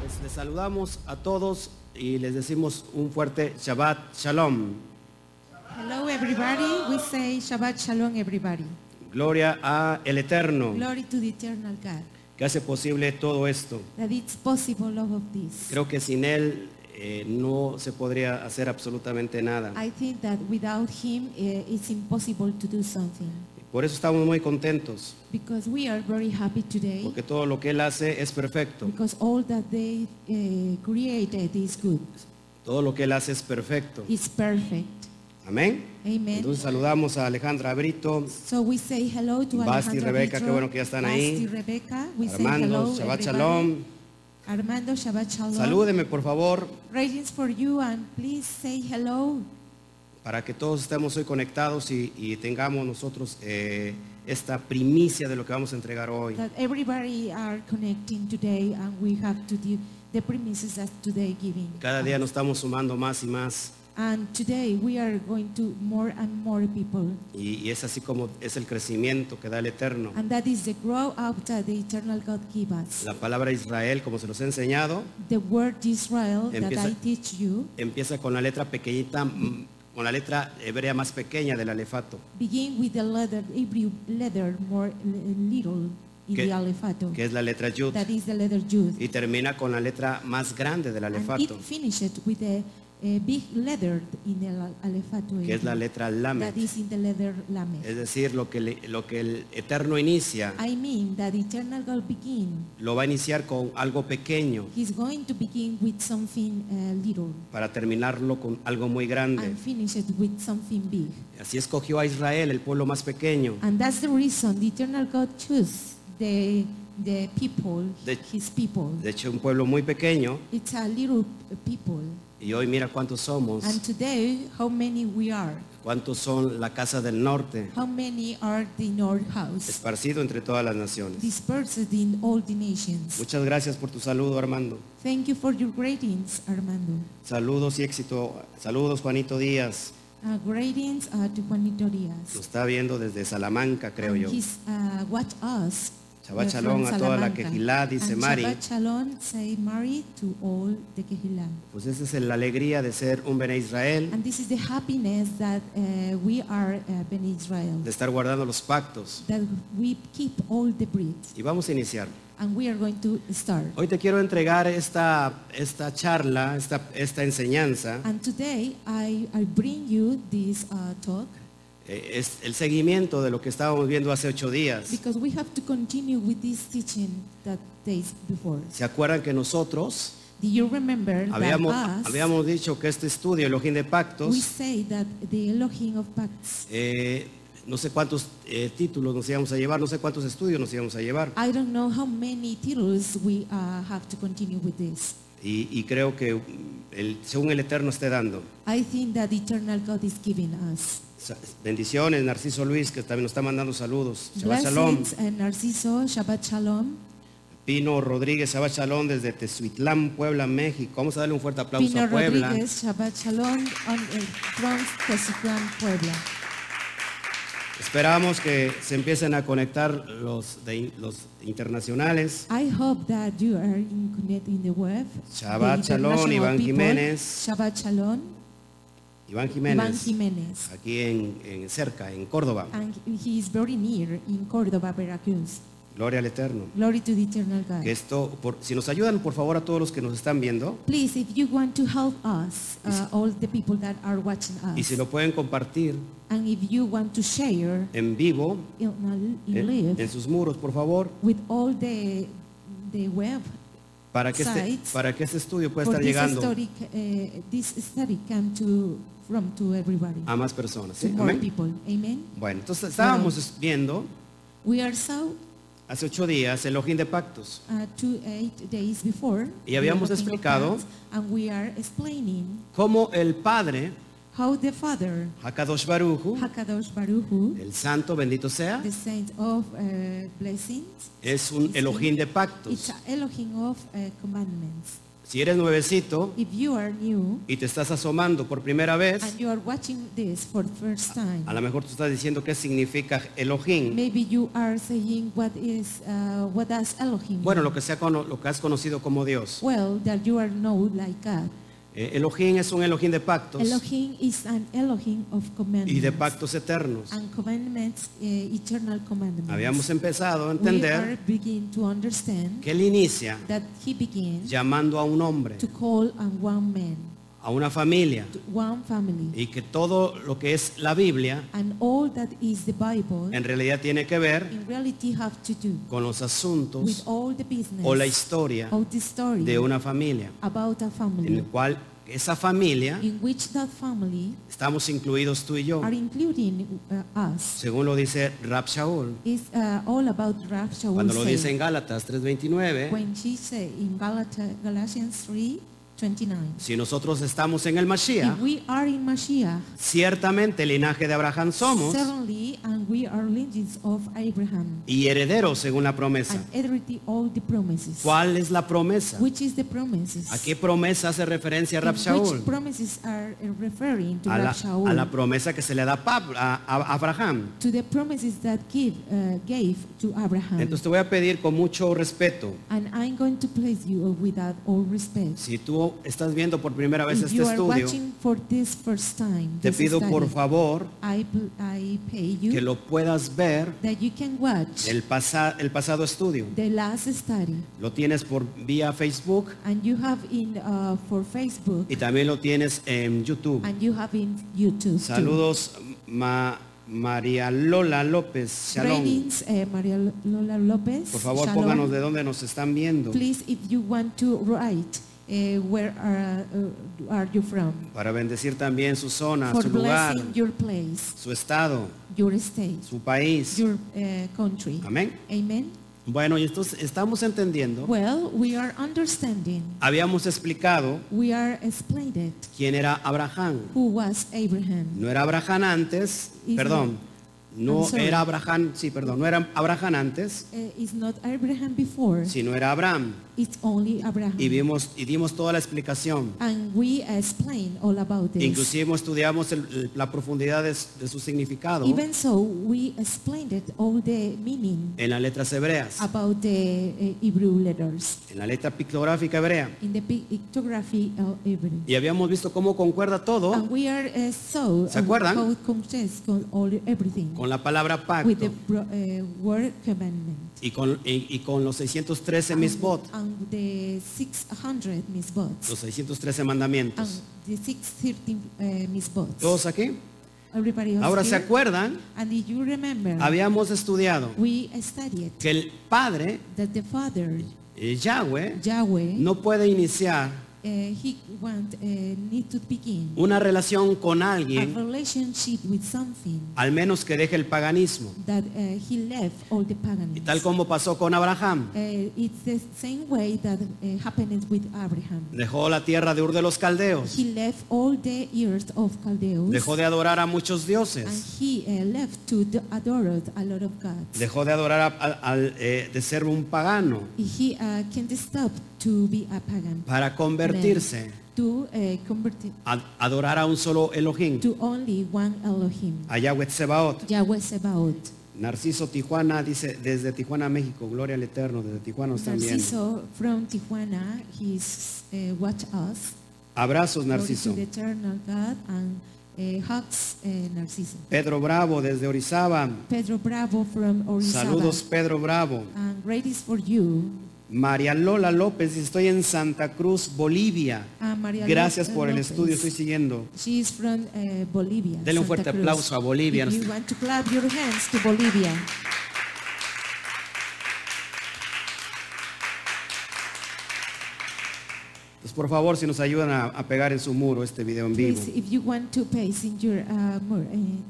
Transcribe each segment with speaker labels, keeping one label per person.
Speaker 1: Pues Les saludamos a todos y les decimos un fuerte Shabbat Shalom.
Speaker 2: Hello, everybody. We say Shabbat Shalom, everybody.
Speaker 1: Gloria a el Eterno
Speaker 2: Glory to the eternal God
Speaker 1: que hace posible todo esto.
Speaker 2: that it's possible all of this.
Speaker 1: Creo que sin Él eh, no se podría hacer absolutamente nada.
Speaker 2: I think that without Him, eh, it's impossible to do something.
Speaker 1: Por eso estamos muy contentos,
Speaker 2: Because we are very happy today,
Speaker 1: porque todo lo que Él hace es perfecto.
Speaker 2: because all that they eh, created is good.
Speaker 1: Todo lo que Él hace es perfecto.
Speaker 2: It's perfect.
Speaker 1: Amén.
Speaker 2: Amen.
Speaker 1: Entonces saludamos a Alejandra Brito,
Speaker 2: So we say hello
Speaker 1: Basti
Speaker 2: to
Speaker 1: y
Speaker 2: Alejandra
Speaker 1: Rebeca, qué
Speaker 2: Vitro,
Speaker 1: bueno que ya están
Speaker 2: Basti
Speaker 1: ahí.
Speaker 2: y Rebeca, we say
Speaker 1: Armando,
Speaker 2: hello,
Speaker 1: Shabbat
Speaker 2: everybody.
Speaker 1: Shalom.
Speaker 2: Armando, Shabbat Shalom.
Speaker 1: Salúdeme por favor
Speaker 2: Greetings for you and please say hello
Speaker 1: para que todos estemos hoy conectados y, y tengamos nosotros eh, esta primicia de lo que vamos a entregar hoy.
Speaker 2: that everybody are connecting today and we have to do the premises that today giving.
Speaker 1: Cada día nos estamos sumando más y más
Speaker 2: And today we are going to more and more people.
Speaker 1: y, y es así como es el crecimiento que da el Eterno.
Speaker 2: And that is the grow up that the eternal God give us.
Speaker 1: La palabra Israel, como se los he enseñado,
Speaker 2: The word Israel that
Speaker 1: Empieza-
Speaker 2: I teach you
Speaker 1: empieza con la letra pequeñita, mm, con la letra hebrea más pequeña del alefato,
Speaker 2: begin with the letter, Hebrew letter more l- little in
Speaker 1: Que-
Speaker 2: the alfabeto.
Speaker 1: que es la letra Yud,
Speaker 2: That is the letter Yud.
Speaker 1: y termina con la letra más grande del
Speaker 2: And it
Speaker 1: alefato,
Speaker 2: finished with the eh, big letter in the alfabeto.
Speaker 1: que es la letra
Speaker 2: That
Speaker 1: Lamed.
Speaker 2: is in the letter Lamed.
Speaker 1: Es decir, lo que, le- lo que el Eterno inicia,
Speaker 2: I mean that eternal God begin.
Speaker 1: lo va a iniciar con algo pequeño
Speaker 2: He's going to begin with something uh, little
Speaker 1: para terminarlo con algo muy grande.
Speaker 2: and finish it with something big.
Speaker 1: Así escogió a Israel, el pueblo más pequeño.
Speaker 2: And that's the reason the eternal God choose the the people,
Speaker 1: The-
Speaker 2: his people.
Speaker 1: De hecho, un pueblo muy pequeño.
Speaker 2: it's a little people.
Speaker 1: Y hoy mira cuántos somos,
Speaker 2: And today, how many we are?
Speaker 1: cuántos son la casa del norte,
Speaker 2: How many are the North House?
Speaker 1: esparcido entre todas las naciones.
Speaker 2: Dispersed in all the nations.
Speaker 1: Muchas gracias por tu saludo, Armando.
Speaker 2: Thank you for your greetings, Armando.
Speaker 1: Saludos y éxito. Saludos, Juanito Díaz.
Speaker 2: Uh, greetings uh, to Juanito Díaz.
Speaker 1: Lo está viendo desde Salamanca, creo
Speaker 2: And
Speaker 1: yo.
Speaker 2: he's, uh, watch us.
Speaker 1: Shabbat
Speaker 2: We're from
Speaker 1: shalom a toda la
Speaker 2: Salamanca.
Speaker 1: quejilá, dice
Speaker 2: And
Speaker 1: Mari.
Speaker 2: Shabbat shalom, say Mari to all the quejilá.
Speaker 1: Pues esa es la alegría de ser un Bene Israel,
Speaker 2: And this is the happiness that uh, we are uh, Ben Israel,
Speaker 1: de estar guardando los pactos.
Speaker 2: that we keep all the breeds.
Speaker 1: Y vamos a iniciar.
Speaker 2: And we are going to start.
Speaker 1: Hoy te quiero entregar esta, esta charla, esta, esta enseñanza,
Speaker 2: And today I, I bring you this uh, talk
Speaker 1: eh, es el seguimiento de lo que estábamos viendo hace ocho días.
Speaker 2: because we have to continue with this teaching that days before.
Speaker 1: ¿Se acuerdan que nosotros
Speaker 2: Do you remember
Speaker 1: habíamos,
Speaker 2: that us,
Speaker 1: habíamos dicho que este estudio, Elohim de
Speaker 2: we
Speaker 1: Pactos,
Speaker 2: say that the Elohim of Pacts
Speaker 1: eh, no sé cuántos eh, títulos nos íbamos a llevar, no sé cuántos estudios nos íbamos a llevar.
Speaker 2: I don't know how many titles we uh, have to continue with this.
Speaker 1: Y, y creo que mm, el- según el Eterno esté dando.
Speaker 2: I think that eternal God is giving us.
Speaker 1: Sa- Bendiciones, Narciso Luis, que también nos está mandando saludos. Shabbat Shalom.
Speaker 2: Blessings and Narciso, Shabbat Shalom.
Speaker 1: Pino Rodríguez, Shabbat Shalom desde Tezuitlán, Puebla, México. Vamos a darle un fuerte aplauso
Speaker 2: Pino
Speaker 1: a Puebla.
Speaker 2: Rodriguez, Shabbat Shalom on, uh, from Teziclán, Puebla.
Speaker 1: Esperamos que se empiecen a conectar los, de, los internacionales.
Speaker 2: I hope that you are in connect in the web.
Speaker 1: Shabbat
Speaker 2: The
Speaker 1: Shalom,
Speaker 2: international
Speaker 1: Iván
Speaker 2: people.
Speaker 1: Jiménez.
Speaker 2: Shabbat Shalom,
Speaker 1: Iván
Speaker 2: Iván
Speaker 1: Jiménez,
Speaker 2: Jiménez. Ah.
Speaker 1: aquí en, en cerca, en Córdoba.
Speaker 2: And he is very near in Córdoba, Veracruz.
Speaker 1: Gloria al Eterno.
Speaker 2: Glory to the eternal God.
Speaker 1: Que esto, por- si nos ayudan por favor a todos los que nos están viendo
Speaker 2: Please, if you want to help us, uh, all the people that are watching us,
Speaker 1: y si lo pueden compartir
Speaker 2: and if you want to share
Speaker 1: en vivo
Speaker 2: in, in
Speaker 1: en,
Speaker 2: live
Speaker 1: en sus muros, por favor,
Speaker 2: with all the the web
Speaker 1: para que este,
Speaker 2: Sites.
Speaker 1: para que este estudio pueda
Speaker 2: for
Speaker 1: estar
Speaker 2: this
Speaker 1: llegando
Speaker 2: study, uh, this study come to from to everybody,
Speaker 1: a más personas. ¿sí?
Speaker 2: to more
Speaker 1: Ah, eh, Amén.
Speaker 2: people. Amen.
Speaker 1: Bueno, entonces estábamos viendo
Speaker 2: We are so
Speaker 1: hace ocho días el ojín de pactos.
Speaker 2: uh, two eight days before.
Speaker 1: Y habíamos
Speaker 2: we are talking
Speaker 1: explicado-
Speaker 2: about, and we are explaining
Speaker 1: Cómo el Padre,
Speaker 2: how the Father
Speaker 1: Hakadosh Baruju,
Speaker 2: Hakadosh Baruhu,
Speaker 1: el Santo, bendito sea,
Speaker 2: the Saint of uh, blessings.
Speaker 1: Eh, es un Elohim de
Speaker 2: It's
Speaker 1: pactos.
Speaker 2: a Elohim of uh, eh, commandments.
Speaker 1: Si eres nuevecito
Speaker 2: If you are new
Speaker 1: y te estás asomando por primera vez,
Speaker 2: and you are watching this for first time,
Speaker 1: a lo mejor tú estás diciendo qué significa Elohim.
Speaker 2: maybe you are saying what is uh, what does Elohim
Speaker 1: Bueno,
Speaker 2: mean?
Speaker 1: lo que, sea cono- lo que has conocido como Dios.
Speaker 2: well that you are know like God.
Speaker 1: Eh, Elohim es un Elohim de pactos
Speaker 2: Elohim is an Elohim
Speaker 1: y
Speaker 2: of
Speaker 1: de
Speaker 2: commandments
Speaker 1: pactos eternos.
Speaker 2: and commandments, eh, eternal commandments.
Speaker 1: Habíamos empezado a
Speaker 2: we are
Speaker 1: entender
Speaker 2: begin to understand
Speaker 1: que Él inicia
Speaker 2: that he begins
Speaker 1: llamando a un hombre,
Speaker 2: to call on one man,
Speaker 1: a una familia,
Speaker 2: to one family,
Speaker 1: y que todo lo que es la Biblia
Speaker 2: and all that is the Bible
Speaker 1: en realidad tiene que ver
Speaker 2: in reality have to do
Speaker 1: con los
Speaker 2: with
Speaker 1: asuntos
Speaker 2: all the business
Speaker 1: o la historia
Speaker 2: of the story
Speaker 1: de una familia,
Speaker 2: about a
Speaker 1: en
Speaker 2: family
Speaker 1: el cual esa familia
Speaker 2: in which that family
Speaker 1: estamos incluidos tú y yo,
Speaker 2: are including uh, us.
Speaker 1: según lo dice Rab Shaul,
Speaker 2: It's uh, all about rapture. we
Speaker 1: cuando lo
Speaker 2: say.
Speaker 1: dice en Gálatas 3:29,
Speaker 2: when she said in Galata, Galatians 3, 29,
Speaker 1: si nosotros estamos en el
Speaker 2: if
Speaker 1: Mashiach,
Speaker 2: we are in Mashiach,
Speaker 1: ciertamente el linaje de Abraham somos
Speaker 2: certainly, and we are legends of Abraham,
Speaker 1: y herederos según la promesa.
Speaker 2: and everything, all the promises.
Speaker 1: ¿Cuál es la promesa?
Speaker 2: Which is the promises?
Speaker 1: ¿A qué promesa hace referencia
Speaker 2: In
Speaker 1: Rab Shaul?
Speaker 2: Which promises are uh, referring to
Speaker 1: A la,
Speaker 2: Rab Shaul?
Speaker 1: a la promesa que se le da a Pab- a- a Abraham.
Speaker 2: to the promises that give, uh, gave to Abraham.
Speaker 1: Entonces te voy a pedir con mucho respeto,
Speaker 2: and I'm going to place you without all respect.
Speaker 1: si tú estás viendo por primera vez
Speaker 2: If
Speaker 1: este
Speaker 2: you are
Speaker 1: estudio,
Speaker 2: watching for this first time,
Speaker 1: te
Speaker 2: this
Speaker 1: pido por
Speaker 2: study,
Speaker 1: favor
Speaker 2: I, pl- I pay
Speaker 1: que
Speaker 2: you
Speaker 1: lo puedas ver
Speaker 2: that you can watch
Speaker 1: el, pasa- el pasado estudio.
Speaker 2: the last study,
Speaker 1: Lo tienes por vía Facebook
Speaker 2: and you have in uh, for Facebook,
Speaker 1: y también lo tienes en YouTube.
Speaker 2: and you have in YouTube. too.
Speaker 1: Saludos Ma- María Lola López, Shalom.
Speaker 2: Greetings, eh, María Lo- Lola López.
Speaker 1: Por favor,
Speaker 2: Shalom.
Speaker 1: pónganos de dónde nos están viendo
Speaker 2: Please, if you want to write, eh, where are, uh, are you from?
Speaker 1: para bendecir también su zona,
Speaker 2: For
Speaker 1: su Ah, lugar,
Speaker 2: blessing your place,
Speaker 1: su estado,
Speaker 2: your state,
Speaker 1: su país.
Speaker 2: your eh, country.
Speaker 1: Amén.
Speaker 2: Amen.
Speaker 1: Bueno, y entonces estamos entendiendo
Speaker 2: Well, we are understanding.
Speaker 1: Habíamos explicado
Speaker 2: We are explained it.
Speaker 1: quién era Abraham.
Speaker 2: Who was Abraham?
Speaker 1: No era Abraham antes,
Speaker 2: Isaac.
Speaker 1: perdón,
Speaker 2: I'm
Speaker 1: no
Speaker 2: sorry.
Speaker 1: era Abraham, sí, perdón, no era Abraham antes,
Speaker 2: Eh, it's not Abraham before.
Speaker 1: sino era Abraham.
Speaker 2: It's only Abraham.
Speaker 1: Y vimos y dimos toda la explicación.
Speaker 2: And we explain all about this.
Speaker 1: Inclusive estudiamos el- el- la profundidad de, su- de su significado
Speaker 2: Even so, we explained it all the meaning
Speaker 1: en las letras hebreas,
Speaker 2: about the eh, Hebrew letters
Speaker 1: en la letra pictográfica hebrea.
Speaker 2: in the pictography of Hebrew.
Speaker 1: Y habíamos visto cómo concuerda
Speaker 2: And
Speaker 1: todo
Speaker 2: we are uh, so
Speaker 1: ¿Se acuerdan?
Speaker 2: how it consists con all everything
Speaker 1: con la palabra
Speaker 2: with the
Speaker 1: pacto
Speaker 2: pro- eh, word commandment.
Speaker 1: y con, y- y con los
Speaker 2: Ah,
Speaker 1: 613 misbot,
Speaker 2: And the 600
Speaker 1: los
Speaker 2: misbots.
Speaker 1: 613
Speaker 2: And
Speaker 1: mandamientos.
Speaker 2: the 613 uh, misbots.
Speaker 1: ¿Todos aquí?
Speaker 2: Everybody else
Speaker 1: Ahora se
Speaker 2: here?
Speaker 1: acuerdan
Speaker 2: And if you remember,
Speaker 1: habíamos estudiado
Speaker 2: we studied
Speaker 1: que el Padre,
Speaker 2: that the Father,
Speaker 1: eh, Yahweh,
Speaker 2: Yahweh,
Speaker 1: no puede iniciar
Speaker 2: uh, he want, uh, need to begin
Speaker 1: una relación con
Speaker 2: a
Speaker 1: alguien
Speaker 2: relationship with something
Speaker 1: al menos que deje el paganismo.
Speaker 2: that uh, he left all the
Speaker 1: Y
Speaker 2: pagans.
Speaker 1: tal como pasó con Abraham,
Speaker 2: Eh, it's the same way that eh, happened with Abraham.
Speaker 1: dejó la tierra de Ur de los Caldeos,
Speaker 2: He left all the earth of Chaldeus
Speaker 1: dejó de adorar a muchos
Speaker 2: and
Speaker 1: dioses,
Speaker 2: he eh, left to the- adore a lot of gods.
Speaker 1: dejó de adorar a- a- al, eh, de ser un pagano
Speaker 2: He uh, can't stop to be a pagan.
Speaker 1: para convertirse,
Speaker 2: To eh, convert it
Speaker 1: a adorar a un solo Elohim,
Speaker 2: to only one Elohim,
Speaker 1: a Yahweh Tsebaot.
Speaker 2: Yahweh Sebaot.
Speaker 1: Narciso Tijuana dice desde Tijuana, México, gloria al Eterno, desde Tijuana nos están viendo.
Speaker 2: Narciso from Tijuana, he's eh, watch us.
Speaker 1: Abrazos,
Speaker 2: Glory
Speaker 1: Narciso.
Speaker 2: to the eternal God and eh, hugs eh, Narciso.
Speaker 1: Pedro Bravo desde Orizaba.
Speaker 2: Pedro Bravo from Orizaba.
Speaker 1: Saludos, Pedro Bravo.
Speaker 2: And greatest for you.
Speaker 1: María Lola López, dice, estoy en Santa Cruz, Bolivia.
Speaker 2: Ah, María
Speaker 1: Gracias
Speaker 2: López-
Speaker 1: por el
Speaker 2: López.
Speaker 1: estudio, estoy siguiendo.
Speaker 2: She is from eh, Bolivia.
Speaker 1: Dele un
Speaker 2: Santa
Speaker 1: fuerte
Speaker 2: Cruz.
Speaker 1: aplauso a Bolivia.
Speaker 2: If you want to clap your hands to Bolivia.
Speaker 1: Entonces, Pues, por favor, si nos ayudan a, a pegar en su muro este video en vivo,
Speaker 2: Please, if you want to place in your uh, more, eh,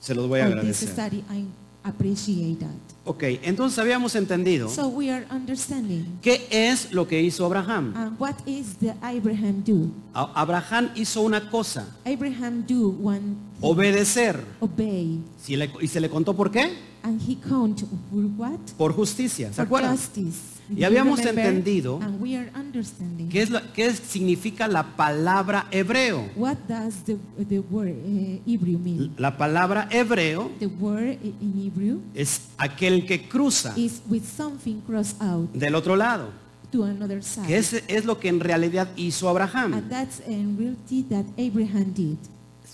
Speaker 1: se los voy a
Speaker 2: all this
Speaker 1: agradecer.
Speaker 2: study, I appreciate that.
Speaker 1: Ok, entonces habíamos entendido
Speaker 2: So we are understanding.
Speaker 1: qué es lo que hizo Abraham.
Speaker 2: And what is the Abraham do?
Speaker 1: A- Abraham hizo una cosa,
Speaker 2: Abraham do one
Speaker 1: Obedecer.
Speaker 2: obey.
Speaker 1: Si le- y se le contó por qué.
Speaker 2: And he count for what?
Speaker 1: Por justicia. ¿Se
Speaker 2: For
Speaker 1: acuerdan?
Speaker 2: justice.
Speaker 1: Y
Speaker 2: Do you
Speaker 1: habíamos
Speaker 2: remember?
Speaker 1: entendido
Speaker 2: And we are understanding.
Speaker 1: ¿Qué, es lo- qué significa la palabra hebreo?
Speaker 2: What does the, the word eh, Hebrew mean?
Speaker 1: La palabra hebreo
Speaker 2: The word i- in Hebrew
Speaker 1: es aquel que cruza
Speaker 2: is with something crossed out
Speaker 1: del otro lado.
Speaker 2: to another side.
Speaker 1: Que es, es lo que en realidad hizo
Speaker 2: And
Speaker 1: Abraham.
Speaker 2: that's in reality that Abraham did.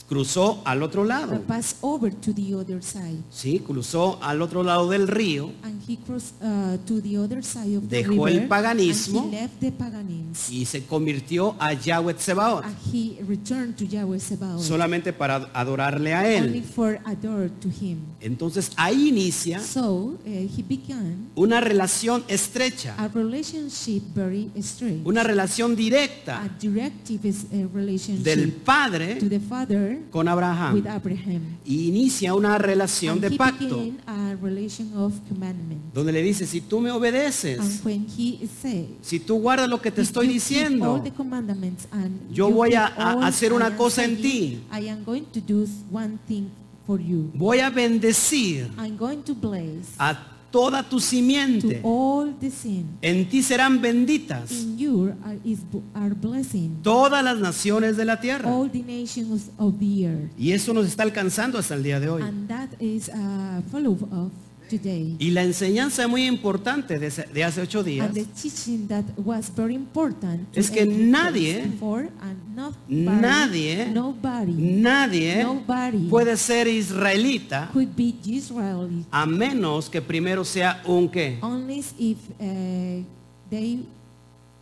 Speaker 1: Cruzó al otro lado.
Speaker 2: But pass over to the other side.
Speaker 1: Sí, cruzó al otro lado del río
Speaker 2: And he crossed uh, to the other side of the
Speaker 1: Dejó el
Speaker 2: river,
Speaker 1: paganismo.
Speaker 2: and he left the paganism.
Speaker 1: y se convirtió a Yahweh Sebaot.
Speaker 2: And he returned to Yahweh Sebaoth.
Speaker 1: Solamente para adorarle a
Speaker 2: only
Speaker 1: él.
Speaker 2: for adore to him.
Speaker 1: Entonces ahí inicia
Speaker 2: So uh, he began
Speaker 1: una relación estrecha,
Speaker 2: a relationship very straight.
Speaker 1: una relación
Speaker 2: a
Speaker 1: directa
Speaker 2: Ah, directive is a relationship
Speaker 1: del Padre
Speaker 2: to the father
Speaker 1: con Abraham.
Speaker 2: with Abraham.
Speaker 1: y inicia una relación
Speaker 2: And
Speaker 1: de
Speaker 2: he
Speaker 1: pacto
Speaker 2: began a relation of commandment.
Speaker 1: donde le dice si tú me
Speaker 2: And
Speaker 1: obedeces
Speaker 2: when he said,
Speaker 1: si tú guardas lo que te
Speaker 2: "If
Speaker 1: estoy
Speaker 2: you keep all
Speaker 1: diciendo
Speaker 2: the commandments and
Speaker 1: Yo
Speaker 2: you
Speaker 1: voy
Speaker 2: keep
Speaker 1: a- a-
Speaker 2: all
Speaker 1: hacer una
Speaker 2: I am
Speaker 1: cosa en
Speaker 2: saying,
Speaker 1: ti.
Speaker 2: I am going to do one thing for you.
Speaker 1: voy a bendecir
Speaker 2: I'm going to bless
Speaker 1: a toda tu
Speaker 2: to
Speaker 1: simiente
Speaker 2: all the sin.
Speaker 1: en ti serán benditas
Speaker 2: In you are, is, b- are blessing
Speaker 1: todas las naciones de la tierra
Speaker 2: all the nations of the earth.
Speaker 1: y eso nos está alcanzando hasta el día de hoy
Speaker 2: And that is a follow of today.
Speaker 1: y la enseñanza muy importante de, ese- de hace ocho días
Speaker 2: And the teaching that was very important to
Speaker 1: Es que
Speaker 2: every
Speaker 1: nadie,
Speaker 2: person before and nobody,
Speaker 1: nadie,
Speaker 2: nobody
Speaker 1: nadie
Speaker 2: Nobody.
Speaker 1: puede ser israelita
Speaker 2: could be Israeli
Speaker 1: a menos que primero sea un qué
Speaker 2: only if uh, they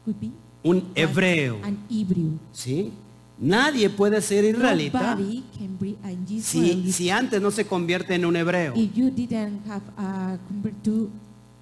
Speaker 2: could be
Speaker 1: un hebreo
Speaker 2: an Hebrew.
Speaker 1: ¿Sí? Nadie puede ser israelita
Speaker 2: Nobody can be an Israeli
Speaker 1: si, si antes no se convierte en un hebreo.
Speaker 2: if you didn't have a convert to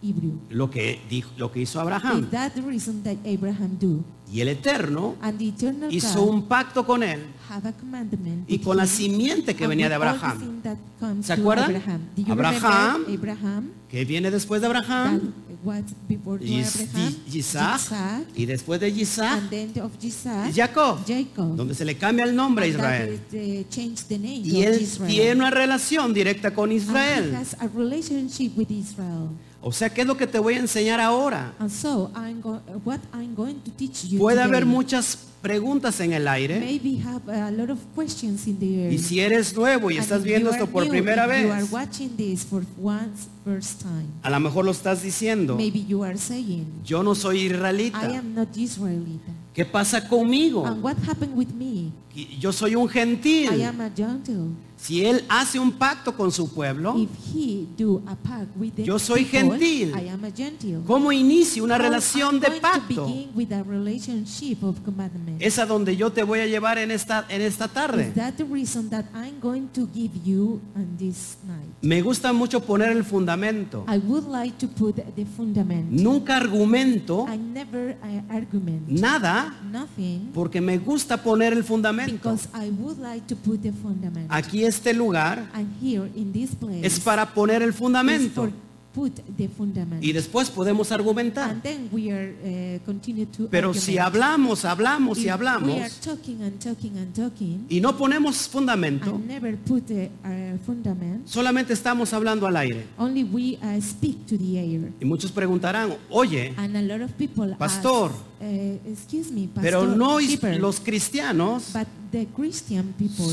Speaker 2: Hebrew.
Speaker 1: Lo que, dijo, lo que hizo
Speaker 2: Is
Speaker 1: Abraham.
Speaker 2: that the reason that Abraham do?
Speaker 1: Y el Eterno
Speaker 2: And the eternal
Speaker 1: hizo
Speaker 2: God
Speaker 1: un pacto con él
Speaker 2: have a commandment
Speaker 1: y
Speaker 2: with
Speaker 1: con la
Speaker 2: him
Speaker 1: simiente que
Speaker 2: and
Speaker 1: venía de
Speaker 2: with all the
Speaker 1: Abraham,
Speaker 2: thing that comes
Speaker 1: ¿Se
Speaker 2: to
Speaker 1: acuerdan?
Speaker 2: Abraham. Do you
Speaker 1: Abraham,
Speaker 2: remember Abraham?
Speaker 1: que viene después de
Speaker 2: that
Speaker 1: Abraham,
Speaker 2: what before to
Speaker 1: Yis-
Speaker 2: Abraham,
Speaker 1: Yi- Isaac, y después de
Speaker 2: and
Speaker 1: Isaac,
Speaker 2: then of Isaac,
Speaker 1: Jacob,
Speaker 2: Jacob.
Speaker 1: donde se le cambia el nombre a
Speaker 2: And that
Speaker 1: Israel.
Speaker 2: is, uh, changed the name
Speaker 1: Y
Speaker 2: of
Speaker 1: él
Speaker 2: Israel. Ah,
Speaker 1: tiene una relación directa con
Speaker 2: And he
Speaker 1: Israel.
Speaker 2: has a relationship with Israel.
Speaker 1: O sea, ¿qué es lo que te voy a enseñar ahora?
Speaker 2: And so I'm go what I'm going to teach you
Speaker 1: Puede haber
Speaker 2: today,
Speaker 1: muchas preguntas en el aire.
Speaker 2: maybe have a lot of questions in the air.
Speaker 1: Y si eres nuevo y
Speaker 2: And
Speaker 1: estás
Speaker 2: if
Speaker 1: viendo
Speaker 2: you are
Speaker 1: esto por
Speaker 2: new,
Speaker 1: primera
Speaker 2: if You are
Speaker 1: vez,
Speaker 2: watching this for once first time.
Speaker 1: a lo mejor lo estás diciendo,
Speaker 2: Maybe you are saying,
Speaker 1: yo no soy
Speaker 2: I
Speaker 1: israelita.
Speaker 2: am not Israelita.
Speaker 1: ¿Qué pasa conmigo?
Speaker 2: And what happened with me?
Speaker 1: Y- Yo soy un
Speaker 2: I
Speaker 1: gentil.
Speaker 2: am a Gentile.
Speaker 1: Si él hace un pacto con su pueblo,
Speaker 2: If he do a pact with the
Speaker 1: Yo soy
Speaker 2: people,
Speaker 1: gentil.
Speaker 2: I am a Gentile.
Speaker 1: ¿cómo inicia una
Speaker 2: How
Speaker 1: relación
Speaker 2: I'm
Speaker 1: de
Speaker 2: going to
Speaker 1: pacto?
Speaker 2: begin with a relationship of commandment.
Speaker 1: Es a donde yo te voy a llevar en esta, en esta tarde.
Speaker 2: Is that the reason that I'm going to give you on this night?
Speaker 1: Me gusta mucho poner el fundamento.
Speaker 2: I would like to put the fundament.
Speaker 1: Nunca argumento
Speaker 2: I never I argument
Speaker 1: nada
Speaker 2: nothing
Speaker 1: porque me gusta poner el fundamento.
Speaker 2: because I would like to put the fundament.
Speaker 1: Aquí este lugar
Speaker 2: And here in this place
Speaker 1: es para poner el
Speaker 2: is
Speaker 1: fundamento.
Speaker 2: for put the fundament.
Speaker 1: y después podemos argumentar.
Speaker 2: And then we are eh, continue to
Speaker 1: Pero si
Speaker 2: argument.
Speaker 1: hablamos, hablamos y
Speaker 2: If We are
Speaker 1: hablamos
Speaker 2: talking and talking and talking.
Speaker 1: y no ponemos
Speaker 2: I
Speaker 1: fundamento,
Speaker 2: never put a, a fundament.
Speaker 1: solamente estamos hablando al aire.
Speaker 2: Only we uh, speak to the air.
Speaker 1: Y muchos preguntarán, oye,
Speaker 2: And a lot of people
Speaker 1: Pastor.
Speaker 2: ask, eh, excuse me, pastor,
Speaker 1: pero no is-
Speaker 2: shepherd,
Speaker 1: los cristianos
Speaker 2: but the Christian people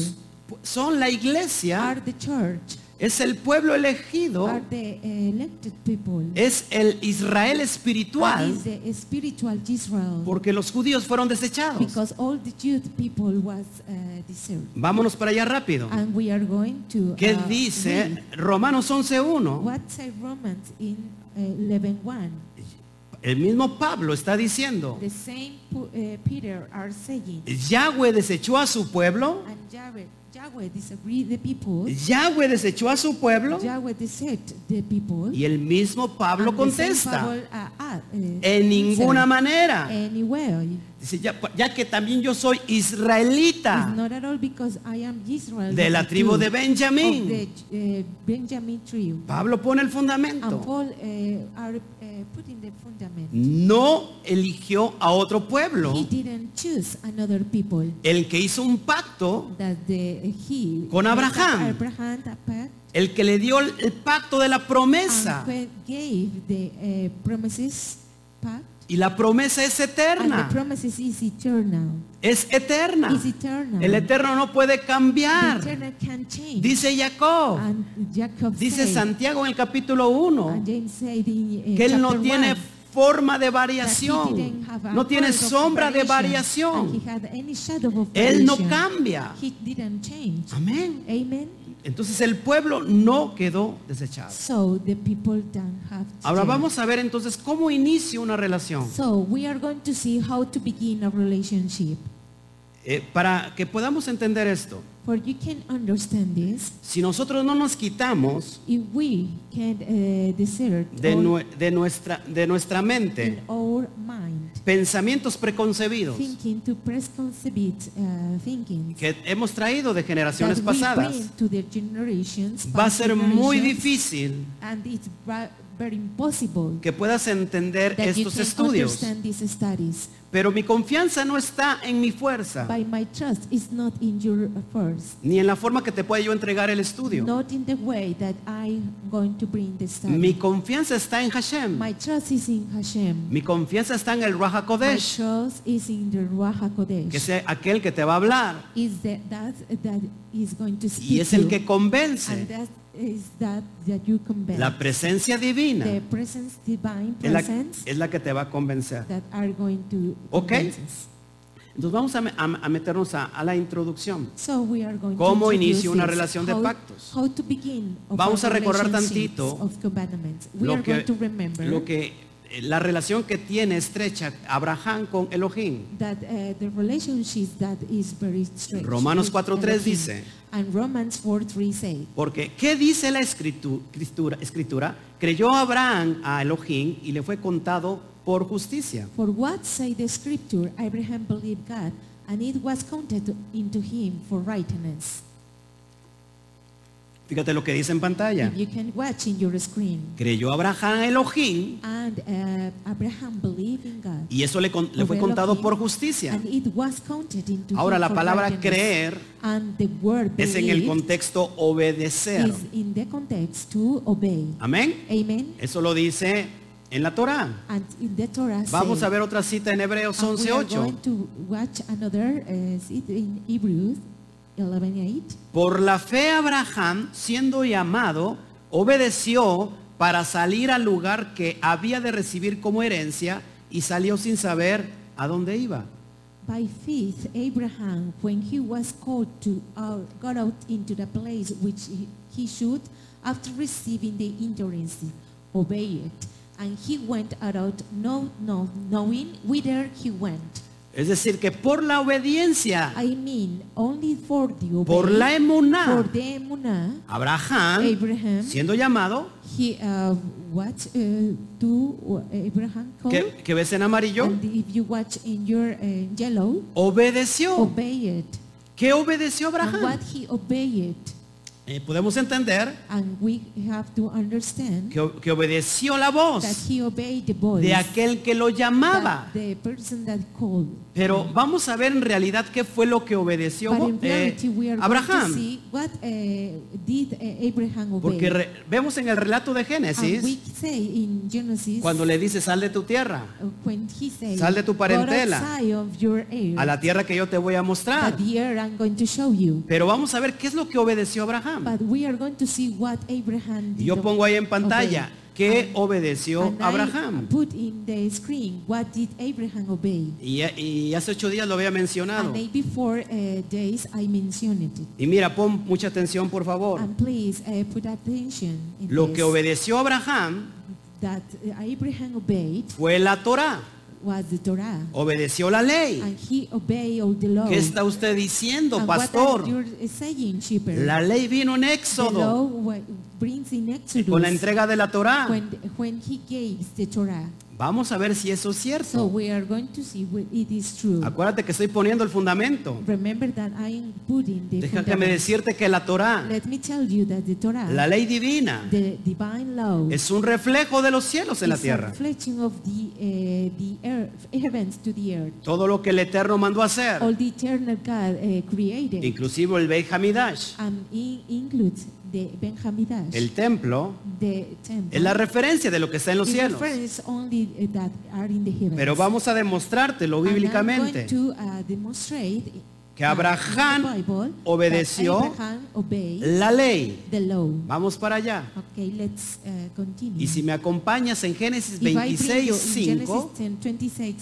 Speaker 1: son la
Speaker 2: are
Speaker 1: iglesia,
Speaker 2: the church,
Speaker 1: es el pueblo
Speaker 2: are
Speaker 1: elegido,
Speaker 2: the eh, elected people.
Speaker 1: es el Israel
Speaker 2: And
Speaker 1: espiritual,
Speaker 2: is the spiritual Israel
Speaker 1: porque los judíos fueron desechados.
Speaker 2: because all the Jewish people was uh, deserved.
Speaker 1: Vámonos para allá rápido.
Speaker 2: And we are going to
Speaker 1: ¿Qué
Speaker 2: uh,
Speaker 1: dice
Speaker 2: read
Speaker 1: Romanos 11.1?
Speaker 2: what say Romans in uh, 11:1.
Speaker 1: El mismo Pablo está diciendo,
Speaker 2: The same Pu- eh, Peter are saying,
Speaker 1: Yahweh desechó a su pueblo
Speaker 2: and Yahweh, Yahweh disagreed the people,
Speaker 1: Yahweh desechó a su pueblo
Speaker 2: Yahweh deceived the people.
Speaker 1: y el mismo Pablo
Speaker 2: and the same
Speaker 1: contesta,
Speaker 2: Pablo, ah, ah, eh,
Speaker 1: en ninguna
Speaker 2: answer,
Speaker 1: manera.
Speaker 2: Anyway,
Speaker 1: Dice, ya, ya que también yo soy
Speaker 2: it's
Speaker 1: israelita
Speaker 2: not at all because I am Israel.
Speaker 1: de la tribu de
Speaker 2: Of the,
Speaker 1: Benjamín.
Speaker 2: eh, Benjamin tribe.
Speaker 1: Pablo pone el
Speaker 2: And
Speaker 1: fundamento.
Speaker 2: Paul eh, are eh, putting the fundament.
Speaker 1: No eligió a otro pueblo
Speaker 2: He didn't choose another people
Speaker 1: el que hizo un pacto
Speaker 2: that the eh, he
Speaker 1: Con Abraham.
Speaker 2: Abraham the pact
Speaker 1: El que le dio el el pacto de la promesa.
Speaker 2: and when gave the eh, promises pact
Speaker 1: Y la promesa es
Speaker 2: and the
Speaker 1: eterna.
Speaker 2: promises is eternal.
Speaker 1: Es eterna.
Speaker 2: Is eternal.
Speaker 1: El eterno no puede
Speaker 2: The
Speaker 1: cambiar.
Speaker 2: eternal can change.
Speaker 1: Dice Jacob.
Speaker 2: and Jacob
Speaker 1: Dice
Speaker 2: said,
Speaker 1: Santiago en el capítulo 1
Speaker 2: and James said in, eh,
Speaker 1: que él no
Speaker 2: Ah, chapter
Speaker 1: tiene
Speaker 2: one,
Speaker 1: forma de
Speaker 2: that he
Speaker 1: variación.
Speaker 2: didn't have a
Speaker 1: No tiene
Speaker 2: kind of
Speaker 1: sombra de
Speaker 2: variation, and he
Speaker 1: variación.
Speaker 2: had any shadow of
Speaker 1: Él no
Speaker 2: variation.
Speaker 1: cambia.
Speaker 2: He didn't change.
Speaker 1: Amén.
Speaker 2: Amen.
Speaker 1: Entonces el pueblo no quedó desechado.
Speaker 2: So the people don't have to
Speaker 1: Ahora
Speaker 2: change.
Speaker 1: vamos a ver entonces cómo inicio una relación.
Speaker 2: So we are going to see how to begin a relationship.
Speaker 1: Eh, para que podamos entender esto,
Speaker 2: For you can understand this,
Speaker 1: si nosotros no nos quitamos
Speaker 2: if we can uh, desert
Speaker 1: de,
Speaker 2: all
Speaker 1: nue- de nuestra, de nuestra
Speaker 2: in
Speaker 1: mente
Speaker 2: our mind,
Speaker 1: pensamientos preconcebidos
Speaker 2: thinking to preconceived uh, thinking
Speaker 1: que hemos traído de
Speaker 2: that
Speaker 1: generaciones
Speaker 2: we
Speaker 1: pasadas,
Speaker 2: bring to the generations,
Speaker 1: va a
Speaker 2: past
Speaker 1: ser muy
Speaker 2: generations,
Speaker 1: difícil
Speaker 2: and it's ra- very impossible
Speaker 1: que puedas entender
Speaker 2: that you
Speaker 1: estos
Speaker 2: can
Speaker 1: estudios.
Speaker 2: understand these studies.
Speaker 1: Pero mi confianza no está en mi fuerza,
Speaker 2: By my trust, it's not in your first,
Speaker 1: ni en la forma que te pueda yo entregar el estudio.
Speaker 2: not in the way that I'm going to bring the study.
Speaker 1: Mi confianza está en Hashem.
Speaker 2: My trust is in Hashem.
Speaker 1: Mi confianza está en el Raja
Speaker 2: My
Speaker 1: Kodesh,
Speaker 2: trust is in the Ruach
Speaker 1: que es
Speaker 2: HaKodesh.
Speaker 1: aquel que te va a hablar
Speaker 2: Is that that that is going to speak
Speaker 1: y es el
Speaker 2: you.
Speaker 1: que
Speaker 2: and
Speaker 1: convence.
Speaker 2: that is that that you convey.
Speaker 1: La presencia divina
Speaker 2: the presence, divine
Speaker 1: es la,
Speaker 2: presence
Speaker 1: es la que te va a convencer.
Speaker 2: that are going to.
Speaker 1: Okay.
Speaker 2: convince us.
Speaker 1: Entonces vamos a, me- a- a meternos a, a la introducción.
Speaker 2: So we are going
Speaker 1: ¿Cómo
Speaker 2: to introduce
Speaker 1: inicio una
Speaker 2: this,
Speaker 1: relación de
Speaker 2: how,
Speaker 1: pactos?
Speaker 2: How to begin of
Speaker 1: Vamos
Speaker 2: our
Speaker 1: a recordar
Speaker 2: relationships
Speaker 1: tantito
Speaker 2: of commandments. We
Speaker 1: Lo
Speaker 2: are
Speaker 1: que,
Speaker 2: going to remember
Speaker 1: lo que eh, la relación que tiene estrecha Abraham con Elohim.
Speaker 2: that uh, the relationship that is very strange.
Speaker 1: Romanos 4:3
Speaker 2: Elohim.
Speaker 1: dice.
Speaker 2: And Romans 4:3 say.
Speaker 1: Porque, ¿qué dice la escritu- escritura, escritura? Creyó Abraham a Elohim y le fue contado por justicia.
Speaker 2: For what say the scripture, Abraham believed God, and it was counted into him for righteousness.
Speaker 1: Fíjate lo que dice en pantalla.
Speaker 2: If you can watch in your screen.
Speaker 1: Creyó Abraham a Elohim
Speaker 2: And uh, Abraham believed in God.
Speaker 1: y eso le, con- le
Speaker 2: of
Speaker 1: fue contado
Speaker 2: Elohim,
Speaker 1: por justicia.
Speaker 2: And it was counted into
Speaker 1: Ahora,
Speaker 2: him
Speaker 1: la
Speaker 2: for
Speaker 1: palabra
Speaker 2: righteousness.
Speaker 1: creer
Speaker 2: and the word
Speaker 1: Es en el
Speaker 2: believe
Speaker 1: contexto obedecer.
Speaker 2: is in the context to obey.
Speaker 1: Amén.
Speaker 2: Amen.
Speaker 1: Eso lo dice en la Torá.
Speaker 2: And in the Torah
Speaker 1: Vamos
Speaker 2: say,
Speaker 1: a ver otra cita en Hebreos
Speaker 2: and we are going
Speaker 1: 11.8.
Speaker 2: to watch another uh, seat in Hebrews 11:8.
Speaker 1: Por la fe Abraham, siendo llamado, obedeció para salir al lugar que había de recibir como herencia y salió sin saber a dónde iba.
Speaker 2: By faith, Abraham, when he was called to out, got out into the place which he, he should, after receiving the inheritance, obey it, and he went out, no, no, knowing whither he went.
Speaker 1: Es decir, que por la obediencia,
Speaker 2: I mean, only for the
Speaker 1: por la
Speaker 2: obey, for
Speaker 1: emuná,
Speaker 2: the emunah,
Speaker 1: Abraham,
Speaker 2: Abraham,
Speaker 1: siendo llamado,
Speaker 2: he uh, what uh, do Abraham call?
Speaker 1: que, que ves en amarillo,
Speaker 2: And if you watch in your uh, yellow,
Speaker 1: obedeció.
Speaker 2: obey it.
Speaker 1: ¿Qué obedeció
Speaker 2: And
Speaker 1: Abraham?
Speaker 2: what he obeyed.
Speaker 1: Eh, podemos entender
Speaker 2: And we have to understand
Speaker 1: que, que obedeció la
Speaker 2: that
Speaker 1: voz
Speaker 2: he obeyed the voice
Speaker 1: de aquel que lo llamaba.
Speaker 2: that the person that called.
Speaker 1: Pero vamos a ver en realidad qué fue lo que obedeció
Speaker 2: But in
Speaker 1: eh,
Speaker 2: reality, we are going to
Speaker 1: Abraham.
Speaker 2: see what eh, did eh, Abraham obey.
Speaker 1: Porque re- vemos en el relato de
Speaker 2: And we
Speaker 1: Génesis,
Speaker 2: say in Genesis,
Speaker 1: cuando le dice, sal de tu tierra,
Speaker 2: uh, when he says,
Speaker 1: Sal de tu
Speaker 2: "Go
Speaker 1: parentela
Speaker 2: outside of your air,
Speaker 1: a la tierra que yo te voy a mostrar.
Speaker 2: that the air I'm going to show you.
Speaker 1: Pero vamos a ver qué es lo que obedeció Abraham.
Speaker 2: But we are going to see what Abraham
Speaker 1: Y
Speaker 2: did.
Speaker 1: yo pongo ahí en pantalla
Speaker 2: obey.
Speaker 1: qué
Speaker 2: And-
Speaker 1: obedeció
Speaker 2: and I
Speaker 1: Abraham.
Speaker 2: put in the screen what did Abraham obey.
Speaker 1: Y, y hace ocho días lo había mencionado.
Speaker 2: And maybe four uh, days I mentioned it.
Speaker 1: Y mira, pon mucha atención, por favor.
Speaker 2: And please uh, put attention in
Speaker 1: Lo que
Speaker 2: this,
Speaker 1: obedeció Abraham
Speaker 2: that eh, Abraham obeyed
Speaker 1: fue la Torá.
Speaker 2: was the Torah.
Speaker 1: Obedeció la ley.
Speaker 2: And he obeyed all the law.
Speaker 1: ¿Qué está usted diciendo,
Speaker 2: and
Speaker 1: pastor?
Speaker 2: What are you saying, shepherd?
Speaker 1: La ley vino en
Speaker 2: the law
Speaker 1: Éxodo
Speaker 2: wa- brings in Exodus
Speaker 1: con la entrega de la Torá.
Speaker 2: when, when he gave the Torah.
Speaker 1: Vamos a ver si eso es
Speaker 2: So
Speaker 1: cierto.
Speaker 2: we are going to see whether it is true.
Speaker 1: Acuérdate que estoy poniendo el fundamento.
Speaker 2: Remember that I am putting the
Speaker 1: Déjame
Speaker 2: fundament.
Speaker 1: decirte que la Torá,
Speaker 2: Let me tell you that the Torah,
Speaker 1: la ley divina,
Speaker 2: the divine law,
Speaker 1: es un reflejo de los cielos en la
Speaker 2: is a
Speaker 1: tierra.
Speaker 2: reflection of the, eh, the earth, heavens to the earth.
Speaker 1: Todo lo que el Eterno mandó a hacer,
Speaker 2: All the eternal God eh, created.
Speaker 1: inclusive el Beit Hamidash,
Speaker 2: and in- includes the Ben Hamidash,
Speaker 1: el templo,
Speaker 2: the temple.
Speaker 1: es la referencia de lo que está en los
Speaker 2: It
Speaker 1: cielos.
Speaker 2: refers only eh, that are in the heavens.
Speaker 1: Pero vamos a demostrártelo
Speaker 2: And I'm
Speaker 1: bíblicamente.
Speaker 2: going to, uh, demonstrate
Speaker 1: Que
Speaker 2: uh, in the
Speaker 1: Abraham
Speaker 2: Bible that
Speaker 1: obedeció
Speaker 2: Abraham obeyed
Speaker 1: La ley.
Speaker 2: the law.
Speaker 1: Vamos para allá.
Speaker 2: Okay, let's uh, continue.
Speaker 1: Y si me acompañas en Génesis
Speaker 2: If I bring you
Speaker 1: 26,
Speaker 2: in Genesis
Speaker 1: 5,
Speaker 2: 10, 26,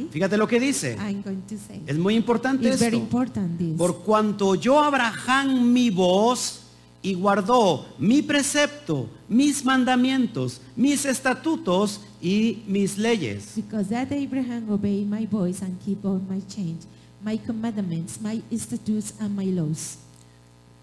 Speaker 2: 5,
Speaker 1: fíjate lo que dice.
Speaker 2: I'm going to say.
Speaker 1: Es muy importante
Speaker 2: It's very
Speaker 1: esto.
Speaker 2: important this.
Speaker 1: Por cuanto oyó Abraham mi voz y guardó mi precepto, mis mandamientos, mis estatutos y mis leyes.
Speaker 2: Because that Abraham obeyed my voice and keep all my change, my commandments, my statutes and my laws.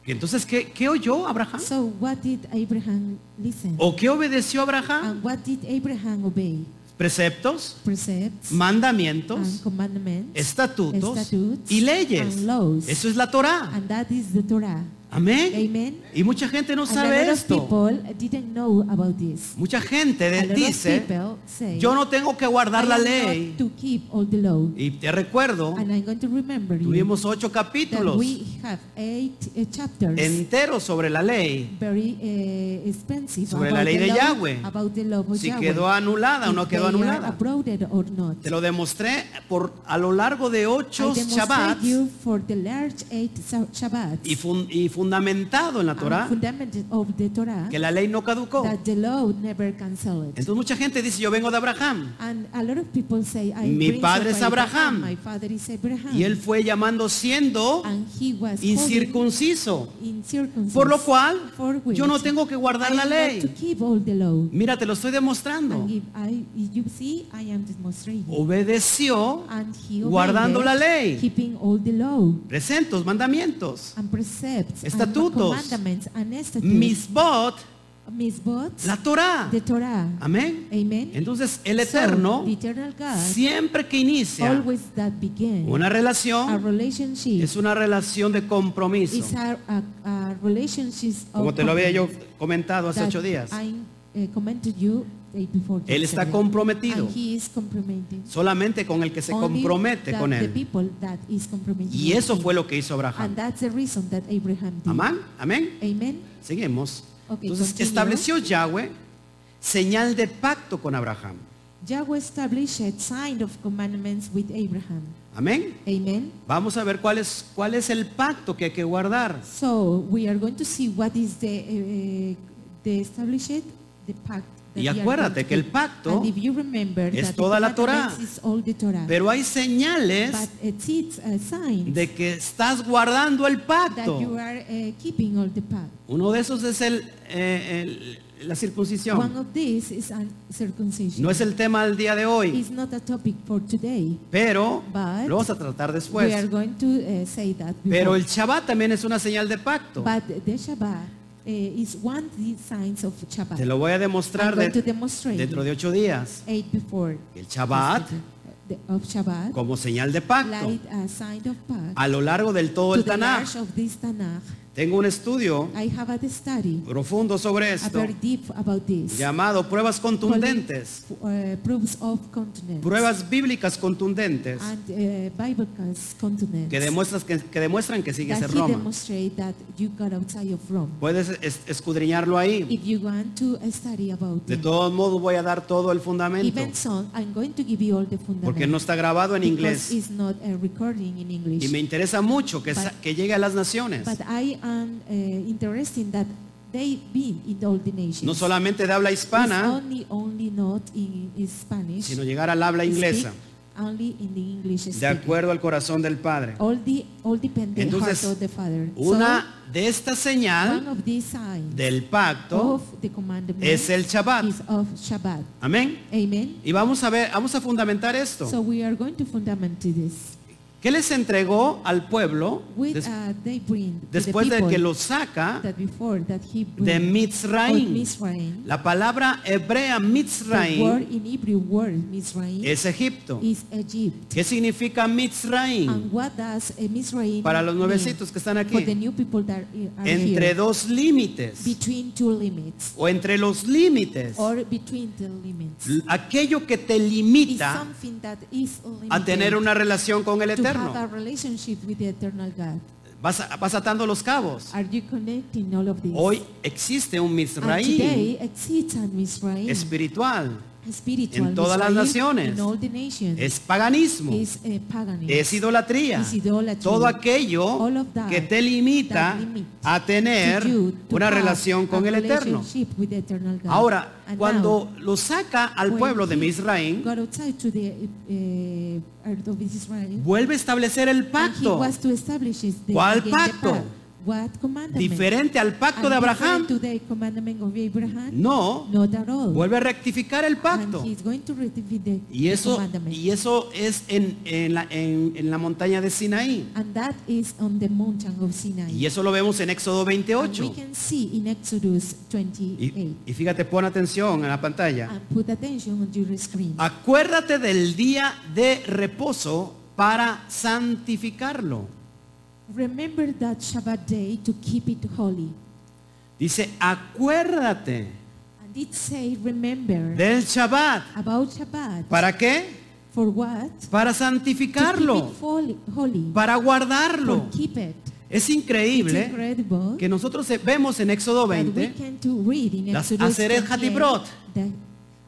Speaker 1: Y Entonces, ¿qué, qué oyó Abraham?
Speaker 2: So what did Abraham listen?
Speaker 1: ¿O qué obedeció Abraham?
Speaker 2: And what did Abraham obey?
Speaker 1: Preceptos,
Speaker 2: Precepts and um,
Speaker 1: mandamientos,
Speaker 2: commandments.
Speaker 1: estatutos
Speaker 2: Estatutos
Speaker 1: y leyes.
Speaker 2: and laws.
Speaker 1: Eso es la Torá.
Speaker 2: And that is the Torah.
Speaker 1: Amén.
Speaker 2: Amen.
Speaker 1: Y mucha gente no
Speaker 2: And a lot
Speaker 1: sabe
Speaker 2: of
Speaker 1: esto.
Speaker 2: people didn't know about this.
Speaker 1: Mucha gente
Speaker 2: A
Speaker 1: de-
Speaker 2: lot of
Speaker 1: dice,
Speaker 2: people say,
Speaker 1: yo no tengo que
Speaker 2: "I
Speaker 1: guardar la
Speaker 2: am not
Speaker 1: ley.
Speaker 2: to keep all the law.
Speaker 1: Y te recuerdo,
Speaker 2: And I'm going to remember you
Speaker 1: tuvimos ocho
Speaker 2: that
Speaker 1: capítulos
Speaker 2: we have eight eh, chapters
Speaker 1: enteros sobre la ley.
Speaker 2: very eh, expensive
Speaker 1: Sobre
Speaker 2: about
Speaker 1: la ley
Speaker 2: the
Speaker 1: de
Speaker 2: law-
Speaker 1: Yahweh.
Speaker 2: about the law of
Speaker 1: Si
Speaker 2: Yahweh.
Speaker 1: quedó anulada o
Speaker 2: If
Speaker 1: no quedó
Speaker 2: they are
Speaker 1: anulada.
Speaker 2: uprooted or not.
Speaker 1: Te lo demostré por a lo largo de ocho
Speaker 2: I demonstrate
Speaker 1: Shabbats
Speaker 2: you for the large eight Sha- Shabbats
Speaker 1: y, fun- y fundamentado en la
Speaker 2: and
Speaker 1: Torah
Speaker 2: fundament of the Torah
Speaker 1: que la ley no caducó.
Speaker 2: that the law never cancelled.
Speaker 1: Entonces mucha gente dice, yo vengo de Abraham.
Speaker 2: And a lot of people say, I
Speaker 1: Mi
Speaker 2: bring
Speaker 1: padre es
Speaker 2: somebody
Speaker 1: Abraham.
Speaker 2: down, My father is Abraham.
Speaker 1: Y él fue llamando siendo
Speaker 2: and he was called
Speaker 1: incircunciso.
Speaker 2: incircumcised,
Speaker 1: Por lo cual,
Speaker 2: for which
Speaker 1: yo no tengo que guardar
Speaker 2: I
Speaker 1: la
Speaker 2: am not To
Speaker 1: ley.
Speaker 2: keep all the law.
Speaker 1: Mira, te lo estoy demostrando.
Speaker 2: And if I, you see, I am demonstrating.
Speaker 1: Obedeció
Speaker 2: And he
Speaker 1: guardando
Speaker 2: obeyed,
Speaker 1: la ley,
Speaker 2: Keeping all the law
Speaker 1: presentos, mandamientos,
Speaker 2: and precepts and
Speaker 1: Estatutos.
Speaker 2: commandments and statutes.
Speaker 1: misbot,
Speaker 2: Misbots,
Speaker 1: la Torah.
Speaker 2: the Torah.
Speaker 1: Amén.
Speaker 2: Amen.
Speaker 1: Entonces el
Speaker 2: So,
Speaker 1: Eterno,
Speaker 2: the eternal God,
Speaker 1: siempre que inicia
Speaker 2: always that begins
Speaker 1: una
Speaker 2: a
Speaker 1: relación,
Speaker 2: relationship.
Speaker 1: es una relación de compromiso.
Speaker 2: It's a, a, a relationship of
Speaker 1: Como te lo había yo
Speaker 2: covenant
Speaker 1: comentado hace
Speaker 2: that
Speaker 1: ocho días.
Speaker 2: I eh, commented you day before
Speaker 1: Él está
Speaker 2: yesterday.
Speaker 1: comprometido.
Speaker 2: And he is comprometing.
Speaker 1: Solamente con el que se
Speaker 2: Only
Speaker 1: compromete
Speaker 2: that
Speaker 1: con
Speaker 2: the
Speaker 1: él.
Speaker 2: people that is compromising
Speaker 1: Y
Speaker 2: with
Speaker 1: eso
Speaker 2: him.
Speaker 1: fue lo que hizo
Speaker 2: And
Speaker 1: Abraham.
Speaker 2: that's the reason that Abraham did.
Speaker 1: Amén. Amén.
Speaker 2: Amen.
Speaker 1: Seguimos.
Speaker 2: Ok,
Speaker 1: Entonces
Speaker 2: continúo.
Speaker 1: estableció Yahweh señal de pacto con Abraham.
Speaker 2: Yahweh established a sign of commandments with Abraham.
Speaker 1: Amén.
Speaker 2: Amen.
Speaker 1: Vamos a ver cuál es, cuál es el pacto que hay que guardar.
Speaker 2: So we are going to see what is the eh, the established the pact. that
Speaker 1: Y
Speaker 2: we are
Speaker 1: acuérdate
Speaker 2: going to
Speaker 1: que el
Speaker 2: keep.
Speaker 1: pacto
Speaker 2: And if you remember
Speaker 1: es
Speaker 2: that the
Speaker 1: toda la Torá.
Speaker 2: commandments is all the Torah.
Speaker 1: Pero hay señales
Speaker 2: but it is a sign
Speaker 1: de que estás guardando el
Speaker 2: that you
Speaker 1: pacto.
Speaker 2: are eh, keeping all the pact.
Speaker 1: Uno de esos es el, eh, el- la
Speaker 2: One
Speaker 1: circuncisión.
Speaker 2: of these is an circumcision.
Speaker 1: No es el tema del día de hoy,
Speaker 2: It's not a topic for today.
Speaker 1: pero
Speaker 2: But
Speaker 1: lo vamos a tratar
Speaker 2: we are
Speaker 1: después.
Speaker 2: going to eh, say that.
Speaker 1: Pero
Speaker 2: before.
Speaker 1: el Shabbat también es una señal de pacto.
Speaker 2: But the Shabbat eh, is one of the signs of Shabbat.
Speaker 1: Te lo voy a
Speaker 2: I'm
Speaker 1: demostrar
Speaker 2: going to
Speaker 1: de-
Speaker 2: demonstrate Este
Speaker 1: dentro de ocho días.
Speaker 2: eight before
Speaker 1: El Shabbat
Speaker 2: the- of Shabbat,
Speaker 1: como señal de pacto.
Speaker 2: like a sign of pact,
Speaker 1: A lo largo del todo
Speaker 2: to
Speaker 1: el
Speaker 2: the
Speaker 1: Tanaj.
Speaker 2: large of this Tanakh,
Speaker 1: Tengo un estudio
Speaker 2: I have a study,
Speaker 1: profundo sobre
Speaker 2: a
Speaker 1: esto
Speaker 2: very deep about this,
Speaker 1: llamado Pruebas Contundentes.
Speaker 2: uh, proofs of continents,
Speaker 1: Pruebas bíblicas contundentes
Speaker 2: and uh, Bible cons- continents,
Speaker 1: que, demuestras que, que demuestran que sigues
Speaker 2: that
Speaker 1: en
Speaker 2: he
Speaker 1: Roma.
Speaker 2: demonstrate that you got outside of Rome.
Speaker 1: Puedes es- escudriñarlo ahí.
Speaker 2: If you want to uh, study about
Speaker 1: De
Speaker 2: it,
Speaker 1: todos modos voy a dar todo el fundamento
Speaker 2: even so, I'm going to give you all the
Speaker 1: porque
Speaker 2: fundamentals.
Speaker 1: no está grabado en
Speaker 2: Because
Speaker 1: inglés
Speaker 2: it's not a recording in English.
Speaker 1: y me interesa mucho que, sa- que llegue a las naciones.
Speaker 2: But I am uh, interested in that they been in all the nations.
Speaker 1: No solamente de habla
Speaker 2: It's
Speaker 1: hispana,
Speaker 2: only only not in, in Spanish.
Speaker 1: sino llegar al habla
Speaker 2: Speak
Speaker 1: inglesa,
Speaker 2: Only in the English
Speaker 1: de
Speaker 2: speaking.
Speaker 1: acuerdo al corazón del Padre.
Speaker 2: All the all depend the
Speaker 1: Entonces,
Speaker 2: heart of the Father.
Speaker 1: Una de estas
Speaker 2: so, one
Speaker 1: señal
Speaker 2: of these signs
Speaker 1: del pacto
Speaker 2: of the commandment
Speaker 1: es el Shabbat.
Speaker 2: is of Shabbat.
Speaker 1: Amén.
Speaker 2: Amen.
Speaker 1: Y vamos a ver, vamos a fundamentar esto.
Speaker 2: So we are going to fundament this.
Speaker 1: que les entregó al pueblo
Speaker 2: with
Speaker 1: des-
Speaker 2: uh, they bring to
Speaker 1: después
Speaker 2: the
Speaker 1: de
Speaker 2: people
Speaker 1: que los saca
Speaker 2: that before that he
Speaker 1: de
Speaker 2: bring out
Speaker 1: Mitzrayim.
Speaker 2: Mizraim.
Speaker 1: La palabra hebrea
Speaker 2: The
Speaker 1: Mitzrayim
Speaker 2: word in Hebrew word Mizraim
Speaker 1: es Egipto.
Speaker 2: is Egypt.
Speaker 1: ¿Qué significa Mitzrayim?
Speaker 2: And what does a Mizraim
Speaker 1: Para los
Speaker 2: mean?
Speaker 1: nuevecitos que están
Speaker 2: For the
Speaker 1: aquí,
Speaker 2: new people that eh, are
Speaker 1: entre
Speaker 2: here,
Speaker 1: dos límites
Speaker 2: between two limits
Speaker 1: o entre los límites,
Speaker 2: or between the limits
Speaker 1: aquello que te
Speaker 2: is
Speaker 1: limita
Speaker 2: something that is limited
Speaker 1: a tener una relación con el
Speaker 2: to have a
Speaker 1: Eterno.
Speaker 2: relationship with the eternal God.
Speaker 1: Vas, vas atando los cabos.
Speaker 2: Are you connecting all of this?
Speaker 1: Hoy existe un
Speaker 2: and
Speaker 1: Mitzrayim
Speaker 2: today exists an Mizraim,
Speaker 1: espiritual.
Speaker 2: spiritual
Speaker 1: en todas las
Speaker 2: Mizraim
Speaker 1: naciones.
Speaker 2: in all the nations.
Speaker 1: Es paganismo.
Speaker 2: is eh, paganism.
Speaker 1: Es idolatría.
Speaker 2: Is idolatry.
Speaker 1: Todo aquello
Speaker 2: All of that
Speaker 1: que te limita
Speaker 2: that limit
Speaker 1: a tener
Speaker 2: To you, to
Speaker 1: una
Speaker 2: have
Speaker 1: relación
Speaker 2: a
Speaker 1: con el Eterno.
Speaker 2: relationship with the eternal God.
Speaker 1: Ahora,
Speaker 2: And now,
Speaker 1: cuando lo saca al
Speaker 2: when
Speaker 1: pueblo de
Speaker 2: he
Speaker 1: Misraim,
Speaker 2: got outside to the, eh, earth of Israel,
Speaker 1: vuelve a establecer el
Speaker 2: and he
Speaker 1: pacto,
Speaker 2: was to establish the-
Speaker 1: ¿Cuál
Speaker 2: again the
Speaker 1: pacto?
Speaker 2: pact. What commandment?
Speaker 1: diferente al pacto
Speaker 2: And
Speaker 1: de
Speaker 2: different
Speaker 1: Abraham.
Speaker 2: to the commandment of Abraham?
Speaker 1: No,
Speaker 2: Not at all.
Speaker 1: vuelve a rectificar el pacto.
Speaker 2: And he's going to retrieve the,
Speaker 1: Y
Speaker 2: the
Speaker 1: eso,
Speaker 2: commandment.
Speaker 1: y eso es en, en la, en- en la montaña de Sinaí.
Speaker 2: And that is on the mountain of Sinai.
Speaker 1: Y eso lo vemos en Éxodo
Speaker 2: And we
Speaker 1: 28.
Speaker 2: can see in Exodus 28.
Speaker 1: Y, y fíjate, pon atención en la pantalla.
Speaker 2: And put attention on your screen.
Speaker 1: Ah. Acuérdate del día de reposo para santificarlo.
Speaker 2: Remember that Shabbat day to keep it holy.
Speaker 1: Dice, acuérdate
Speaker 2: And it say remember
Speaker 1: del Shabbat.
Speaker 2: about Shabbat.
Speaker 1: ¿Para qué?
Speaker 2: For what?
Speaker 1: Para
Speaker 2: To keep
Speaker 1: santificarlo,
Speaker 2: it holy. holy.
Speaker 1: para
Speaker 2: For
Speaker 1: guardarlo.
Speaker 2: keep it.
Speaker 1: Es
Speaker 2: It's
Speaker 1: increíble ¿eh?
Speaker 2: incredible
Speaker 1: que nosotros vemos en Éxodo
Speaker 2: that we
Speaker 1: 20,
Speaker 2: can to read in
Speaker 1: Las
Speaker 2: Exodus
Speaker 1: Aseret
Speaker 2: 28,
Speaker 1: Hatibrot.
Speaker 2: the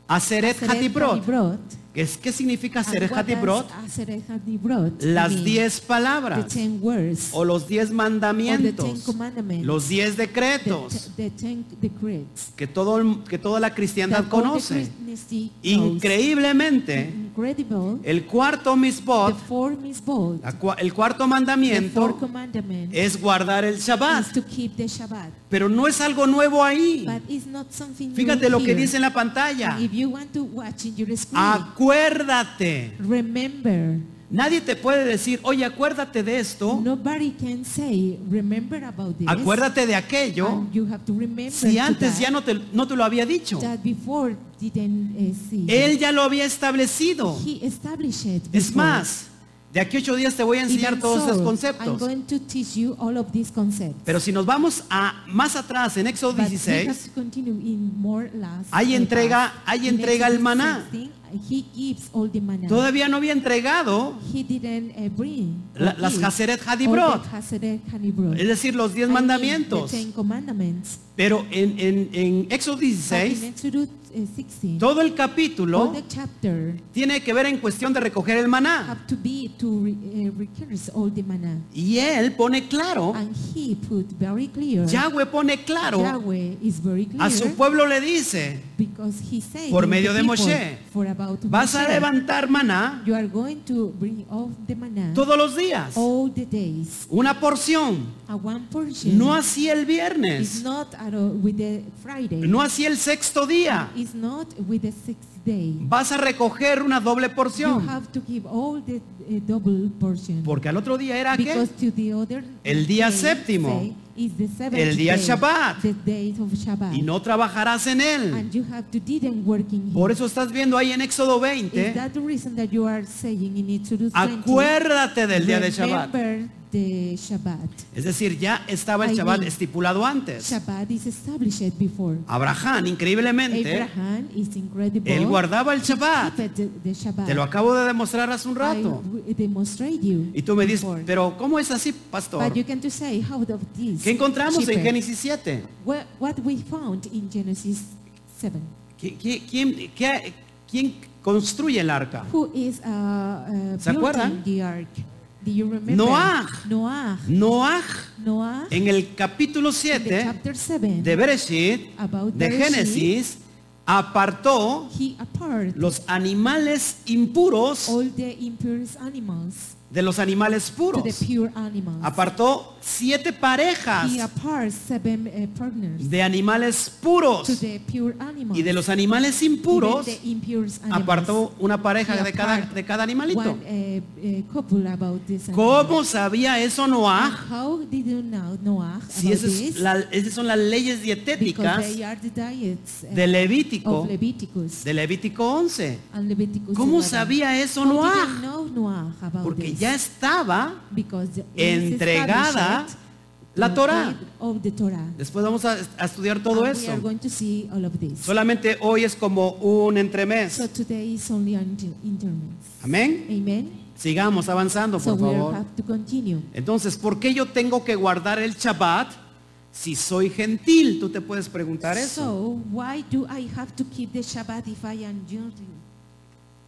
Speaker 1: Aseret
Speaker 2: Aseret
Speaker 1: Hatiprot.
Speaker 2: Hatibrot.
Speaker 1: ¿Qué es- qué significa
Speaker 2: And
Speaker 1: Aseret
Speaker 2: what does
Speaker 1: Hatiprot?
Speaker 2: Aseret Hatibrot
Speaker 1: Las
Speaker 2: mean?
Speaker 1: 10
Speaker 2: The
Speaker 1: palabras
Speaker 2: ten words.
Speaker 1: o los 10
Speaker 2: Or the Ten
Speaker 1: mandamientos,
Speaker 2: Commandments.
Speaker 1: los 10
Speaker 2: the,
Speaker 1: decretos
Speaker 2: te- the ten decrees.
Speaker 1: que, todo, el- que toda la cristiandad
Speaker 2: that all the
Speaker 1: conoce.
Speaker 2: Christianity knows.
Speaker 1: Increíblemente,
Speaker 2: Incredible.
Speaker 1: el cuarto
Speaker 2: The
Speaker 1: misbot,
Speaker 2: four is bold.
Speaker 1: la cua- el cuarto
Speaker 2: The four
Speaker 1: mandamiento
Speaker 2: commandments
Speaker 1: es guardar el Shabbat.
Speaker 2: is to keep the Shabbat.
Speaker 1: Pero no es algo nuevo ahí.
Speaker 2: But it's not something new
Speaker 1: Fíjate lo que
Speaker 2: here.
Speaker 1: dice en la pantalla.
Speaker 2: And If you want to watch in your screen,
Speaker 1: Ah. Acuérdate.
Speaker 2: remember.
Speaker 1: Nadie te puede decir, oye, acuérdate de esto,
Speaker 2: Nobody can say, remember about this.
Speaker 1: acuérdate de aquello,
Speaker 2: And you have to remember
Speaker 1: si
Speaker 2: to
Speaker 1: antes
Speaker 2: that,
Speaker 1: ya no te, no te lo había dicho.
Speaker 2: that before didn't eh, see.
Speaker 1: Él ya lo había establecido.
Speaker 2: He established it
Speaker 1: Es
Speaker 2: before.
Speaker 1: más, de aquí a ocho días te voy a enseñar
Speaker 2: Even
Speaker 1: todos
Speaker 2: so,
Speaker 1: esos
Speaker 2: I'm
Speaker 1: conceptos.
Speaker 2: going to teach you all of these concepts.
Speaker 1: Pero si nos vamos a más atrás, en Éxodo
Speaker 2: But we have
Speaker 1: 16,
Speaker 2: to continue in more last
Speaker 1: Ahí entrega-
Speaker 2: path.
Speaker 1: ahí
Speaker 2: In
Speaker 1: entrega el
Speaker 2: Exodus
Speaker 1: maná.
Speaker 2: 16, He gives all the maná.
Speaker 1: todavía no había entregado,
Speaker 2: He didn't eh, bring
Speaker 1: La-
Speaker 2: or
Speaker 1: las
Speaker 2: give
Speaker 1: Haseret
Speaker 2: all
Speaker 1: Hadibrot.
Speaker 2: the Haseret Hadibrot.
Speaker 1: es decir, los
Speaker 2: I
Speaker 1: diez
Speaker 2: mean,
Speaker 1: mandamientos.
Speaker 2: the Ten Commandments.
Speaker 1: Pero en, en, en Éxodo
Speaker 2: But in
Speaker 1: 16,
Speaker 2: Exodus eh, 16,
Speaker 1: todo el
Speaker 2: all
Speaker 1: capítulo
Speaker 2: the chapter
Speaker 1: tiene que ver en cuestión de recoger el maná.
Speaker 2: have to be to re, eh, recurs all the maná.
Speaker 1: Y él pone claro,
Speaker 2: And he put very clear,
Speaker 1: Yahweh pone claro,
Speaker 2: Yahweh is very clear,
Speaker 1: a su pueblo le dice,
Speaker 2: because he said
Speaker 1: Por
Speaker 2: to
Speaker 1: medio
Speaker 2: the
Speaker 1: de
Speaker 2: people,
Speaker 1: Moshe,
Speaker 2: for about
Speaker 1: vas a
Speaker 2: Moshe,
Speaker 1: levantar maná
Speaker 2: You are going to bring off the manna
Speaker 1: todos los días,
Speaker 2: all the days.
Speaker 1: una porción,
Speaker 2: A one portion
Speaker 1: no así el
Speaker 2: is
Speaker 1: viernes,
Speaker 2: not at all with the Friday.
Speaker 1: no así el sexto día,
Speaker 2: It's not with the sixth day.
Speaker 1: vas a recoger una doble
Speaker 2: You
Speaker 1: porción,
Speaker 2: have to give all the eh, double portion.
Speaker 1: porque al otro día era que
Speaker 2: Because to the other
Speaker 1: El día
Speaker 2: day,
Speaker 1: séptimo.
Speaker 2: say, is the seventh
Speaker 1: El día
Speaker 2: day,
Speaker 1: Shabbat.
Speaker 2: The day of Shabbat.
Speaker 1: y no trabajarás en él.
Speaker 2: And you have to didn't work in him.
Speaker 1: Por eso estás viendo ahí en Éxodo
Speaker 2: is
Speaker 1: 20,
Speaker 2: that the reason that you are saying in Exodus 20,
Speaker 1: acuérdate del día de Shabbat.
Speaker 2: remember the Shabbat.
Speaker 1: Es decir, ya estaba el
Speaker 2: I
Speaker 1: Shabbat
Speaker 2: mean,
Speaker 1: estipulado antes.
Speaker 2: Shabbat is established before.
Speaker 1: Abraham, increíblemente,
Speaker 2: Abraham is incredible.
Speaker 1: ¿eh? él guardaba el
Speaker 2: Keep
Speaker 1: Shabbat.
Speaker 2: it the, the Shabbat.
Speaker 1: Te lo acabo de demostrar hace un rato.
Speaker 2: I will demonstrate you.
Speaker 1: Y tú me dices,
Speaker 2: before.
Speaker 1: pero ¿cómo es así, pastor?
Speaker 2: But you pues. can to say how of this.
Speaker 1: ¿Qué encontramos en
Speaker 2: shepherd?
Speaker 1: Génesis 7?
Speaker 2: What, what we found in Genesis 7.
Speaker 1: ¿Qui- qui- ¿Quién, qué- quién construye el arca?
Speaker 2: Who is uh, uh,
Speaker 1: ¿Se acuerdan?
Speaker 2: building the ark? Do you remember?
Speaker 1: Noah.
Speaker 2: Noah.
Speaker 1: Noah,
Speaker 2: Noah.
Speaker 1: en el capítulo
Speaker 2: in the
Speaker 1: 7
Speaker 2: chapter 7.
Speaker 1: de Bereshit,
Speaker 2: About
Speaker 1: de
Speaker 2: Bereshit.
Speaker 1: Génesis, apartó
Speaker 2: he apart
Speaker 1: los animales impuros
Speaker 2: all the impure animals
Speaker 1: de los animales
Speaker 2: Oh, to
Speaker 1: puros.
Speaker 2: the pure animals.
Speaker 1: Apartó siete parejas
Speaker 2: He apart seven uh, partners
Speaker 1: de animales
Speaker 2: to
Speaker 1: puros
Speaker 2: the pure animals.
Speaker 1: y de los animales
Speaker 2: Even
Speaker 1: impuros
Speaker 2: the impure animals.
Speaker 1: apartó una pareja
Speaker 2: He
Speaker 1: de cada,
Speaker 2: apart
Speaker 1: de cada animalito.
Speaker 2: One, uh, uh, couple about this animal.
Speaker 1: ¿Cómo sabía eso
Speaker 2: And
Speaker 1: Noah?
Speaker 2: How did you know Noah
Speaker 1: Si
Speaker 2: about
Speaker 1: esa es
Speaker 2: this?
Speaker 1: la- esas son las leyes
Speaker 2: Because
Speaker 1: dietéticas
Speaker 2: they are the diets uh,
Speaker 1: de Levítico,
Speaker 2: of Leviticus
Speaker 1: de Levítico 11.
Speaker 2: and Leviticus.
Speaker 1: ¿Cómo
Speaker 2: 11.
Speaker 1: sabía eso
Speaker 2: How did you
Speaker 1: Noah?
Speaker 2: know Noah about
Speaker 1: Porque
Speaker 2: this?
Speaker 1: ya estaba
Speaker 2: Because it is
Speaker 1: entregada
Speaker 2: established
Speaker 1: la
Speaker 2: in
Speaker 1: Torah.
Speaker 2: the of the Torah.
Speaker 1: Después vamos a, a estudiar todo
Speaker 2: And We are
Speaker 1: eso.
Speaker 2: going to see all of this.
Speaker 1: Solamente hoy es como un
Speaker 2: So
Speaker 1: entremés.
Speaker 2: today is only an inter- interments.
Speaker 1: Amén.
Speaker 2: Amen.
Speaker 1: Sigamos avanzando,
Speaker 2: So
Speaker 1: por
Speaker 2: we
Speaker 1: favor.
Speaker 2: have to continue.
Speaker 1: Entonces, ¿por qué yo tengo que guardar el Shabbat si soy gentil? Tú te puedes preguntar eso.
Speaker 2: So why do I have to keep the Shabbat if I am Jew?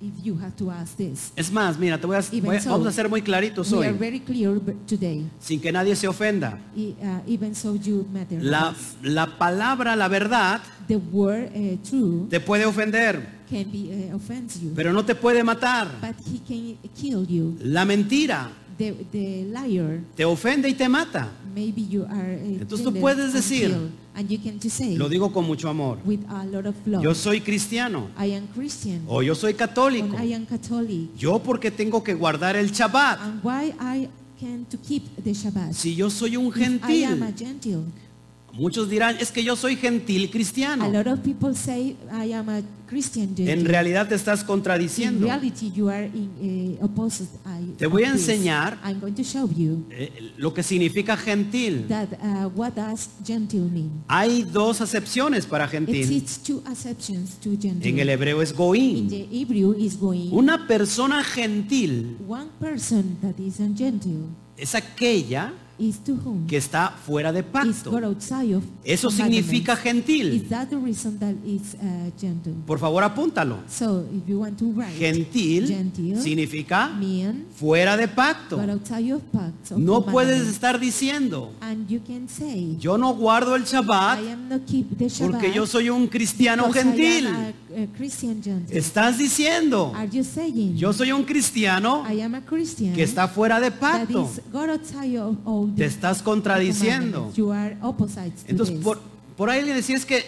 Speaker 2: If you have to ask this.
Speaker 1: Es más, mira, te voy a,
Speaker 2: Even
Speaker 1: voy a-
Speaker 2: so,
Speaker 1: vamos a ser muy claritos
Speaker 2: We are
Speaker 1: hoy,
Speaker 2: very clear b- today.
Speaker 1: sin que nadie se ofenda.
Speaker 2: E- uh, even so you matter.
Speaker 1: La, la palabra, la verdad,
Speaker 2: The word uh, true
Speaker 1: te puede ofender,
Speaker 2: can be uh, offends you.
Speaker 1: pero no te puede matar.
Speaker 2: But he can kill you.
Speaker 1: La mentira
Speaker 2: The, the liar
Speaker 1: te ofende y te mata.
Speaker 2: Maybe you are eh,
Speaker 1: Entonces tú
Speaker 2: tender
Speaker 1: puedes
Speaker 2: and
Speaker 1: decir,
Speaker 2: chill, and you can just say
Speaker 1: Lo digo con mucho amor.
Speaker 2: with a lot of love.
Speaker 1: Yo soy cristiano
Speaker 2: I am Christian.
Speaker 1: o yo soy
Speaker 2: and
Speaker 1: católico.
Speaker 2: I am Catholic.
Speaker 1: Yo porque tengo que guardar el Shabbat.
Speaker 2: And why I can to keep the Shabbat?
Speaker 1: Si yo soy un
Speaker 2: If I am a
Speaker 1: gentil,
Speaker 2: Gentile.
Speaker 1: muchos dirán, es que yo soy gentil
Speaker 2: A
Speaker 1: cristiano.
Speaker 2: lot of people say I am a Christian Gentile.
Speaker 1: En realidad te estás
Speaker 2: In
Speaker 1: contradiciendo.
Speaker 2: reality, you are in eh, opposite. I,
Speaker 1: Te voy a
Speaker 2: of this.
Speaker 1: enseñar-
Speaker 2: I'm going to show you
Speaker 1: Eh, lo que significa gentil.
Speaker 2: that uh, what does Gentile mean.
Speaker 1: Hay dos acepciones para
Speaker 2: It
Speaker 1: gentil.
Speaker 2: is two exceptions to Gentile.
Speaker 1: En el hebreo es
Speaker 2: in
Speaker 1: goín.
Speaker 2: the Hebrew is going.
Speaker 1: Una persona gentil
Speaker 2: One person that is ungentile
Speaker 1: es aquella
Speaker 2: is to whom
Speaker 1: que está fuera de
Speaker 2: is got
Speaker 1: pacto.
Speaker 2: outside of
Speaker 1: Eso
Speaker 2: commandments.
Speaker 1: significa
Speaker 2: Is
Speaker 1: gentil.
Speaker 2: that the reason that it's uh, gentle?
Speaker 1: Por favor, apúntalo.
Speaker 2: So if you want to write
Speaker 1: Gentil
Speaker 2: gentil
Speaker 1: significa
Speaker 2: mean
Speaker 1: fuera de pacto.
Speaker 2: got outside of pacts of
Speaker 1: No puedes
Speaker 2: commandments.
Speaker 1: estar diciendo,
Speaker 2: and you can say
Speaker 1: yo no guardo el
Speaker 2: I
Speaker 1: Shabbat
Speaker 2: am not keep the Shabbat
Speaker 1: porque yo soy un cristiano
Speaker 2: because I
Speaker 1: gentil.
Speaker 2: am a, a Christian gentle.
Speaker 1: Estás diciendo,
Speaker 2: Are you saying
Speaker 1: yo soy un cristiano
Speaker 2: I am a Christian
Speaker 1: que está fuera de
Speaker 2: that
Speaker 1: pacto.
Speaker 2: is got outside of all
Speaker 1: Te
Speaker 2: the
Speaker 1: estás contradiciendo.
Speaker 2: commandments? You are opposites to
Speaker 1: Entonces,
Speaker 2: this.
Speaker 1: por, por ahí alguien decía, es que,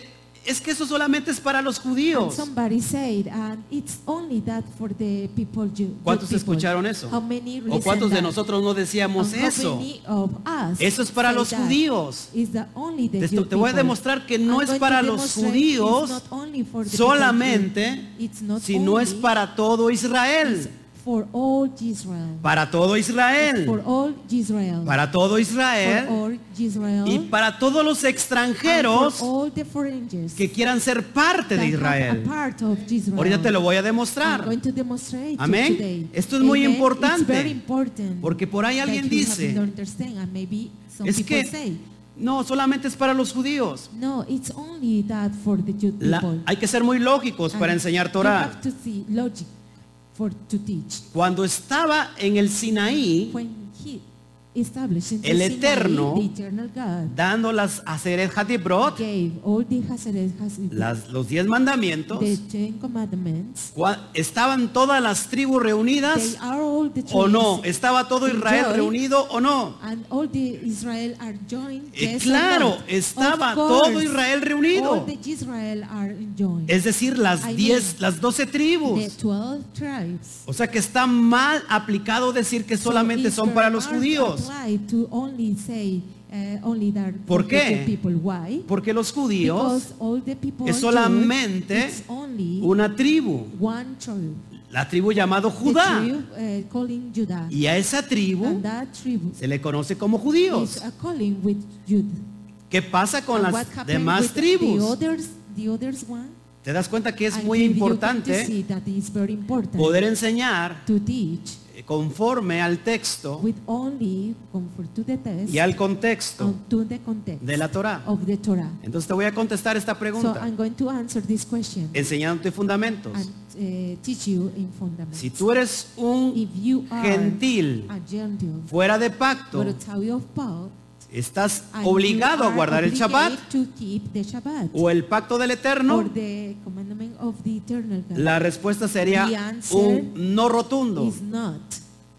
Speaker 1: es que eso solamente es para los
Speaker 2: And
Speaker 1: judíos.
Speaker 2: somebody said, and it's only that for the people Jew- the
Speaker 1: ¿Cuántos
Speaker 2: people.
Speaker 1: escucharon eso?
Speaker 2: How many
Speaker 1: ¿O
Speaker 2: listen
Speaker 1: cuántos de
Speaker 2: that?
Speaker 1: nosotros no decíamos
Speaker 2: And how
Speaker 1: eso?
Speaker 2: many of us
Speaker 1: Eso es para
Speaker 2: say
Speaker 1: los
Speaker 2: that?
Speaker 1: judíos.
Speaker 2: Is that only the
Speaker 1: Te-
Speaker 2: Jew
Speaker 1: te voy a
Speaker 2: people?
Speaker 1: demostrar que no
Speaker 2: I'm
Speaker 1: es
Speaker 2: going to
Speaker 1: para los
Speaker 2: demonstrate
Speaker 1: judíos,
Speaker 2: it's not only for the people Jew.
Speaker 1: Solamente
Speaker 2: It's not
Speaker 1: si no es
Speaker 2: only
Speaker 1: para todo Israel.
Speaker 2: for all Israel.
Speaker 1: Para todo
Speaker 2: For
Speaker 1: Israel.
Speaker 2: all Israel.
Speaker 1: Para todo
Speaker 2: for
Speaker 1: Israel.
Speaker 2: all Israel.
Speaker 1: Y para todos los
Speaker 2: and
Speaker 1: extranjeros
Speaker 2: for all the foreigners
Speaker 1: que quieran ser parte
Speaker 2: that
Speaker 1: de
Speaker 2: are
Speaker 1: Israel.
Speaker 2: a part of Israel.
Speaker 1: Ahorita te lo voy a
Speaker 2: I'm
Speaker 1: demostrar.
Speaker 2: going to demonstrate it
Speaker 1: Amén.
Speaker 2: today.
Speaker 1: Esto es muy
Speaker 2: Amen.
Speaker 1: importante,
Speaker 2: It's very important
Speaker 1: porque por ahí
Speaker 2: that
Speaker 1: alguien
Speaker 2: you
Speaker 1: dice,
Speaker 2: have to understand, and maybe some
Speaker 1: Es
Speaker 2: people
Speaker 1: que
Speaker 2: say,
Speaker 1: no, solamente es para los judíos.
Speaker 2: no, it's only that for the Jew
Speaker 1: La-
Speaker 2: people.
Speaker 1: hay que ser muy lógicos para
Speaker 2: And
Speaker 1: enseñar
Speaker 2: You
Speaker 1: Torah.
Speaker 2: have to see logic for to teach.
Speaker 1: Cuando estaba en el Sinaí
Speaker 2: When he established in the
Speaker 1: El
Speaker 2: Sinai,
Speaker 1: Eterno
Speaker 2: the eternal God
Speaker 1: dando las Aseret Hatibrot,
Speaker 2: gave all the Hazareth Hazareth,
Speaker 1: las, los diez mandamientos,
Speaker 2: the ten commandments.
Speaker 1: cua- estaban todas las tribus
Speaker 2: They
Speaker 1: reunidas
Speaker 2: are all the
Speaker 1: o no,
Speaker 2: tribes,
Speaker 1: estaba todo Israel
Speaker 2: Enjoy.
Speaker 1: reunido o no.
Speaker 2: And all the Israel are joined.
Speaker 1: Eh,
Speaker 2: yes or
Speaker 1: claro,
Speaker 2: not?
Speaker 1: estaba
Speaker 2: Of course,
Speaker 1: todo Israel reunido.
Speaker 2: All the Israel are joined.
Speaker 1: Es decir, las
Speaker 2: I
Speaker 1: diez, las doce
Speaker 2: The
Speaker 1: tribus.
Speaker 2: 12 tribes.
Speaker 1: O sea que está mal aplicado decir que solamente
Speaker 2: So
Speaker 1: son
Speaker 2: it's
Speaker 1: para
Speaker 2: very
Speaker 1: los
Speaker 2: hard
Speaker 1: judíos,
Speaker 2: apply to only say, eh, only that
Speaker 1: ¿Por
Speaker 2: for the
Speaker 1: qué?
Speaker 2: people. Why?
Speaker 1: porque los judíos
Speaker 2: Because all the people
Speaker 1: es
Speaker 2: Jewish,
Speaker 1: solamente
Speaker 2: it's only
Speaker 1: una tribu,
Speaker 2: one tribe.
Speaker 1: la tribu llamado
Speaker 2: The
Speaker 1: Judá,
Speaker 2: tribe, eh, calling Judah.
Speaker 1: y a esa tribu
Speaker 2: And that tribe
Speaker 1: se le conoce como
Speaker 2: is
Speaker 1: judíos.
Speaker 2: a calling with Judah.
Speaker 1: ¿Qué pasa con
Speaker 2: And what
Speaker 1: las
Speaker 2: happened
Speaker 1: demás
Speaker 2: with The
Speaker 1: tribus?
Speaker 2: others, the others one?
Speaker 1: Te das cuenta que es
Speaker 2: I
Speaker 1: muy
Speaker 2: think you can just
Speaker 1: importante
Speaker 2: see that it's very important
Speaker 1: poder enseñar
Speaker 2: to teach
Speaker 1: eh, conforme al texto
Speaker 2: with only comfort to the test
Speaker 1: y al contexto
Speaker 2: and to the context
Speaker 1: de la Torá.
Speaker 2: of the Torah.
Speaker 1: Entonces te voy a contestar esta
Speaker 2: Oh. So
Speaker 1: pregunta
Speaker 2: I'm going to answer this question
Speaker 1: enseñándote fundamentos.
Speaker 2: and uh, teach you in fundamentals.
Speaker 1: Si tú eres un
Speaker 2: if you are
Speaker 1: gentil
Speaker 2: a gentil,
Speaker 1: fuera de pacto,
Speaker 2: but a child of Paul,
Speaker 1: estás
Speaker 2: and
Speaker 1: obligado
Speaker 2: you
Speaker 1: a
Speaker 2: are
Speaker 1: guardar el Shabbat
Speaker 2: obligated to keep the Shabbat
Speaker 1: o el pacto del
Speaker 2: or
Speaker 1: Eterno,
Speaker 2: the commandment of the eternal God
Speaker 1: la respuesta
Speaker 2: The
Speaker 1: sería
Speaker 2: answer
Speaker 1: un no rotundo,
Speaker 2: is not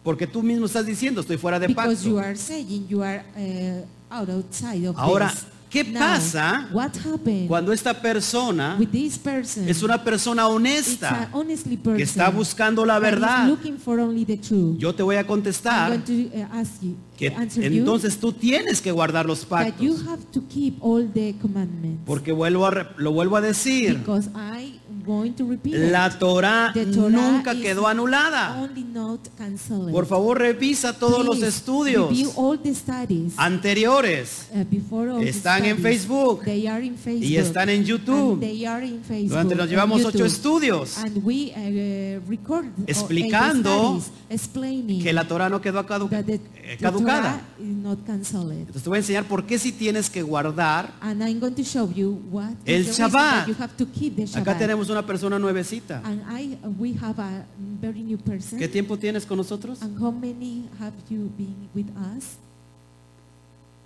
Speaker 1: Porque tú mismo estás diciendo, estoy fuera de
Speaker 2: Because you
Speaker 1: pacto.
Speaker 2: are saying you are uh, out outside of
Speaker 1: Ahora,
Speaker 2: this.
Speaker 1: ¿qué
Speaker 2: Now,
Speaker 1: pasa
Speaker 2: what happened
Speaker 1: Cuando esta persona
Speaker 2: with this person?
Speaker 1: es una persona
Speaker 2: It's a
Speaker 1: honesta
Speaker 2: honestly
Speaker 1: que
Speaker 2: person
Speaker 1: está buscando la
Speaker 2: that is
Speaker 1: verdad,
Speaker 2: Looking for only the truth.
Speaker 1: yo te voy a
Speaker 2: I'm
Speaker 1: contestar
Speaker 2: going to uh, ask you,
Speaker 1: que
Speaker 2: answer
Speaker 1: entonces tú tienes que guardar los
Speaker 2: you that you
Speaker 1: pactos.
Speaker 2: have to keep all the commandments.
Speaker 1: Porque vuelvo a re- lo vuelvo a decir,
Speaker 2: Because I'm going to repeat it.
Speaker 1: la Torah
Speaker 2: The Torah
Speaker 1: nunca
Speaker 2: is
Speaker 1: quedó anulada.
Speaker 2: Only not canceled.
Speaker 1: Por favor, revisa todos los
Speaker 2: Please
Speaker 1: estudios
Speaker 2: Review all the studies.
Speaker 1: anteriores.
Speaker 2: uh, before all the
Speaker 1: Están en
Speaker 2: studies.
Speaker 1: Facebook.
Speaker 2: They are in Facebook.
Speaker 1: Y están en YouTube.
Speaker 2: And they are in Facebook.
Speaker 1: Durante nos
Speaker 2: and
Speaker 1: llevamos ocho
Speaker 2: YouTube.
Speaker 1: estudios
Speaker 2: And we uh, record all eight
Speaker 1: Explicando
Speaker 2: studies, explaining
Speaker 1: que la Torah no quedó cadu-
Speaker 2: that the,
Speaker 1: eh,
Speaker 2: the
Speaker 1: caducada.
Speaker 2: Torah is not canceled.
Speaker 1: Entonces te voy a enseñar por qué si tienes que guardar.
Speaker 2: And I'm going to show you what is
Speaker 1: El
Speaker 2: the reason that
Speaker 1: Shabbat.
Speaker 2: you have to keep the Shabbat.
Speaker 1: Acá tenemos una persona nuevecita.
Speaker 2: And I, we have a very new person.
Speaker 1: ¿Qué tiempo tienes con nosotros?
Speaker 2: And how many have you been with us?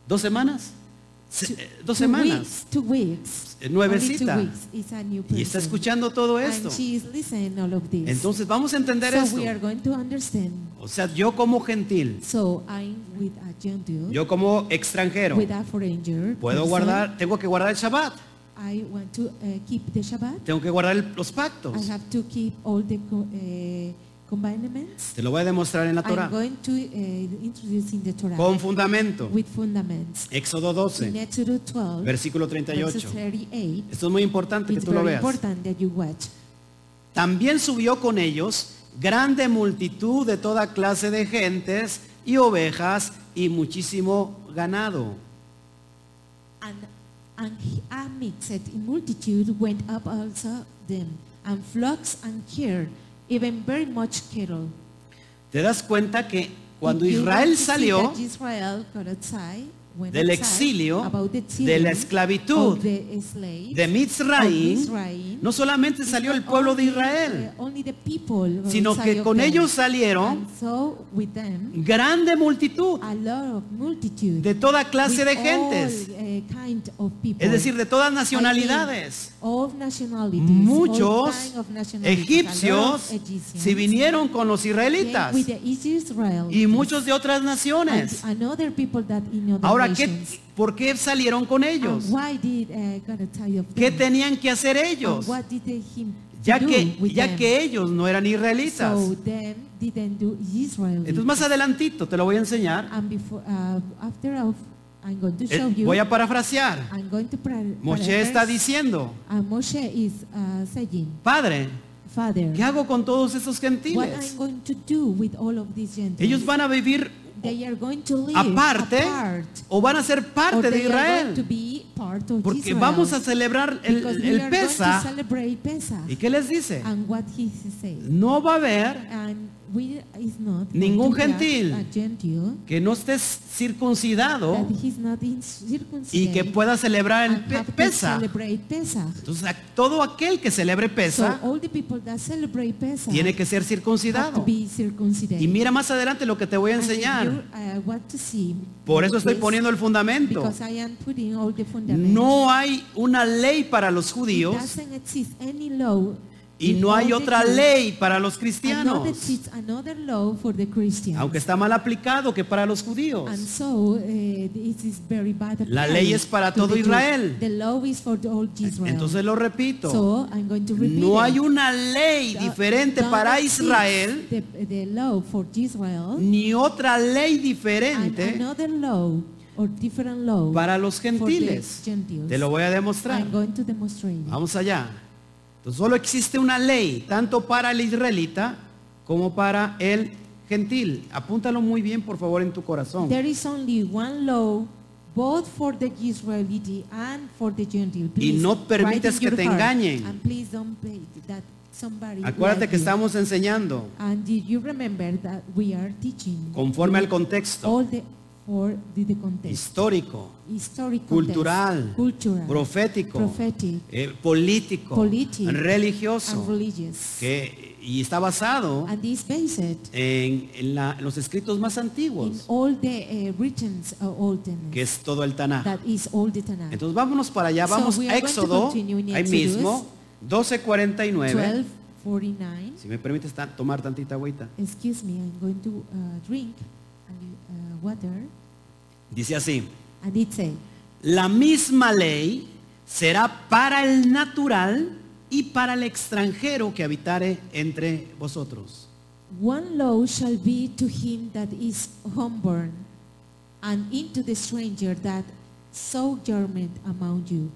Speaker 1: ¿Dos semanas? Se- eh, dos
Speaker 2: Two
Speaker 1: semanas.
Speaker 2: Weeks, two weeks.
Speaker 1: Eh, nuevecita.
Speaker 2: Only two weeks. It's a new person.
Speaker 1: Y está escuchando todo esto.
Speaker 2: And she is listening all of this.
Speaker 1: Entonces vamos a entender
Speaker 2: so
Speaker 1: esto.
Speaker 2: we are going to understand.
Speaker 1: O sea, yo como gentil,
Speaker 2: So I'm with a Gentile,
Speaker 1: yo como extranjero,
Speaker 2: with a foreigner.
Speaker 1: puedo
Speaker 2: person.
Speaker 1: guardar, tengo que guardar el Shabbat,
Speaker 2: I want to uh, keep the Shabbat.
Speaker 1: tengo que guardar el- los
Speaker 2: I
Speaker 1: pactos.
Speaker 2: have to keep all the co- uh, commandments.
Speaker 1: Te lo voy a demostrar en la Torah.
Speaker 2: I'm going to uh, introduce in the Torah
Speaker 1: Con fundamento.
Speaker 2: with fundaments.
Speaker 1: Éxodo
Speaker 2: In
Speaker 1: 12,
Speaker 2: Exodus 12,
Speaker 1: versículo
Speaker 2: verses
Speaker 1: 38.
Speaker 2: 38.
Speaker 1: Esto es muy importante que
Speaker 2: It's
Speaker 1: tú lo
Speaker 2: very
Speaker 1: veas.
Speaker 2: important that you watch.
Speaker 1: También subió con ellos grande multitud de toda clase de gentes y ovejas y muchísimo ganado.
Speaker 2: And, and he- a mixed multitude went up also them, and flocks and care, even very much cattle.
Speaker 1: ¿Te das cuenta que cuando
Speaker 2: If you want
Speaker 1: Israel
Speaker 2: to see
Speaker 1: salió
Speaker 2: that Israel got outside, went
Speaker 1: del
Speaker 2: outside
Speaker 1: exilio,
Speaker 2: about the
Speaker 1: de la
Speaker 2: children
Speaker 1: esclavitud,
Speaker 2: of the slaves,
Speaker 1: de
Speaker 2: of
Speaker 1: Mitzrayim,
Speaker 2: Mitzrayim,
Speaker 1: no solamente
Speaker 2: it's
Speaker 1: salió
Speaker 2: not
Speaker 1: el pueblo de
Speaker 2: only,
Speaker 1: Israel,
Speaker 2: uh, only the people
Speaker 1: sino
Speaker 2: outside
Speaker 1: que
Speaker 2: of
Speaker 1: con
Speaker 2: them.
Speaker 1: ellos salieron
Speaker 2: And so with them,
Speaker 1: grande multitud
Speaker 2: a lot of multitude
Speaker 1: de toda clase
Speaker 2: with
Speaker 1: de gentes,
Speaker 2: all, uh, kind of people.
Speaker 1: es decir, de todas nacionalidades.
Speaker 2: All nationalities, all
Speaker 1: Muchos
Speaker 2: kind of nationalities, a lot
Speaker 1: egipcios
Speaker 2: of Egyptians
Speaker 1: se vinieron con los
Speaker 2: came
Speaker 1: israelitas
Speaker 2: with the Israel
Speaker 1: y muchos de otras naciones.
Speaker 2: and, and other people that in other
Speaker 1: Ahora, ¿qué,
Speaker 2: nations.
Speaker 1: ¿por qué salieron con ellos?
Speaker 2: And why did uh, God tell of
Speaker 1: ¿Qué
Speaker 2: them?
Speaker 1: tenían que hacer
Speaker 2: And
Speaker 1: ellos?
Speaker 2: what did they him
Speaker 1: Ya
Speaker 2: do
Speaker 1: que,
Speaker 2: with
Speaker 1: ya
Speaker 2: them?
Speaker 1: que ellos no eran israelitas.
Speaker 2: so them didn't do Israel.
Speaker 1: Entonces más adelantito te lo voy a enseñar.
Speaker 2: and before, uh, after of, I'm going to
Speaker 1: Eh,
Speaker 2: show you.
Speaker 1: Voy a parafrasear.
Speaker 2: I'm going to pra-
Speaker 1: Moshe
Speaker 2: paraphrase.
Speaker 1: está diciendo,
Speaker 2: And Moshe is uh, saying,
Speaker 1: Padre,
Speaker 2: Father,
Speaker 1: ¿qué hago con todos esos
Speaker 2: what I'm
Speaker 1: gentiles?
Speaker 2: going to do with all of these Gentiles?
Speaker 1: Ellos van a vivir
Speaker 2: they are going to live
Speaker 1: aparte
Speaker 2: apart,
Speaker 1: o van a ser
Speaker 2: or
Speaker 1: parte de
Speaker 2: they are going to
Speaker 1: Israel.
Speaker 2: be part of
Speaker 1: Porque
Speaker 2: Israel,
Speaker 1: vamos a celebrar el,
Speaker 2: because we
Speaker 1: el
Speaker 2: are going to
Speaker 1: Pesa.
Speaker 2: celebrate Pesach.
Speaker 1: ¿Y qué les dice?
Speaker 2: and what he says.
Speaker 1: No va a haber
Speaker 2: And we is not
Speaker 1: Ningún
Speaker 2: going to be
Speaker 1: gentil.
Speaker 2: A, a gentile
Speaker 1: que no estés circuncidado
Speaker 2: that he's not in
Speaker 1: y que pueda celebrar el
Speaker 2: and
Speaker 1: pe-
Speaker 2: have to
Speaker 1: Pesa.
Speaker 2: celebrate Pesach.
Speaker 1: Entonces, a- todo aquel que celebre Pesa
Speaker 2: So all the people that celebrate Pesach
Speaker 1: tiene que ser
Speaker 2: have to
Speaker 1: circuncidado.
Speaker 2: be circumcised.
Speaker 1: Y mira más adelante lo que te voy a
Speaker 2: And if
Speaker 1: enseñar.
Speaker 2: you, uh, want to see
Speaker 1: Por eso estoy
Speaker 2: this,
Speaker 1: poniendo el fundamento.
Speaker 2: Because I am putting all the fundaments.
Speaker 1: No hay una ley para los
Speaker 2: It
Speaker 1: judíos
Speaker 2: doesn't exist any law
Speaker 1: y
Speaker 2: in
Speaker 1: no
Speaker 2: all
Speaker 1: hay
Speaker 2: the
Speaker 1: otra
Speaker 2: Jews.
Speaker 1: ley para los
Speaker 2: And not
Speaker 1: cristianos.
Speaker 2: exists another law for the Christians.
Speaker 1: Aunque está mal aplicado que para los
Speaker 2: And
Speaker 1: judíos.
Speaker 2: so, eh, it is very bad
Speaker 1: La
Speaker 2: applied
Speaker 1: ley es para
Speaker 2: to
Speaker 1: todo
Speaker 2: the Jews.
Speaker 1: Israel.
Speaker 2: The law is for the all Israel.
Speaker 1: Entonces lo repito.
Speaker 2: so I'm going to repeat
Speaker 1: No
Speaker 2: it.
Speaker 1: hay una ley
Speaker 2: Don't-
Speaker 1: diferente
Speaker 2: don't
Speaker 1: para
Speaker 2: exist
Speaker 1: Israel
Speaker 2: The, the law for Israel
Speaker 1: ni otra ley
Speaker 2: and
Speaker 1: diferente
Speaker 2: another law or different law
Speaker 1: para los
Speaker 2: for
Speaker 1: gentiles.
Speaker 2: the Gentiles.
Speaker 1: Te lo voy a demostrar.
Speaker 2: I'm going to demonstrate. it.
Speaker 1: Vamos allá. Entonces, solo existe una ley, tanto para el israelita como para el gentil. Apúntalo muy bien, por favor, en tu corazón.
Speaker 2: There is only one law both for the Israelite and for the Gentile. Please,
Speaker 1: no
Speaker 2: write in
Speaker 1: permites que
Speaker 2: your
Speaker 1: te
Speaker 2: heart.
Speaker 1: engañen.
Speaker 2: And please don't pay that somebody
Speaker 1: Acuérdate
Speaker 2: like
Speaker 1: que
Speaker 2: you.
Speaker 1: estamos enseñando
Speaker 2: And did you remember that we are teaching
Speaker 1: conforme al contexto
Speaker 2: all the for the, the context,
Speaker 1: histórico,
Speaker 2: historic context,
Speaker 1: cultural,
Speaker 2: cultural,
Speaker 1: profético,
Speaker 2: prophetic,
Speaker 1: eh, político,
Speaker 2: Político. and
Speaker 1: religioso,
Speaker 2: religious,
Speaker 1: que, y está basado
Speaker 2: and is based
Speaker 1: en, en la- en los escritos más
Speaker 2: in
Speaker 1: antiguos,
Speaker 2: all the uh, writings of Old Testament,
Speaker 1: que es todo el Tanaj.
Speaker 2: that is all the Tanakh.
Speaker 1: Entonces vámonos para allá,
Speaker 2: So
Speaker 1: vamos
Speaker 2: we
Speaker 1: a
Speaker 2: are going to
Speaker 1: Éxodo,
Speaker 2: continue in
Speaker 1: ahí
Speaker 2: Exodus
Speaker 1: mismo, 12.49.
Speaker 2: 12, 49.
Speaker 1: Si me permites ta- tomar tantita agüita.
Speaker 2: Excuse me, I'm going to uh, drink a li- uh, water.
Speaker 1: Dice así,
Speaker 2: And it said,
Speaker 1: la misma ley será para el natural y para el extranjero que habitare entre vosotros.
Speaker 2: One law shall be to him that is homeborn, and into the stranger that sojourneth among you.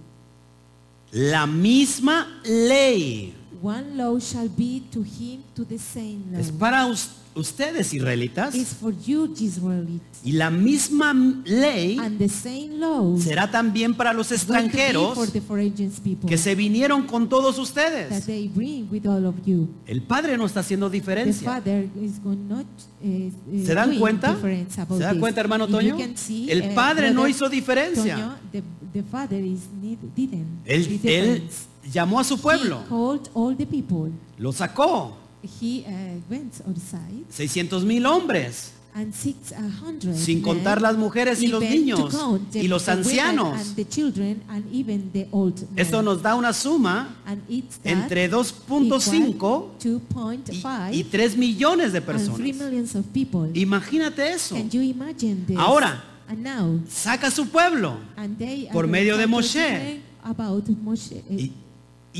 Speaker 1: La misma ley
Speaker 2: One law shall be to him to the same
Speaker 1: es
Speaker 2: law.
Speaker 1: para us- ustedes israelitas
Speaker 2: Is for you, Israelites,
Speaker 1: y la misma ley
Speaker 2: and the same law
Speaker 1: será también para los
Speaker 2: going to be
Speaker 1: extranjeros
Speaker 2: for the foreign people
Speaker 1: que se vinieron con todos
Speaker 2: that
Speaker 1: ustedes.
Speaker 2: they bring with all of you.
Speaker 1: El Padre no está haciendo
Speaker 2: The
Speaker 1: diferencia.
Speaker 2: father is going not eh, eh,
Speaker 1: ¿Se dan
Speaker 2: doing
Speaker 1: cuenta?
Speaker 2: difference about
Speaker 1: ¿Se dan
Speaker 2: this.
Speaker 1: cuenta, hermano
Speaker 2: If you
Speaker 1: Toño?
Speaker 2: can see,
Speaker 1: El
Speaker 2: eh,
Speaker 1: padre no
Speaker 2: brother
Speaker 1: hizo diferencia.
Speaker 2: Toño, the, the father is need, didn't.
Speaker 1: Él,
Speaker 2: see
Speaker 1: él
Speaker 2: difference.
Speaker 1: llamó a su pueblo,
Speaker 2: He called all the people.
Speaker 1: lo sacó,
Speaker 2: He uh, went outside
Speaker 1: 600 mil hombres,
Speaker 2: and six a hundred
Speaker 1: sin
Speaker 2: men,
Speaker 1: contar las mujeres y los
Speaker 2: even to
Speaker 1: niños
Speaker 2: count the-
Speaker 1: y los
Speaker 2: the women
Speaker 1: ancianos.
Speaker 2: and the children and even the old men.
Speaker 1: Esto nos da una suma
Speaker 2: And it's that
Speaker 1: entre 2.5
Speaker 2: equal 2.5
Speaker 1: y, y 3 millones de
Speaker 2: and 3
Speaker 1: personas.
Speaker 2: millions of people.
Speaker 1: Imagínate eso.
Speaker 2: Can you imagine this?
Speaker 1: Ahora.
Speaker 2: And now,
Speaker 1: Saca a su pueblo
Speaker 2: and they are
Speaker 1: Por
Speaker 2: going
Speaker 1: medio de
Speaker 2: to
Speaker 1: Moshe.
Speaker 2: complain About Moshe.
Speaker 1: y,
Speaker 2: eh,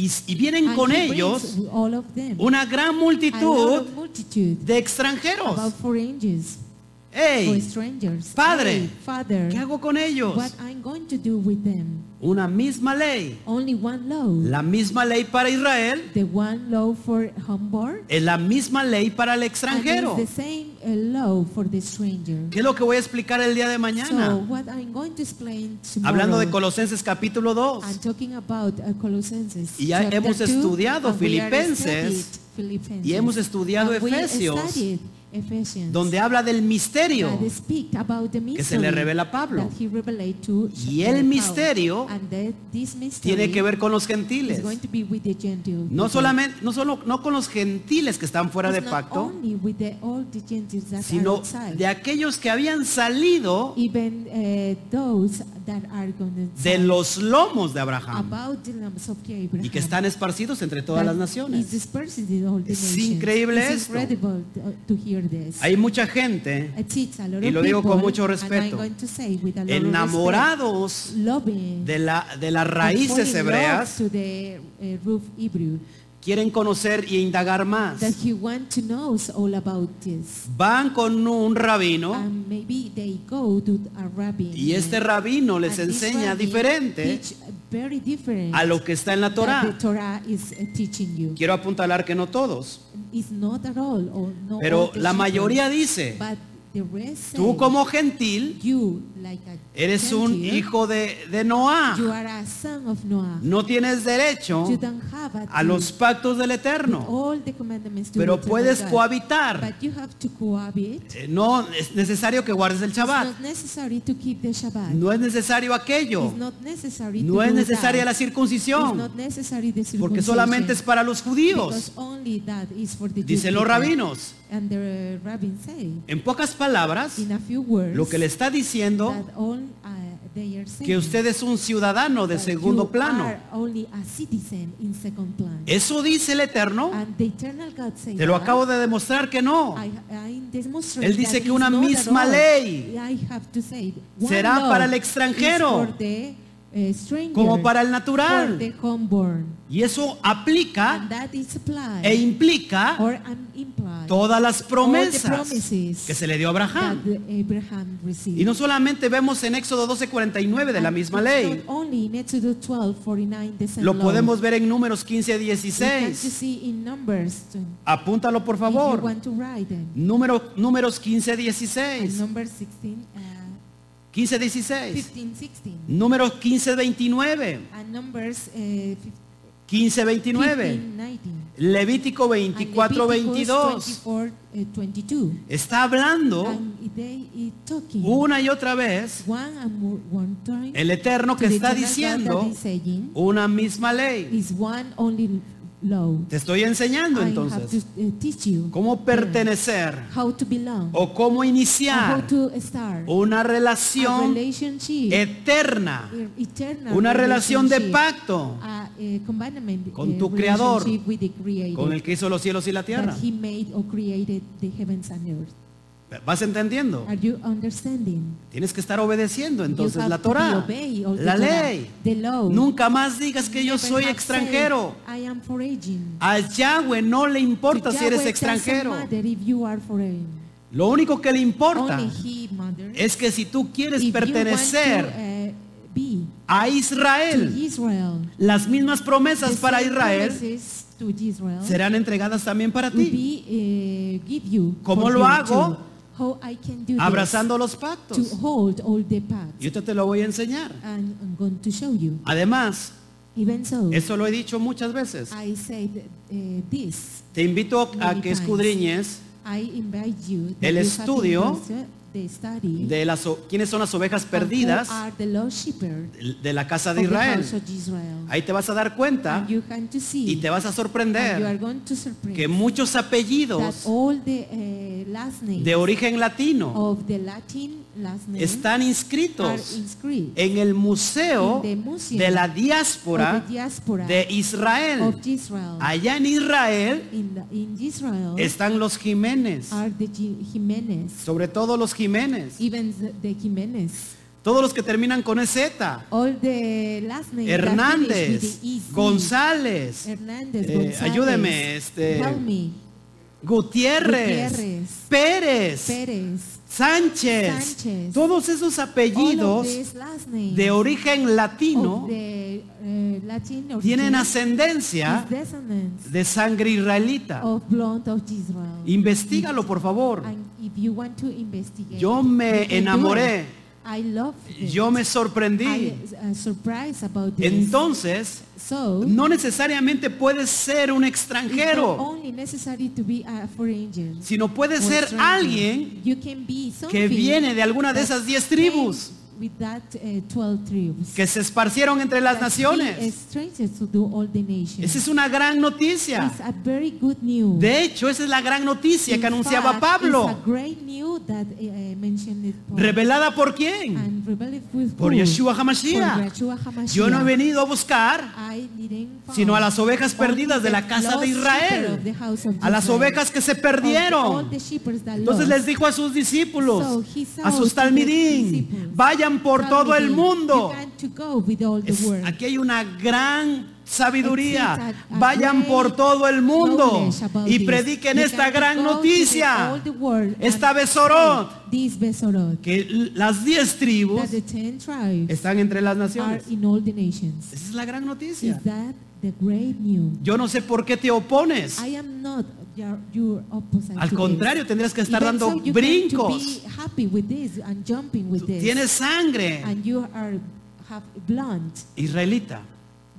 Speaker 1: y- y vienen
Speaker 2: And
Speaker 1: con
Speaker 2: he brings
Speaker 1: ellos
Speaker 2: all of them,
Speaker 1: una gran
Speaker 2: a lot
Speaker 1: multitud
Speaker 2: of multitude
Speaker 1: de
Speaker 2: about
Speaker 1: extranjeros.
Speaker 2: foreigners, for
Speaker 1: ¡Ey!
Speaker 2: strangers.
Speaker 1: Padre,
Speaker 2: Hey, Father,
Speaker 1: ¿Qué hago con ellos?
Speaker 2: what I'm going to do with them?
Speaker 1: Una misma ley.
Speaker 2: Only one law.
Speaker 1: La misma ley para Israel
Speaker 2: The one law for homeboard
Speaker 1: es la misma ley para el
Speaker 2: and
Speaker 1: extranjero.
Speaker 2: it's the same uh, law for the stranger.
Speaker 1: ¿Qué es lo que voy a explicar el día de
Speaker 2: So
Speaker 1: mañana?
Speaker 2: what I'm going to explain tomorrow.
Speaker 1: Hablando de Colosenses capítulo 2.
Speaker 2: I'm talking about uh, Colosenses.
Speaker 1: Y ya
Speaker 2: chapter
Speaker 1: hemos
Speaker 2: two,
Speaker 1: estudiado
Speaker 2: and we are
Speaker 1: Filipenses,
Speaker 2: studied Filipenses,
Speaker 1: y hemos estudiado
Speaker 2: and we
Speaker 1: Efesios,
Speaker 2: studied Ephesians,
Speaker 1: Donde habla del misterio.
Speaker 2: that speak about the
Speaker 1: que se le
Speaker 2: mystery
Speaker 1: revela a Pablo.
Speaker 2: that he revelate to
Speaker 1: Y el
Speaker 2: Paul.
Speaker 1: misterio
Speaker 2: And that this mystery
Speaker 1: Tiene que ver con los
Speaker 2: is
Speaker 1: gentiles.
Speaker 2: going to be with the Gentile
Speaker 1: No
Speaker 2: people.
Speaker 1: solamente, no solo, no con los gentiles que están fuera
Speaker 2: It's
Speaker 1: de
Speaker 2: not
Speaker 1: pacto,
Speaker 2: only with the- all the Gentiles that are
Speaker 1: sino
Speaker 2: outside,
Speaker 1: de aquellos que habían salido
Speaker 2: even eh, those that are going to
Speaker 1: de los lomos de Abraham
Speaker 2: about the lambs of Abraham.
Speaker 1: y que están esparcidos entre todas
Speaker 2: That
Speaker 1: las
Speaker 2: is
Speaker 1: naciones.
Speaker 2: dispersed in all the
Speaker 1: Es
Speaker 2: nations.
Speaker 1: increíble
Speaker 2: It's
Speaker 1: esto.
Speaker 2: incredible to- to hear this.
Speaker 1: Hay mucha gente
Speaker 2: It teaches a lot
Speaker 1: y
Speaker 2: of
Speaker 1: lo digo con
Speaker 2: people,
Speaker 1: mucho
Speaker 2: and
Speaker 1: respeto,
Speaker 2: I'm going to say with a lot of
Speaker 1: enamorados
Speaker 2: respect, loving
Speaker 1: de, la, de las
Speaker 2: and
Speaker 1: raíces
Speaker 2: falling in love
Speaker 1: hebreas,
Speaker 2: to the, eh, roof Hebrew,
Speaker 1: quieren conocer y indagar más.
Speaker 2: that he want to know all about this.
Speaker 1: Van con un rabino
Speaker 2: And maybe they go to a rabbi.
Speaker 1: y este rabino les
Speaker 2: And this
Speaker 1: enseña
Speaker 2: rabbi
Speaker 1: diferente
Speaker 2: teach very different
Speaker 1: a lo que está en la
Speaker 2: that the
Speaker 1: Torah.
Speaker 2: Torah is eh, teaching you.
Speaker 1: Quiero apuntalar que no todos,
Speaker 2: It's not at all, or not all
Speaker 1: pero
Speaker 2: the
Speaker 1: la
Speaker 2: children.
Speaker 1: mayoría dice,
Speaker 2: But the rest
Speaker 1: tú
Speaker 2: say,
Speaker 1: como gentil
Speaker 2: you, like a
Speaker 1: eres un
Speaker 2: Gentile,
Speaker 1: hijo de, de Noah,
Speaker 2: You are a son of Noah.
Speaker 1: no tienes derecho
Speaker 2: You don't have a
Speaker 1: a los pactos del
Speaker 2: no.
Speaker 1: Eterno,
Speaker 2: all the commandments to
Speaker 1: pero
Speaker 2: the
Speaker 1: puedes
Speaker 2: God.
Speaker 1: cohabitar.
Speaker 2: But you have to cohabit.
Speaker 1: Eh, No es necesario que guardes el
Speaker 2: It's
Speaker 1: Shabbat,
Speaker 2: not necessary to keep the Shabbat.
Speaker 1: no es necesario aquello,
Speaker 2: It's not necessary
Speaker 1: no
Speaker 2: to
Speaker 1: es
Speaker 2: do
Speaker 1: necesaria la
Speaker 2: that. It's
Speaker 1: circuncisión,
Speaker 2: not necessary the
Speaker 1: porque
Speaker 2: circumcision,
Speaker 1: solamente es para los judíos,
Speaker 2: because only that is for the Jewish
Speaker 1: dicen los
Speaker 2: people.
Speaker 1: rabinos.
Speaker 2: And the rabbins say,
Speaker 1: En pocas palabras,
Speaker 2: in a few words,
Speaker 1: lo que le está diciendo
Speaker 2: that all, uh, they are saying
Speaker 1: que usted es un ciudadano de
Speaker 2: that you
Speaker 1: segundo
Speaker 2: are
Speaker 1: plano.
Speaker 2: only a citizen in second plan.
Speaker 1: Eso dice el Eterno.
Speaker 2: And the eternal God say
Speaker 1: Oh. Te lo
Speaker 2: that.
Speaker 1: acabo de demostrar que no.
Speaker 2: I- I'm demonstrating
Speaker 1: Él dice
Speaker 2: that
Speaker 1: que una
Speaker 2: it's not
Speaker 1: misma
Speaker 2: at all.
Speaker 1: ley
Speaker 2: I have to say, one
Speaker 1: será
Speaker 2: law
Speaker 1: para el
Speaker 2: is
Speaker 1: extranjero,
Speaker 2: for the, eh, stranger,
Speaker 1: como para el
Speaker 2: for
Speaker 1: natural.
Speaker 2: the homeborn.
Speaker 1: Y eso aplica
Speaker 2: And that is applied
Speaker 1: ¿Ah? e implica
Speaker 2: or an implied
Speaker 1: todas las promesas
Speaker 2: promises
Speaker 1: que se le dio a
Speaker 2: that
Speaker 1: Abraham.
Speaker 2: the Abraham received.
Speaker 1: Y no solamente vemos en Éxodo 12:49 de la
Speaker 2: And
Speaker 1: misma
Speaker 2: it's
Speaker 1: ley,
Speaker 2: not only in Exodus 12, 49, the same
Speaker 1: lo
Speaker 2: law.
Speaker 1: podemos ver en Números
Speaker 2: You can
Speaker 1: 15:16.
Speaker 2: see in Numbers too,
Speaker 1: Apúntalo por
Speaker 2: if you
Speaker 1: favor.
Speaker 2: want to write them.
Speaker 1: Número, números
Speaker 2: And
Speaker 1: 15:16.
Speaker 2: number 16, uh,
Speaker 1: 15:16.
Speaker 2: 15, 16.
Speaker 1: Números 15:29.
Speaker 2: And numbers eh,
Speaker 1: 15:29.
Speaker 2: 15, 19.
Speaker 1: Levítico
Speaker 2: And
Speaker 1: 24:22.
Speaker 2: 24, eh, 22.
Speaker 1: Está hablando
Speaker 2: And they is talking
Speaker 1: una y otra vez
Speaker 2: one and more, one time
Speaker 1: el Eterno
Speaker 2: to
Speaker 1: que
Speaker 2: the
Speaker 1: está
Speaker 2: eternal God that
Speaker 1: diciendo
Speaker 2: is saying,
Speaker 1: una misma ley.
Speaker 2: is one only law.
Speaker 1: Te estoy enseñando
Speaker 2: I have to
Speaker 1: entonces
Speaker 2: uh, teach you
Speaker 1: cómo pertenecer
Speaker 2: how to belong,
Speaker 1: o cómo
Speaker 2: and how
Speaker 1: iniciar
Speaker 2: to start
Speaker 1: una
Speaker 2: a
Speaker 1: relación
Speaker 2: relationship,
Speaker 1: eterna,
Speaker 2: e- eternal
Speaker 1: una relación de
Speaker 2: relationship,
Speaker 1: pacto
Speaker 2: a, eh, commandment,
Speaker 1: con
Speaker 2: eh,
Speaker 1: tu Creador,
Speaker 2: relationship with the Creator
Speaker 1: con el que hizo los cielos y la tierra.
Speaker 2: that He made or created the heavens and earth.
Speaker 1: ¿Vas entendiendo?
Speaker 2: Are you understanding?
Speaker 1: Tienes que estar obedeciendo
Speaker 2: You
Speaker 1: entonces
Speaker 2: have
Speaker 1: la
Speaker 2: to be
Speaker 1: Torah,
Speaker 2: obey all the
Speaker 1: la
Speaker 2: Torah,
Speaker 1: ley.
Speaker 2: the law.
Speaker 1: Nunca más digas que yo
Speaker 2: Never
Speaker 1: soy
Speaker 2: have
Speaker 1: extranjero.
Speaker 2: said, I am foreign.
Speaker 1: A Yahweh no le importa
Speaker 2: To
Speaker 1: si eres
Speaker 2: Yahweh doesn't
Speaker 1: extranjero.
Speaker 2: matter if you are foreign.
Speaker 1: Lo único que le importa
Speaker 2: Only he matters.
Speaker 1: es que si tú quieres
Speaker 2: If you want to,
Speaker 1: pertenecer
Speaker 2: eh, be
Speaker 1: a
Speaker 2: to
Speaker 1: Israel,
Speaker 2: Israel,
Speaker 1: las mismas promesas
Speaker 2: the
Speaker 1: para
Speaker 2: same
Speaker 1: Israel
Speaker 2: promises to Israel
Speaker 1: serán entregadas también para
Speaker 2: will
Speaker 1: ti,
Speaker 2: be, eh, give you
Speaker 1: ¿Cómo
Speaker 2: for
Speaker 1: lo
Speaker 2: you
Speaker 1: hago?
Speaker 2: too. How I can do this
Speaker 1: abrazando los
Speaker 2: to
Speaker 1: pactos.
Speaker 2: hold all the paths.
Speaker 1: Yo te, te lo voy a enseñar.
Speaker 2: And I'm going to show you.
Speaker 1: Además,
Speaker 2: Even so,
Speaker 1: eso lo he dicho muchas veces.
Speaker 2: I said eh, this.
Speaker 1: Te invito a
Speaker 2: Many
Speaker 1: que
Speaker 2: times.
Speaker 1: escudriñes
Speaker 2: I invite you that
Speaker 1: El
Speaker 2: you have
Speaker 1: estudio
Speaker 2: interested the study
Speaker 1: de las o- quiénes son las ovejas
Speaker 2: of
Speaker 1: perdidas
Speaker 2: who are the lost shepherd
Speaker 1: de de la casa
Speaker 2: of
Speaker 1: de
Speaker 2: the
Speaker 1: Israel.
Speaker 2: house of Israel.
Speaker 1: Ahí te vas a dar cuenta
Speaker 2: And you can to see
Speaker 1: y te vas a
Speaker 2: and you are
Speaker 1: sorprender
Speaker 2: going to surprise
Speaker 1: que muchos
Speaker 2: that
Speaker 1: apellidos
Speaker 2: all the eh, last names
Speaker 1: de origen latino
Speaker 2: of the Latin last names
Speaker 1: están
Speaker 2: are
Speaker 1: inscritos
Speaker 2: inscribed
Speaker 1: en el museo
Speaker 2: in the museum
Speaker 1: de la
Speaker 2: of
Speaker 1: diáspora
Speaker 2: the diaspora
Speaker 1: de Israel.
Speaker 2: of Israel.
Speaker 1: Allá en Israel
Speaker 2: in, the- in Israel
Speaker 1: están los Jiménez,
Speaker 2: are the Ji- Jimenez,
Speaker 1: sobre todo los Jiménez,
Speaker 2: even the, the Jimenez.
Speaker 1: todos los que terminan con EZ,
Speaker 2: All the last names that finish
Speaker 1: Hernández,
Speaker 2: with the EZ.
Speaker 1: González,
Speaker 2: Hernández,
Speaker 1: Eh,
Speaker 2: González.
Speaker 1: ayúdeme, este,
Speaker 2: Help me.
Speaker 1: Gutiérrez,
Speaker 2: Gutiérrez,
Speaker 1: Pérez,
Speaker 2: Pérez.
Speaker 1: Sánchez,
Speaker 2: Sánchez.
Speaker 1: todos esos
Speaker 2: All of
Speaker 1: apellidos
Speaker 2: these last names
Speaker 1: de origen
Speaker 2: of
Speaker 1: latino
Speaker 2: the, eh, Latin origin
Speaker 1: tienen
Speaker 2: is
Speaker 1: ascendencia
Speaker 2: descendants
Speaker 1: de sangre israelita.
Speaker 2: of blonde of Israel.
Speaker 1: Investígalo, por favor.
Speaker 2: And if you want to investigate,
Speaker 1: Yo me
Speaker 2: you can do
Speaker 1: enamoré.
Speaker 2: it. I love it.
Speaker 1: Yo me
Speaker 2: I
Speaker 1: sorprendí.
Speaker 2: uh, surprised about this.
Speaker 1: Entonces,
Speaker 2: so,
Speaker 1: no necesariamente puedes ser un
Speaker 2: it's not
Speaker 1: extranjero,
Speaker 2: only necessary to be a foreigner.
Speaker 1: sino puedes
Speaker 2: or
Speaker 1: ser
Speaker 2: stranger.
Speaker 1: alguien
Speaker 2: You can
Speaker 1: que
Speaker 2: be something
Speaker 1: viene de alguna de
Speaker 2: that
Speaker 1: esas 10 tribus
Speaker 2: came with that, eh, 12 tribus.
Speaker 1: que se esparcieron entre las
Speaker 2: That he is
Speaker 1: naciones.
Speaker 2: strangers to do all the nations.
Speaker 1: Esa es una gran noticia.
Speaker 2: It's a very good news.
Speaker 1: De hecho, esa es la gran noticia
Speaker 2: In
Speaker 1: que anunciaba
Speaker 2: fact, it's a
Speaker 1: Pablo.
Speaker 2: great news that, eh, mentioned it Paul.
Speaker 1: ¿Revelada por quién?
Speaker 2: And revealed with
Speaker 1: Por
Speaker 2: who?
Speaker 1: Yeshua
Speaker 2: Por
Speaker 1: HaMashiach.
Speaker 2: Yeshua HaMashiach.
Speaker 1: Yo no he venido a buscar
Speaker 2: I didn't find
Speaker 1: sino a las ovejas
Speaker 2: only
Speaker 1: perdidas de
Speaker 2: the
Speaker 1: la casa de
Speaker 2: lost shepherd of the
Speaker 1: Israel,
Speaker 2: house of
Speaker 1: a las
Speaker 2: Israel.
Speaker 1: ovejas que se
Speaker 2: Of all
Speaker 1: perdieron.
Speaker 2: the shepherds that
Speaker 1: Entonces
Speaker 2: lost.
Speaker 1: les dijo a sus discípulos,
Speaker 2: Oh, So he saw
Speaker 1: a sus
Speaker 2: to the
Speaker 1: talmidín,
Speaker 2: disciples,
Speaker 1: vayan por todo el
Speaker 2: Talmudim,
Speaker 1: mundo.
Speaker 2: you had to go with all the
Speaker 1: Es-
Speaker 2: world.
Speaker 1: aquí hay una gran
Speaker 2: Existe
Speaker 1: sabiduría.
Speaker 2: a- a
Speaker 1: Vayan
Speaker 2: great
Speaker 1: por todo el mundo
Speaker 2: knowledge about
Speaker 1: y
Speaker 2: this.
Speaker 1: prediquen
Speaker 2: You
Speaker 1: esta
Speaker 2: have to
Speaker 1: gran
Speaker 2: go to the-
Speaker 1: noticia.
Speaker 2: all the world
Speaker 1: Esta
Speaker 2: and
Speaker 1: Besorot.
Speaker 2: say This Besorot.
Speaker 1: Que l- las diez tribus
Speaker 2: That the ten tribes
Speaker 1: están entre las
Speaker 2: are
Speaker 1: naciones.
Speaker 2: in all the nations.
Speaker 1: Esa es la gran noticia.
Speaker 2: Is that the great news?
Speaker 1: Yo no sé por qué te opones.
Speaker 2: I am not your, your opposite.
Speaker 1: Al
Speaker 2: to
Speaker 1: contrario,
Speaker 2: this.
Speaker 1: tendrías que estar
Speaker 2: Even
Speaker 1: dando
Speaker 2: so, you get to
Speaker 1: brincos.
Speaker 2: be happy with this and jumping with
Speaker 1: Tú
Speaker 2: this.
Speaker 1: Tienes sangre
Speaker 2: And you are have blunt
Speaker 1: israelita.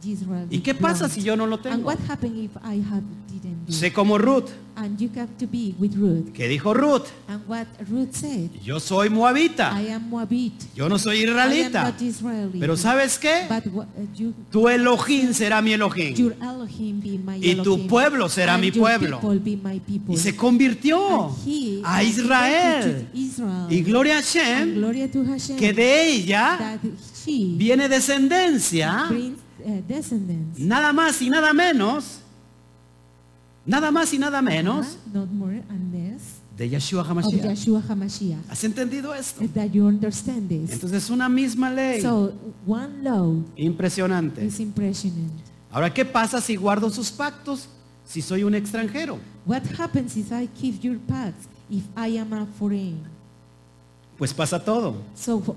Speaker 2: Israel.
Speaker 1: ¿Y
Speaker 2: with
Speaker 1: qué pasa
Speaker 2: blunt.
Speaker 1: si yo no lo
Speaker 2: And
Speaker 1: tengo?
Speaker 2: what happened if I have didn't do?
Speaker 1: Sé como Ruth,
Speaker 2: And you have to be with Ruth.
Speaker 1: que dijo Ruth,
Speaker 2: And what Ruth said,
Speaker 1: yo soy
Speaker 2: I
Speaker 1: moabita,
Speaker 2: am Moabit.
Speaker 1: yo no soy
Speaker 2: I am
Speaker 1: israelita,
Speaker 2: not Israeli.
Speaker 1: pero ¿sabes qué?
Speaker 2: But wha- uh, you,
Speaker 1: Tu Elohim será mi
Speaker 2: your
Speaker 1: Elohim
Speaker 2: Elohim be my
Speaker 1: y tu
Speaker 2: Elohim.
Speaker 1: pueblo será
Speaker 2: And
Speaker 1: mi
Speaker 2: your
Speaker 1: pueblo.
Speaker 2: people be my people.
Speaker 1: Y se convirtió
Speaker 2: And he-
Speaker 1: a
Speaker 2: and he
Speaker 1: Israel.
Speaker 2: went to Israel.
Speaker 1: Y gloria a
Speaker 2: And
Speaker 1: Shem,
Speaker 2: gloria to Hashem
Speaker 1: que de ella
Speaker 2: that she
Speaker 1: viene descendencia,
Speaker 2: brings uh, descendants.
Speaker 1: nada más y nada menos, nada más y nada menos,
Speaker 2: Uh-huh, Not more and less
Speaker 1: de Yeshua
Speaker 2: of
Speaker 1: HaMashiach.
Speaker 2: Yeshua HaMashiach.
Speaker 1: ¿Has entendido esto?
Speaker 2: Is That you understand this.
Speaker 1: Entonces una misma ley.
Speaker 2: So one law
Speaker 1: Impresionante.
Speaker 2: is impressionant.
Speaker 1: Ahora, ¿qué pasa si guardo sus pactos? Si soy un extranjero.
Speaker 2: What happens if I keep your paths if I am a foreign?
Speaker 1: Pues pasa todo.
Speaker 2: So uh,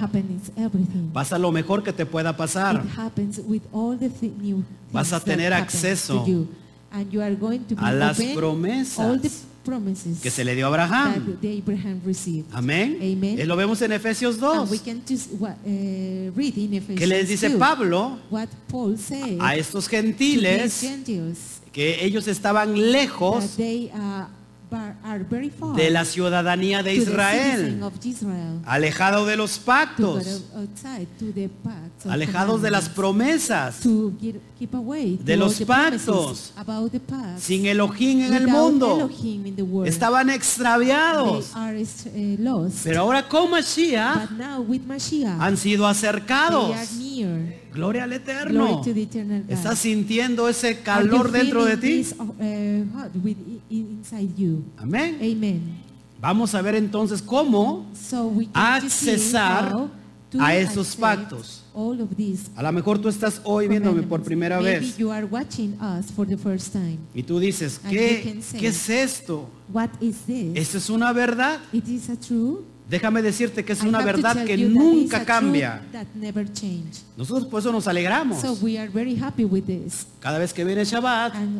Speaker 2: happens everything.
Speaker 1: Pasa lo mejor que te pueda pasar.
Speaker 2: It happens with all the thi- new
Speaker 1: Vas
Speaker 2: things
Speaker 1: a
Speaker 2: that
Speaker 1: tener
Speaker 2: happens
Speaker 1: acceso
Speaker 2: to you. And you are going to be
Speaker 1: a las
Speaker 2: open
Speaker 1: promesas
Speaker 2: all the promises
Speaker 1: Que se le dio a Abraham.
Speaker 2: that the Abraham received.
Speaker 1: Amén.
Speaker 2: Amen.
Speaker 1: Eh, Lo vemos en Efesios
Speaker 2: And we
Speaker 1: 2.
Speaker 2: can just what, eh, read in Ephesians
Speaker 1: Que les dice
Speaker 2: 2,
Speaker 1: Pablo
Speaker 2: what Paul said
Speaker 1: a estos
Speaker 2: to these
Speaker 1: gentiles
Speaker 2: Gentiles
Speaker 1: que ellos estaban
Speaker 2: that
Speaker 1: lejos
Speaker 2: they, uh, bar- are very far
Speaker 1: de la ciudadanía de
Speaker 2: to the citizen
Speaker 1: Israel,
Speaker 2: of Israel,
Speaker 1: alejado de los
Speaker 2: to go
Speaker 1: pactos,
Speaker 2: outside to the paths of
Speaker 1: alejados de las
Speaker 2: commandments,
Speaker 1: promesas,
Speaker 2: to get- keep away
Speaker 1: de
Speaker 2: to all
Speaker 1: los
Speaker 2: the promises
Speaker 1: pactos,
Speaker 2: about the paths,
Speaker 1: sin Elohim en el
Speaker 2: without
Speaker 1: mundo,
Speaker 2: Elohim in the world.
Speaker 1: estaban extraviados.
Speaker 2: They are eh, lost.
Speaker 1: Pero ah, ahora con Mashiach
Speaker 2: but now with Mashiach,
Speaker 1: han sido
Speaker 2: they
Speaker 1: acercados.
Speaker 2: are near.
Speaker 1: Gloria al Eterno.
Speaker 2: Glory to the eternal God.
Speaker 1: ¿Estás sintiendo ese
Speaker 2: Are you
Speaker 1: calor dentro de ti?
Speaker 2: feeling this, eh, hot with- i- i- inside you?
Speaker 1: Amén.
Speaker 2: Amen.
Speaker 1: Vamos a ver entonces cómo,
Speaker 2: So we can
Speaker 1: accesar
Speaker 2: see how to
Speaker 1: a esos
Speaker 2: accept
Speaker 1: pactos.
Speaker 2: All of these
Speaker 1: a lo mejor tú estás hoy viéndome por
Speaker 2: commandments.
Speaker 1: primera
Speaker 2: Maybe
Speaker 1: vez
Speaker 2: you are watching us for the first time.
Speaker 1: y tú dices,
Speaker 2: And you
Speaker 1: ¿qué,
Speaker 2: can say,
Speaker 1: ¿qué es esto?
Speaker 2: What is this?
Speaker 1: ¿Esto es una verdad?
Speaker 2: It is a true.
Speaker 1: Déjame decirte que es
Speaker 2: I
Speaker 1: una
Speaker 2: have to
Speaker 1: verdad
Speaker 2: tell
Speaker 1: que
Speaker 2: you that it's a
Speaker 1: nunca
Speaker 2: truth
Speaker 1: cambia.
Speaker 2: That never change.
Speaker 1: Nosotros por eso nos alegramos.
Speaker 2: So we are very happy with this.
Speaker 1: Cada vez que viene Shabbat,
Speaker 2: And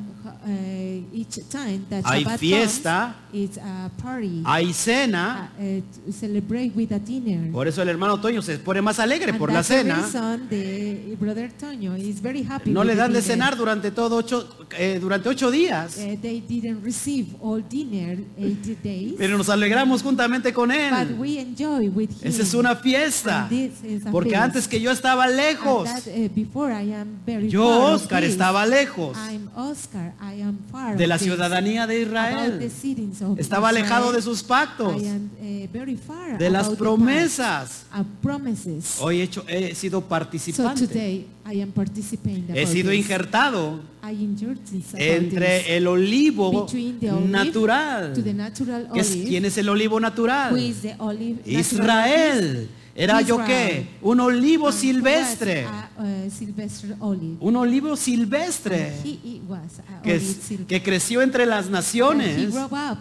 Speaker 2: uh, each time that
Speaker 1: Hay
Speaker 2: Shabbat
Speaker 1: fiesta. Ah.
Speaker 2: comes, it's a party.
Speaker 1: hay
Speaker 2: uh,
Speaker 1: cena.
Speaker 2: uh, to celebrate with a dinner.
Speaker 1: Por eso el hermano Toño se pone más alegre
Speaker 2: And
Speaker 1: por la
Speaker 2: that's the
Speaker 1: cena.
Speaker 2: reason the brother Toño is very happy
Speaker 1: No
Speaker 2: with
Speaker 1: le
Speaker 2: the
Speaker 1: dan de
Speaker 2: dinner.
Speaker 1: cenar durante todo ocho, eh, durante ocho días.
Speaker 2: Eh, they didn't receive all dinner 80 days,
Speaker 1: Pero nos alegramos juntamente con
Speaker 2: but
Speaker 1: él.
Speaker 2: we enjoy with him.
Speaker 1: Esa es una fiesta.
Speaker 2: And this is a
Speaker 1: Porque
Speaker 2: feast.
Speaker 1: antes que yo estaba
Speaker 2: And
Speaker 1: lejos.
Speaker 2: that, eh, before I am very
Speaker 1: Yo,
Speaker 2: far of
Speaker 1: Oscar,
Speaker 2: this.
Speaker 1: estaba lejos
Speaker 2: I'm Oscar, I am far
Speaker 1: de
Speaker 2: of
Speaker 1: la
Speaker 2: this.
Speaker 1: ciudadanía de
Speaker 2: About the
Speaker 1: Israel.
Speaker 2: citizens of
Speaker 1: Estaba alejado
Speaker 2: Israel.
Speaker 1: de sus pactos,
Speaker 2: I am, eh, very far
Speaker 1: de las
Speaker 2: about the
Speaker 1: promesas.
Speaker 2: past. Of promises.
Speaker 1: Hoy he, hecho, he sido
Speaker 2: So
Speaker 1: participante.
Speaker 2: today I am participating
Speaker 1: He
Speaker 2: about
Speaker 1: sido
Speaker 2: this.
Speaker 1: injertado
Speaker 2: I enjoyed this about this.
Speaker 1: entre el olivo
Speaker 2: Between the olive
Speaker 1: natural.
Speaker 2: to the natural
Speaker 1: que es-
Speaker 2: olive,
Speaker 1: ¿Quién es el olivo natural?
Speaker 2: who is the olive natural
Speaker 1: Israel. Era yo
Speaker 2: Israel.
Speaker 1: qué? Un olivo
Speaker 2: olive,
Speaker 1: silvestre.
Speaker 2: was a, uh, silvestre olive.
Speaker 1: Un olivo silvestre
Speaker 2: And He it was a
Speaker 1: que,
Speaker 2: olive
Speaker 1: es-
Speaker 2: silvestre.
Speaker 1: que creció entre las
Speaker 2: And he
Speaker 1: naciones.
Speaker 2: grew up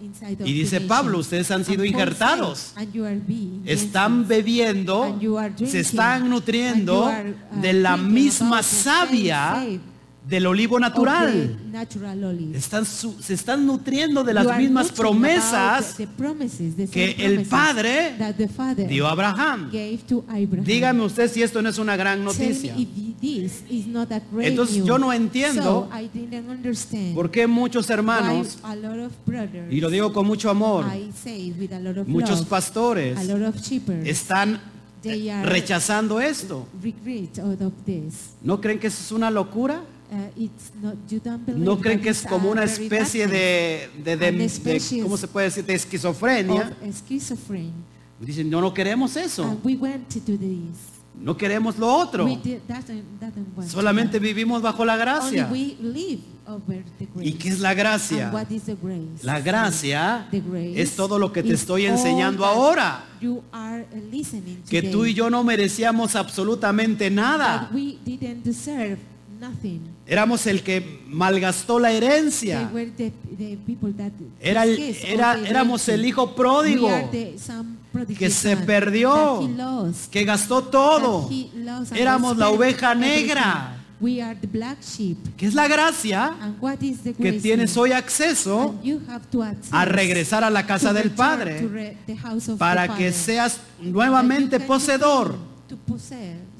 Speaker 2: inside of
Speaker 1: Y
Speaker 2: the
Speaker 1: dice
Speaker 2: nation.
Speaker 1: Pablo, ustedes han
Speaker 2: And
Speaker 1: sido
Speaker 2: Paul
Speaker 1: injertados.
Speaker 2: said, and you are being
Speaker 1: Están
Speaker 2: injerted.
Speaker 1: bebiendo,
Speaker 2: And you are drinking.
Speaker 1: se están nutriendo
Speaker 2: And you are, uh,
Speaker 1: de la
Speaker 2: thinking
Speaker 1: misma
Speaker 2: about the same
Speaker 1: savia
Speaker 2: save
Speaker 1: del olivo
Speaker 2: of
Speaker 1: natural.
Speaker 2: the natural olive.
Speaker 1: Están su- se están nutriendo de
Speaker 2: You
Speaker 1: las
Speaker 2: are
Speaker 1: mismas
Speaker 2: talking about
Speaker 1: promesas
Speaker 2: the- the promises, the
Speaker 1: que
Speaker 2: same
Speaker 1: el
Speaker 2: promises
Speaker 1: Padre
Speaker 2: that the Father
Speaker 1: dio a Abraham.
Speaker 2: gave to Abraham.
Speaker 1: Dígame usted si esto no es una gran
Speaker 2: Tell me
Speaker 1: noticia.
Speaker 2: if this is not a great
Speaker 1: Entonces,
Speaker 2: news.
Speaker 1: yo no entiendo
Speaker 2: So, I didn't understand
Speaker 1: ¿Por qué muchos hermanos,
Speaker 2: why a lot of brothers,
Speaker 1: y lo digo con mucho amor,
Speaker 2: I say with a lot of
Speaker 1: muchos
Speaker 2: love, a
Speaker 1: pastores
Speaker 2: lot of shepherds,
Speaker 1: están
Speaker 2: They
Speaker 1: eh,
Speaker 2: are-
Speaker 1: rechazando esto?
Speaker 2: regret out of this.
Speaker 1: ¿No creen que eso es una locura?
Speaker 2: Uh, it's not, you don't believe
Speaker 1: ¿No creen
Speaker 2: that
Speaker 1: que es
Speaker 2: it's
Speaker 1: como
Speaker 2: a
Speaker 1: una
Speaker 2: very bad
Speaker 1: especie de, de, de-
Speaker 2: An
Speaker 1: de-
Speaker 2: species
Speaker 1: ¿cómo se puede decir? De
Speaker 2: thing
Speaker 1: esquizofrenia.
Speaker 2: of schizophrenia.
Speaker 1: Dicen, no, no queremos eso,
Speaker 2: And we went to do this.
Speaker 1: no queremos lo otro.
Speaker 2: We did, that, and- that and what
Speaker 1: Solamente
Speaker 2: to do.
Speaker 1: vivimos bajo la gracia.
Speaker 2: Only we live over the grace.
Speaker 1: ¿Y qué es la gracia?
Speaker 2: And what is the grace?
Speaker 1: La gracia
Speaker 2: The grace
Speaker 1: es todo lo que te
Speaker 2: is
Speaker 1: estoy
Speaker 2: all
Speaker 1: enseñando
Speaker 2: that
Speaker 1: ahora.
Speaker 2: you are listening
Speaker 1: Que
Speaker 2: today,
Speaker 1: tú y yo no merecíamos absolutamente nada.
Speaker 2: that we didn't deserve nothing.
Speaker 1: Éramos el que malgastó la herencia.
Speaker 2: They were the, the people that
Speaker 1: Era el-
Speaker 2: discussed
Speaker 1: era-
Speaker 2: all the
Speaker 1: éramos el
Speaker 2: nonsense.
Speaker 1: hijo pródigo
Speaker 2: We are the son prodigal
Speaker 1: que se
Speaker 2: son
Speaker 1: perdió,
Speaker 2: that he lost,
Speaker 1: que gastó todo.
Speaker 2: that he lost and
Speaker 1: Éramos la
Speaker 2: spent
Speaker 1: oveja
Speaker 2: everything.
Speaker 1: negra. Ah,
Speaker 2: We are the black sheep.
Speaker 1: Que es la gracia
Speaker 2: And what is the
Speaker 1: que
Speaker 2: grace
Speaker 1: tienes
Speaker 2: in?
Speaker 1: hoy acceso
Speaker 2: And you have to access
Speaker 1: a regresar a la casa
Speaker 2: to
Speaker 1: del
Speaker 2: return to
Speaker 1: Padre
Speaker 2: re- the house of
Speaker 1: para
Speaker 2: the
Speaker 1: que
Speaker 2: Father.
Speaker 1: seas
Speaker 2: nuevamente
Speaker 1: nuevamente poseedor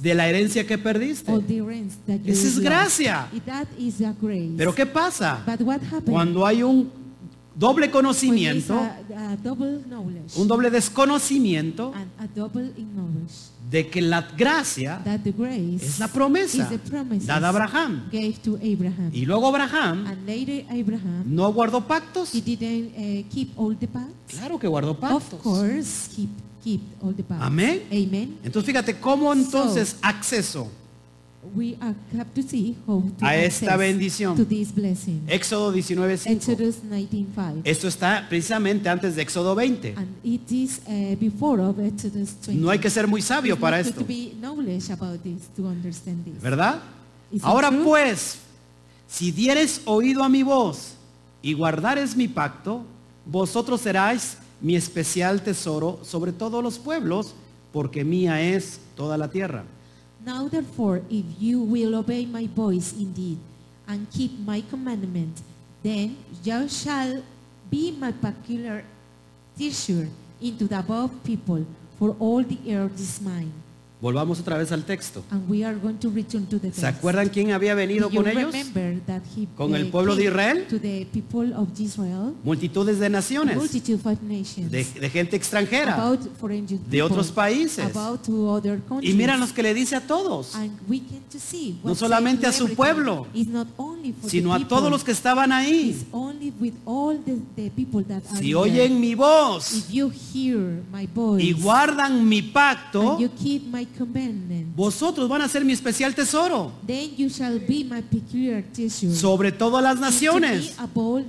Speaker 1: de la herencia que perdiste. Esa
Speaker 2: Esa
Speaker 1: es gracia. Pero ¿qué pasa? Cuando hay un doble conocimiento, un doble desconocimiento de que la gracia es la promesa dada a Abraham.
Speaker 2: Gave to Abraham.
Speaker 1: Y luego Abraham
Speaker 2: And later Abraham,
Speaker 1: no guardó pactos.
Speaker 2: he didn't eh, keep all the pacts.
Speaker 1: Claro que guardó
Speaker 2: Of
Speaker 1: pactos.
Speaker 2: course, he keep all the pacts.
Speaker 1: Amén.
Speaker 2: Amen.
Speaker 1: Entonces fíjate cómo entonces acceso.
Speaker 2: We are- have to see how to
Speaker 1: A esta
Speaker 2: access
Speaker 1: bendición.
Speaker 2: to this blessing.
Speaker 1: Éxodo 19.5.
Speaker 2: Exodus 19:5.
Speaker 1: Esto está precisamente antes de Éxodo 20.
Speaker 2: And it is eh, before of Exodus 20.
Speaker 1: Pues No hay que ser muy sabio
Speaker 2: There's
Speaker 1: para
Speaker 2: not
Speaker 1: esto,
Speaker 2: to be knowledge about this to understand this.
Speaker 1: ¿verdad?
Speaker 2: Is it
Speaker 1: Ahora
Speaker 2: true?
Speaker 1: pues, si dieres oído a mi voz y guardares mi pacto, vosotros seráis mi especial tesoro sobre todos los pueblos, porque mía es toda la tierra.
Speaker 2: Now therefore, if you will obey my voice indeed, and keep my commandment, then thou shalt be my peculiar treasure into the above people, for all the earth is mine.
Speaker 1: Volvamos otra vez al texto.
Speaker 2: And we are going to return to the text.
Speaker 1: ¿Se acuerdan quién había
Speaker 2: Do
Speaker 1: venido
Speaker 2: you
Speaker 1: con ellos?
Speaker 2: remember that he,
Speaker 1: ¿Con
Speaker 2: eh,
Speaker 1: el pueblo de
Speaker 2: came
Speaker 1: Israel?
Speaker 2: To the people of Israel,
Speaker 1: Multitudes de naciones,
Speaker 2: multitude of nations,
Speaker 1: de, de gente extranjera.
Speaker 2: about foreign people,
Speaker 1: de otros países.
Speaker 2: about to other countries.
Speaker 1: Y mira los que le dice a todos,
Speaker 2: And we came to see
Speaker 1: No
Speaker 2: what
Speaker 1: solamente
Speaker 2: saved
Speaker 1: a su
Speaker 2: everything
Speaker 1: pueblo,
Speaker 2: is not only for
Speaker 1: sino
Speaker 2: the
Speaker 1: a
Speaker 2: people,
Speaker 1: todos los que estaban ahí.
Speaker 2: is only with all the, the people that are
Speaker 1: Si
Speaker 2: there.
Speaker 1: oyen mi voz
Speaker 2: If you hear my voice,
Speaker 1: y guardan mi pacto,
Speaker 2: and you keep my commandment,
Speaker 1: vosotros van a ser mi especial tesoro
Speaker 2: then you shall be my peculiar treasure.
Speaker 1: sobre todas las
Speaker 2: To
Speaker 1: naciones,
Speaker 2: be above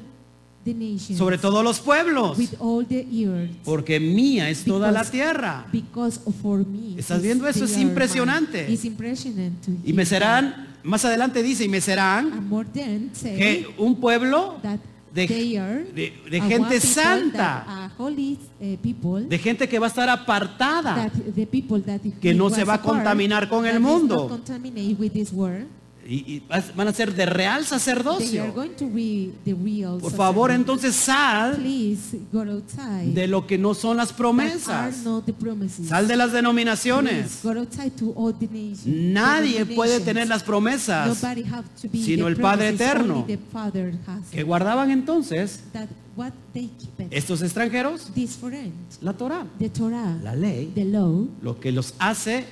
Speaker 2: the nations,
Speaker 1: sobre todos los pueblos,
Speaker 2: with all the earth,
Speaker 1: porque mía es toda la
Speaker 2: Because-
Speaker 1: tierra.
Speaker 2: because for me.
Speaker 1: ¿Estás
Speaker 2: is
Speaker 1: viendo eso?
Speaker 2: the
Speaker 1: Es
Speaker 2: earth
Speaker 1: impresionante.
Speaker 2: mine. It's impressionant to
Speaker 1: Y me
Speaker 2: hear that.
Speaker 1: serán, más adelante dice, y me serán
Speaker 2: And more than say
Speaker 1: que un pueblo
Speaker 2: that
Speaker 1: de-
Speaker 2: they are
Speaker 1: de- de
Speaker 2: a
Speaker 1: gente
Speaker 2: one people
Speaker 1: santa.
Speaker 2: that are holy eh, people.
Speaker 1: de gente que va a estar apartada.
Speaker 2: that the people that
Speaker 1: Que
Speaker 2: he
Speaker 1: no
Speaker 2: was
Speaker 1: se va a
Speaker 2: apart,
Speaker 1: contaminar con el
Speaker 2: that is not
Speaker 1: mundo.
Speaker 2: contaminate with this world.
Speaker 1: y, y vas- van a ser de real
Speaker 2: They are
Speaker 1: sacerdocio.
Speaker 2: going to be the real
Speaker 1: Por favor,
Speaker 2: sacerdotes.
Speaker 1: entonces sal
Speaker 2: Please go outside.
Speaker 1: de lo que no son las
Speaker 2: That
Speaker 1: promesas.
Speaker 2: are not the promises.
Speaker 1: Sal de las
Speaker 2: Please
Speaker 1: denominaciones.
Speaker 2: go outside to all the nations.
Speaker 1: Nadie
Speaker 2: All the
Speaker 1: puede
Speaker 2: nations.
Speaker 1: tener las promesas
Speaker 2: Nobody have to be
Speaker 1: sino
Speaker 2: the
Speaker 1: el Padre
Speaker 2: promises
Speaker 1: Eterno.
Speaker 2: only the Father has.
Speaker 1: que guardaban entonces
Speaker 2: That what they keep it.
Speaker 1: estos extranjeros,
Speaker 2: This friend,
Speaker 1: la Torá,
Speaker 2: the Torah,
Speaker 1: la ley,
Speaker 2: the law,
Speaker 1: lo que los hace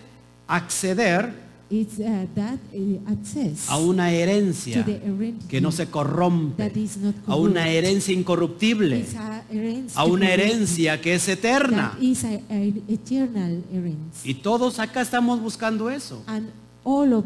Speaker 1: acceder
Speaker 2: it's uh, that uh, access
Speaker 1: a una
Speaker 2: to
Speaker 1: herencia
Speaker 2: the heredity
Speaker 1: que no se
Speaker 2: that
Speaker 1: corrompe,
Speaker 2: is not
Speaker 1: a una
Speaker 2: corrupt.
Speaker 1: herencia incorruptible,
Speaker 2: It's a herencia
Speaker 1: a una
Speaker 2: to be-
Speaker 1: herencia que es eterna.
Speaker 2: That is a- a eternal herencia.
Speaker 1: Y todos acá estamos buscando eso.
Speaker 2: And all of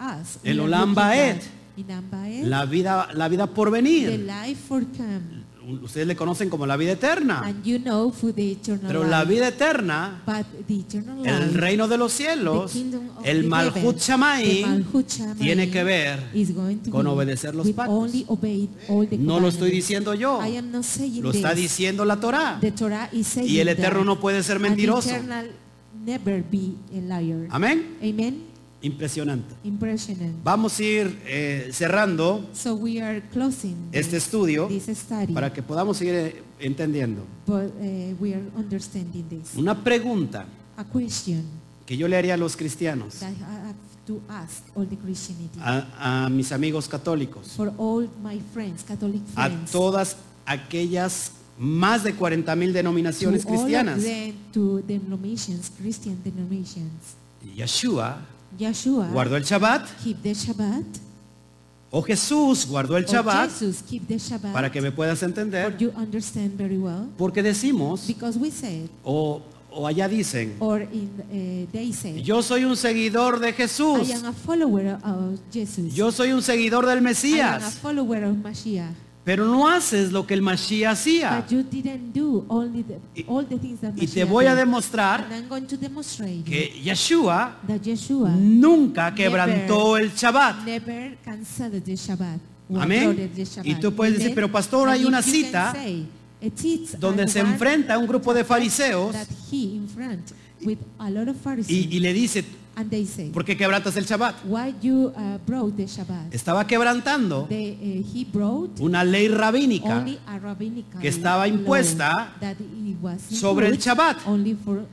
Speaker 2: us. we
Speaker 1: El
Speaker 2: are
Speaker 1: Olam
Speaker 2: looking
Speaker 1: Baed.
Speaker 2: at In Olam Baed,
Speaker 1: La vida, la vida por
Speaker 2: the
Speaker 1: venir.
Speaker 2: life for come.
Speaker 1: Ustedes le conocen como la vida eterna.
Speaker 2: And you know for the eternal
Speaker 1: Pero
Speaker 2: life.
Speaker 1: la vida eterna,
Speaker 2: But the eternal
Speaker 1: el
Speaker 2: life,
Speaker 1: reino de los cielos,
Speaker 2: the kingdom of
Speaker 1: el
Speaker 2: the
Speaker 1: Malhut
Speaker 2: heaven, the
Speaker 1: Shamayim,
Speaker 2: Malhut Shamayim
Speaker 1: tiene que ver
Speaker 2: is going to
Speaker 1: con
Speaker 2: be
Speaker 1: obedecer los
Speaker 2: with
Speaker 1: pactos.
Speaker 2: only obey all the
Speaker 1: no lo estoy
Speaker 2: commandments.
Speaker 1: diciendo yo,
Speaker 2: I am not saying
Speaker 1: lo está
Speaker 2: this.
Speaker 1: diciendo la Torá.
Speaker 2: The Torah is saying
Speaker 1: Y el
Speaker 2: that
Speaker 1: Eterno no puede ser
Speaker 2: an
Speaker 1: mentiroso.
Speaker 2: eternal never be a liar.
Speaker 1: Amén.
Speaker 2: Amen.
Speaker 1: Impresionante.
Speaker 2: Impressionant.
Speaker 1: Vamos a ir eh, cerrando
Speaker 2: So we are closing
Speaker 1: este
Speaker 2: this,
Speaker 1: estudio
Speaker 2: this study,
Speaker 1: para que podamos seguir eh, entendiendo.
Speaker 2: but uh, we are understanding this.
Speaker 1: Una pregunta
Speaker 2: A question
Speaker 1: que yo le haría a los cristianos,
Speaker 2: that I have to ask all the Christianity
Speaker 1: a- a mis amigos católicos.
Speaker 2: for all my friends, Catholic
Speaker 1: a
Speaker 2: friends,
Speaker 1: todas aquellas más de 40 mil
Speaker 2: to all
Speaker 1: denominaciones
Speaker 2: of
Speaker 1: cristianas.
Speaker 2: them, to denominations, Christian denominations.
Speaker 1: Yeshua
Speaker 2: Yeshua
Speaker 1: guardó el Shabbat
Speaker 2: keep the Shabbat.
Speaker 1: o Jesús guardó el
Speaker 2: or
Speaker 1: Shabbat
Speaker 2: Jesus keep the Shabbat.
Speaker 1: para que me puedas
Speaker 2: or
Speaker 1: entender.
Speaker 2: you understand very well
Speaker 1: Porque decimos
Speaker 2: because we said
Speaker 1: o, o allá dicen,
Speaker 2: or in uh, they said
Speaker 1: yo soy un seguidor de Jesús,
Speaker 2: I am a follower of Jesus.
Speaker 1: yo soy un seguidor del
Speaker 2: I am a
Speaker 1: Mesías,
Speaker 2: follower of Mashiach.
Speaker 1: pero no haces lo que el Mashiach hacía.
Speaker 2: But you didn't do only the,
Speaker 1: Y-
Speaker 2: all the things that
Speaker 1: Y te
Speaker 2: Mashiach
Speaker 1: voy a
Speaker 2: did.
Speaker 1: demostrar
Speaker 2: And I'm going to demonstrate
Speaker 1: que Yeshua
Speaker 2: that Yeshua
Speaker 1: nunca quebrantó el Shabbat.
Speaker 2: never canceled the Shabbat. or
Speaker 1: Amén.
Speaker 2: ordered the Shabbat.
Speaker 1: Y tú puedes decir,
Speaker 2: Amen.
Speaker 1: pero pastor,
Speaker 2: And
Speaker 1: hay
Speaker 2: if
Speaker 1: una
Speaker 2: you can
Speaker 1: cita
Speaker 2: say, "It is
Speaker 1: donde
Speaker 2: and
Speaker 1: se
Speaker 2: one
Speaker 1: enfrenta a un grupo de fariseos
Speaker 2: that he in front with a lot of Pharisees
Speaker 1: y, y le dice,
Speaker 2: and they say,
Speaker 1: ¿por qué quebrantas el Shabbat?
Speaker 2: why you uh, brought the Shabbat?
Speaker 1: Estaba quebrantando
Speaker 2: They, uh, he brought
Speaker 1: una ley rabínica
Speaker 2: only a rabbinical
Speaker 1: que estaba
Speaker 2: law
Speaker 1: impuesta
Speaker 2: that it was
Speaker 1: sobre el
Speaker 2: included
Speaker 1: Shabbat.
Speaker 2: only for-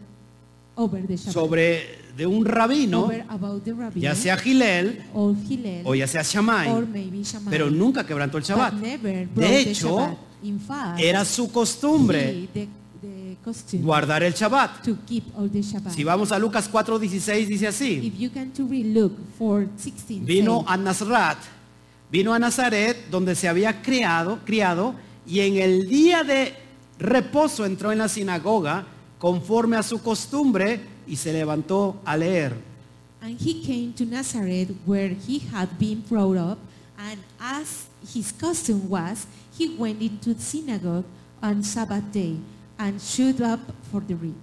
Speaker 2: over the Shabbat,
Speaker 1: sobre de un rabino,
Speaker 2: over about the rabbin,
Speaker 1: ya sea Gilel
Speaker 2: or Hillel,
Speaker 1: o ya sea
Speaker 2: or
Speaker 1: Shammai,
Speaker 2: maybe Shammai,
Speaker 1: pero nunca quebrantó el
Speaker 2: but
Speaker 1: Shabbat.
Speaker 2: never brought
Speaker 1: De
Speaker 2: the
Speaker 1: hecho,
Speaker 2: Shabbat. In fact,
Speaker 1: era su
Speaker 2: he,
Speaker 1: costumbre
Speaker 2: the, the costume
Speaker 1: guardar el Shabbat.
Speaker 2: to keep all the Shabbat.
Speaker 1: Si vamos a Lucas 4:16 dice así,
Speaker 2: If you can to read Luke 4:16,
Speaker 1: vino
Speaker 2: say,
Speaker 1: a Nazaret, vino a Nazaret donde se había criado, criado y en el día de reposo entró en la sinagoga conforme a su costumbre y se levantó a leer.
Speaker 2: And he came to Nazareth where he had been brought up, and as his custom was, he went into the synagogue on Sabbath day and stood up for the read.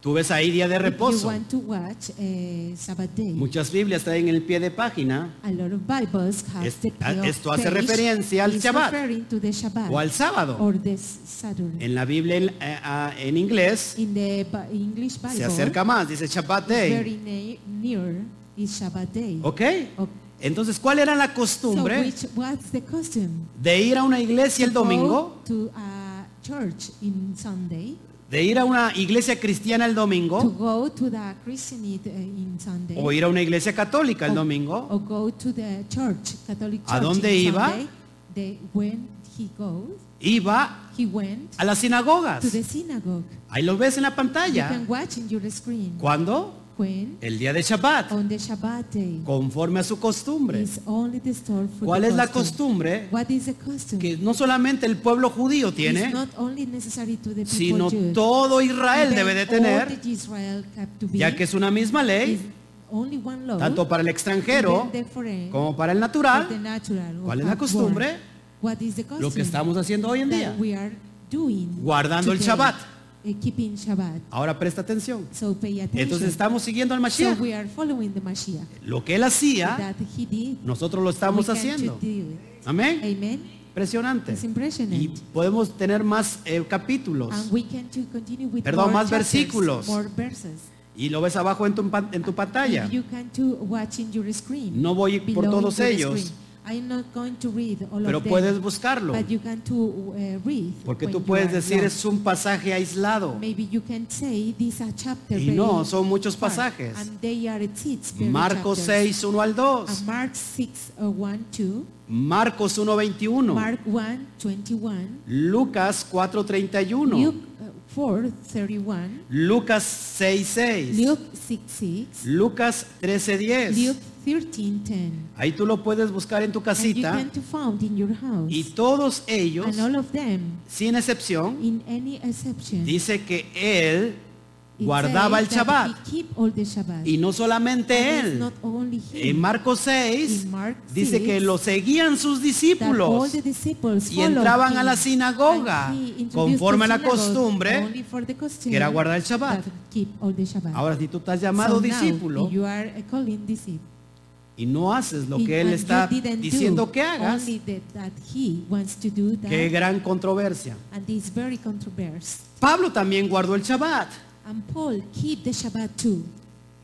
Speaker 1: Tú ves ahí día de
Speaker 2: If you
Speaker 1: reposo.
Speaker 2: want to watch eh, Sabbath day,
Speaker 1: Muchas Biblias traen el pie de página
Speaker 2: a lot of Bibles have
Speaker 1: Es-
Speaker 2: the
Speaker 1: a- esto hace
Speaker 2: page
Speaker 1: referencia al
Speaker 2: is
Speaker 1: Shabbat.
Speaker 2: referring to the Shabbat
Speaker 1: o al sábado.
Speaker 2: or the Saturday.
Speaker 1: En la Biblia en, eh, ah, en inglés
Speaker 2: In the Bi- English Bible,
Speaker 1: se acerca más, dice Shabbat Day.
Speaker 2: very ne- near is Shabbat day.
Speaker 1: ¿Ok?
Speaker 2: Ok.
Speaker 1: Entonces, ¿cuál era la
Speaker 2: So
Speaker 1: costumbre
Speaker 2: which, what's the custom?
Speaker 1: de ir a una iglesia el
Speaker 2: To go
Speaker 1: domingo?
Speaker 2: to a church in Sunday
Speaker 1: de ir a una iglesia cristiana el
Speaker 2: to
Speaker 1: domingo
Speaker 2: go to the Christianity uh, in Sunday
Speaker 1: o ir a una iglesia católica el
Speaker 2: or-
Speaker 1: domingo,
Speaker 2: or go to the church, Catholic
Speaker 1: ¿A
Speaker 2: church
Speaker 1: dónde
Speaker 2: in
Speaker 1: iba?
Speaker 2: Sunday. They- when he goes,
Speaker 1: iba
Speaker 2: he went
Speaker 1: a las sinagogas.
Speaker 2: to the synagogue.
Speaker 1: Ahí lo ves en la
Speaker 2: You
Speaker 1: pantalla.
Speaker 2: can watch in your screen
Speaker 1: ¿Cuándo?
Speaker 2: when
Speaker 1: El día de Shabbat,
Speaker 2: on the Shabbat day
Speaker 1: conforme a su costumbre.
Speaker 2: is only the store for
Speaker 1: ¿Cuál
Speaker 2: the
Speaker 1: es la
Speaker 2: costume.
Speaker 1: costumbre
Speaker 2: What is the costume?
Speaker 1: que no solamente el pueblo judío tiene,
Speaker 2: It's not only necessary to the people
Speaker 1: sino
Speaker 2: Jews.
Speaker 1: todo Israel
Speaker 2: Even
Speaker 1: debe de
Speaker 2: all
Speaker 1: tener,
Speaker 2: that Israel have to be
Speaker 1: ya que es una misma
Speaker 2: is
Speaker 1: ley,
Speaker 2: only one law,
Speaker 1: tanto para el
Speaker 2: and
Speaker 1: extranjero
Speaker 2: then the foreign,
Speaker 1: como para el
Speaker 2: but the
Speaker 1: natural,
Speaker 2: natural,
Speaker 1: ¿Cuál
Speaker 2: or
Speaker 1: es la
Speaker 2: half born.
Speaker 1: costumbre?
Speaker 2: What is the
Speaker 1: lo que
Speaker 2: custom
Speaker 1: estamos haciendo hoy en
Speaker 2: that
Speaker 1: día.
Speaker 2: we are doing
Speaker 1: Guardando el
Speaker 2: today,
Speaker 1: Shabbat.
Speaker 2: eh, keeping Shabbat.
Speaker 1: Ahora presta atención.
Speaker 2: So pay attention.
Speaker 1: Entonces estamos siguiendo al
Speaker 2: so
Speaker 1: Mashiach.
Speaker 2: we are following the Mashiach
Speaker 1: Lo que él hacía,
Speaker 2: that he did.
Speaker 1: nosotros lo estamos
Speaker 2: we can
Speaker 1: haciendo.
Speaker 2: do it.
Speaker 1: Amén.
Speaker 2: Amen.
Speaker 1: Impresionante.
Speaker 2: It's
Speaker 1: Y
Speaker 2: Ah, impressionant.
Speaker 1: podemos tener más eh, capítulos.
Speaker 2: And we can to continue with
Speaker 1: Perdón,
Speaker 2: more
Speaker 1: más
Speaker 2: chapters,
Speaker 1: versículos.
Speaker 2: more verses.
Speaker 1: Y lo ves abajo en tu, pan- en tu pantalla.
Speaker 2: If Ah, you can to watch in your screen.
Speaker 1: No voy por
Speaker 2: below
Speaker 1: todos
Speaker 2: your
Speaker 1: ellos.
Speaker 2: screen. I'm not going to read all
Speaker 1: Pero
Speaker 2: of them,
Speaker 1: puedes buscarlo.
Speaker 2: But you can to eh, read.
Speaker 1: Porque
Speaker 2: when
Speaker 1: tú
Speaker 2: you
Speaker 1: puedes
Speaker 2: are
Speaker 1: decir
Speaker 2: young.
Speaker 1: es un pasaje aislado.
Speaker 2: Maybe you can say this a chapter.
Speaker 1: Y
Speaker 2: very
Speaker 1: no, son muchos
Speaker 2: far,
Speaker 1: pasajes.
Speaker 2: And they are its, its very
Speaker 1: Marcos
Speaker 2: chapters. Ah,
Speaker 1: 6, 1 al 2.
Speaker 2: And Mark 6, uh, 1, 2.
Speaker 1: Marcos 1, 21.
Speaker 2: Mark 1, 21.
Speaker 1: Lucas 4, 31.
Speaker 2: Luke uh, 4, 31.
Speaker 1: Lucas 6, 6.
Speaker 2: Luke 6, 6.
Speaker 1: Lucas 13, 10.
Speaker 2: Luke 13, 10.
Speaker 1: Ahí tú lo puedes buscar en tu
Speaker 2: And you
Speaker 1: casita.
Speaker 2: can to found in your house.
Speaker 1: Y todos ellos,
Speaker 2: and all of them,
Speaker 1: sin excepción,
Speaker 2: in any exception,
Speaker 1: dice que él
Speaker 2: it
Speaker 1: guardaba el
Speaker 2: says that
Speaker 1: Shabbat.
Speaker 2: he keep all the Shabbat.
Speaker 1: Y no solamente
Speaker 2: And it's
Speaker 1: él.
Speaker 2: not only
Speaker 1: En
Speaker 2: him,
Speaker 1: Marcos 6
Speaker 2: In Mark
Speaker 1: dice que
Speaker 2: 6,
Speaker 1: lo seguían sus
Speaker 2: that all
Speaker 1: discípulos.
Speaker 2: the disciples
Speaker 1: y
Speaker 2: followed
Speaker 1: entraban a
Speaker 2: him.
Speaker 1: la sinagoga,
Speaker 2: And he introduced
Speaker 1: conforme a
Speaker 2: the
Speaker 1: la
Speaker 2: synagogue
Speaker 1: costumbre,
Speaker 2: only for the custom
Speaker 1: que era guardar el Shabbat.
Speaker 2: that keep all the Shabbat.
Speaker 1: Ahora, si tú estás
Speaker 2: So
Speaker 1: llamado
Speaker 2: now,
Speaker 1: discípulo
Speaker 2: you are a calling disciple.
Speaker 1: y no haces lo
Speaker 2: And
Speaker 1: que él
Speaker 2: you
Speaker 1: está
Speaker 2: didn't do
Speaker 1: diciendo que hagas,
Speaker 2: only that, that he wants to do that,
Speaker 1: qué gran controversia.
Speaker 2: and it's very controversial.
Speaker 1: Pablo también guardó el Shabbat.
Speaker 2: And Paul keep the Shabbat too.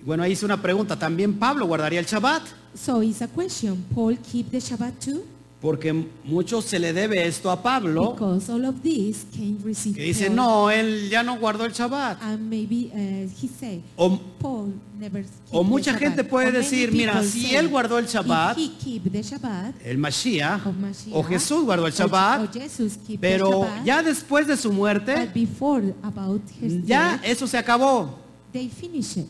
Speaker 1: Y Bueno, ahí hice una pregunta, ¿también Pablo guardaría el Shabbat?
Speaker 2: So it's a question, Paul keep the Shabbat too?
Speaker 1: Porque mucho se le debe esto a Pablo,
Speaker 2: Because all of these can receive
Speaker 1: que dice,
Speaker 2: Paul.
Speaker 1: no, él ya no guardó el Shabbat.
Speaker 2: And maybe uh, he say,
Speaker 1: O,
Speaker 2: Paul never
Speaker 1: O
Speaker 2: keep
Speaker 1: mucha
Speaker 2: the
Speaker 1: gente
Speaker 2: Shabbat.
Speaker 1: puede
Speaker 2: Or many
Speaker 1: decir, mira,
Speaker 2: people
Speaker 1: si
Speaker 2: say,
Speaker 1: él guardó el Shabbat,
Speaker 2: if he keep the Shabbat,
Speaker 1: el Mashiach,
Speaker 2: of Mashiach,
Speaker 1: o Jesús guardó el
Speaker 2: or-
Speaker 1: Shabbat,
Speaker 2: or Jesus keep the
Speaker 1: pero
Speaker 2: Shabbat,
Speaker 1: ya después de su
Speaker 2: but
Speaker 1: muerte,
Speaker 2: before about his
Speaker 1: ya
Speaker 2: death,
Speaker 1: eso se acabó.
Speaker 2: they finish it.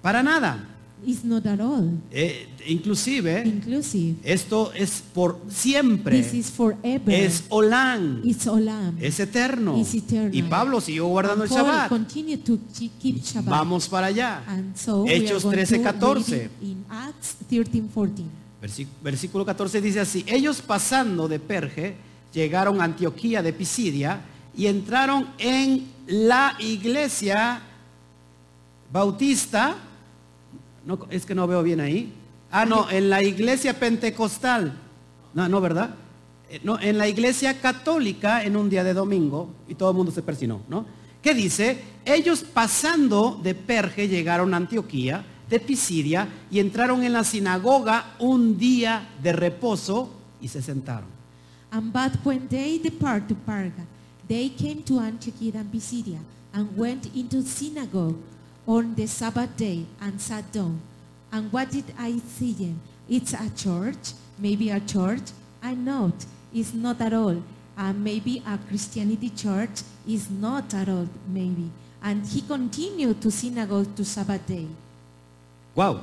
Speaker 1: Para nada.
Speaker 2: It's not at all
Speaker 1: Eh, inclusive,
Speaker 2: inclusive.
Speaker 1: esto es por siempre.
Speaker 2: This is forever.
Speaker 1: Es Olán.
Speaker 2: It's Olam.
Speaker 1: Es eterno.
Speaker 2: It's eternal.
Speaker 1: Y Pablo siguió guardando el
Speaker 2: And Paul
Speaker 1: Shabbat.
Speaker 2: continue to ki- keep Shabbat.
Speaker 1: Vamos para allá.
Speaker 2: And so we are
Speaker 1: Hechos
Speaker 2: going
Speaker 1: 13,
Speaker 2: to
Speaker 1: 14.
Speaker 2: read it In Acts 13, 14.
Speaker 1: Versi- Versículo 14 dice así. Ellos pasando de Perge, llegaron a Antioquía de Pisidia y entraron en la iglesia bautista. No, es que no veo bien ahí. Ah, no, en la iglesia pentecostal. No, no, ¿verdad? Eh, No, en la iglesia católica en un día de domingo y todo el mundo se persinó, ¿no? ¿Qué dice? Ellos pasando de Perge llegaron a Antioquía, de Pisidia, y entraron en la sinagoga un día de reposo y se sentaron.
Speaker 2: And but when they depart to Parga, they came to Antioch and Pisidia, and went into synagogue on the Sabbath day and sat down. And what did I see them? It's a church, maybe a church, I not. It's not at all. And maybe a Christianity church is not at all, maybe. And he continued to synagogue to Sabbath day.
Speaker 1: Wow.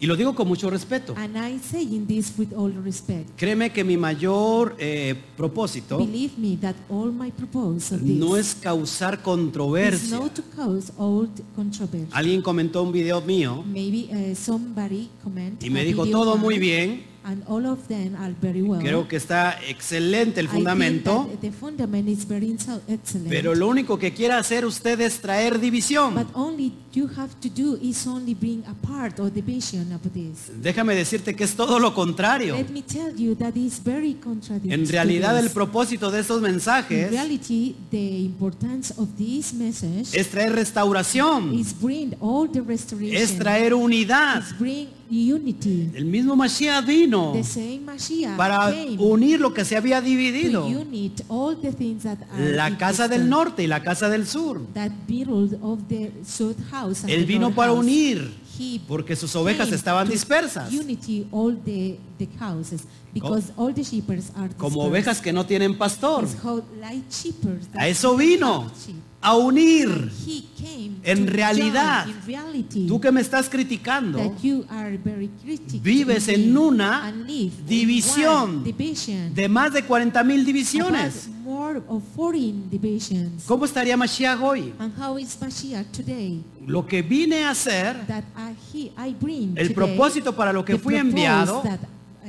Speaker 1: Y lo digo con mucho respeto.
Speaker 2: And I say in this with all respect.
Speaker 1: Créeme que mi mayor eh, propósito
Speaker 2: Believe me that all my purpose of this
Speaker 1: no es causar
Speaker 2: is
Speaker 1: controversia.
Speaker 2: not to cause all the controversy.
Speaker 1: Alguien comentó un video mío
Speaker 2: Maybe uh, somebody comment
Speaker 1: y me
Speaker 2: a
Speaker 1: dijo
Speaker 2: Ah, video
Speaker 1: todo
Speaker 2: on
Speaker 1: muy
Speaker 2: it,
Speaker 1: bien,
Speaker 2: And all of them are very well.
Speaker 1: creo que está excelente el
Speaker 2: I think
Speaker 1: fundamento,
Speaker 2: that the fundament is very inso- excellent.
Speaker 1: pero lo único que quiere hacer usted es traer
Speaker 2: But
Speaker 1: división.
Speaker 2: only you have to do is only bring a part or division of this.
Speaker 1: Déjame decirte que es todo lo contrario.
Speaker 2: Let me tell you that is very contradictory.
Speaker 1: En
Speaker 2: to
Speaker 1: realidad el
Speaker 2: this.
Speaker 1: propósito de estos
Speaker 2: In
Speaker 1: mensajes
Speaker 2: reality, the importance of this message
Speaker 1: es traer restauración,
Speaker 2: is bring all the restoration.
Speaker 1: es traer unidad,
Speaker 2: is bring unity.
Speaker 1: El mismo Mashiach vino
Speaker 2: The same Mashiach
Speaker 1: para
Speaker 2: came
Speaker 1: unir lo que se había
Speaker 2: to
Speaker 1: dividido,
Speaker 2: unite all the things that are
Speaker 1: la casa del
Speaker 2: equidistant,
Speaker 1: norte y la casa del sur.
Speaker 2: That build of the south house and
Speaker 1: Él
Speaker 2: the
Speaker 1: vino
Speaker 2: north
Speaker 1: para
Speaker 2: house.
Speaker 1: unir,
Speaker 2: He
Speaker 1: porque sus ovejas
Speaker 2: came
Speaker 1: estaban
Speaker 2: to
Speaker 1: dispersas,
Speaker 2: Unity all the, the houses because all the shepherds are
Speaker 1: como
Speaker 2: dispersed.
Speaker 1: ovejas que no tienen pastor.
Speaker 2: It's called like shepherds that
Speaker 1: A eso
Speaker 2: don't
Speaker 1: vino,
Speaker 2: have sheep.
Speaker 1: a
Speaker 2: And
Speaker 1: unir.
Speaker 2: he came
Speaker 1: En
Speaker 2: to
Speaker 1: realidad,
Speaker 2: join in reality
Speaker 1: Tú que me estás criticando,
Speaker 2: that you are very critical
Speaker 1: vives en una
Speaker 2: and live in
Speaker 1: división
Speaker 2: one division
Speaker 1: de más de 40 mil divisiones.
Speaker 2: about more of 14 divisions.
Speaker 1: ¿Cómo estaría Mashiach hoy?
Speaker 2: And how is Mashiach today?
Speaker 1: Lo que vine a hacer,
Speaker 2: That I, he, I bring
Speaker 1: el
Speaker 2: today,
Speaker 1: propósito para lo que
Speaker 2: the
Speaker 1: fui
Speaker 2: purpose
Speaker 1: enviado,
Speaker 2: that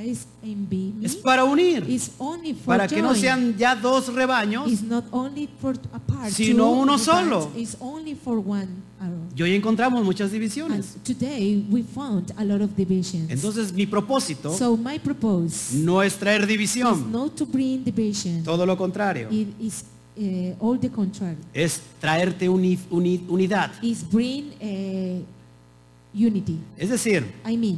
Speaker 2: is envi- me
Speaker 1: es para unir,
Speaker 2: is only for
Speaker 1: para que no
Speaker 2: joy.
Speaker 1: sean ya dos rebaños.
Speaker 2: It's not only for a part,
Speaker 1: sino
Speaker 2: two,
Speaker 1: uno
Speaker 2: but
Speaker 1: solo.
Speaker 2: It's only for one arrow.
Speaker 1: Y hoy encontramos muchas divisiones.
Speaker 2: And today we found a lot of divisions.
Speaker 1: Entonces mi propósito
Speaker 2: so my propose
Speaker 1: no es traer
Speaker 2: is
Speaker 1: división,
Speaker 2: not to bring division.
Speaker 1: todo lo contrario,
Speaker 2: It is eh, all the contrary.
Speaker 1: es traerte uni- uni- unidad.
Speaker 2: It's bring eh, unity.
Speaker 1: Es decir,
Speaker 2: I mean,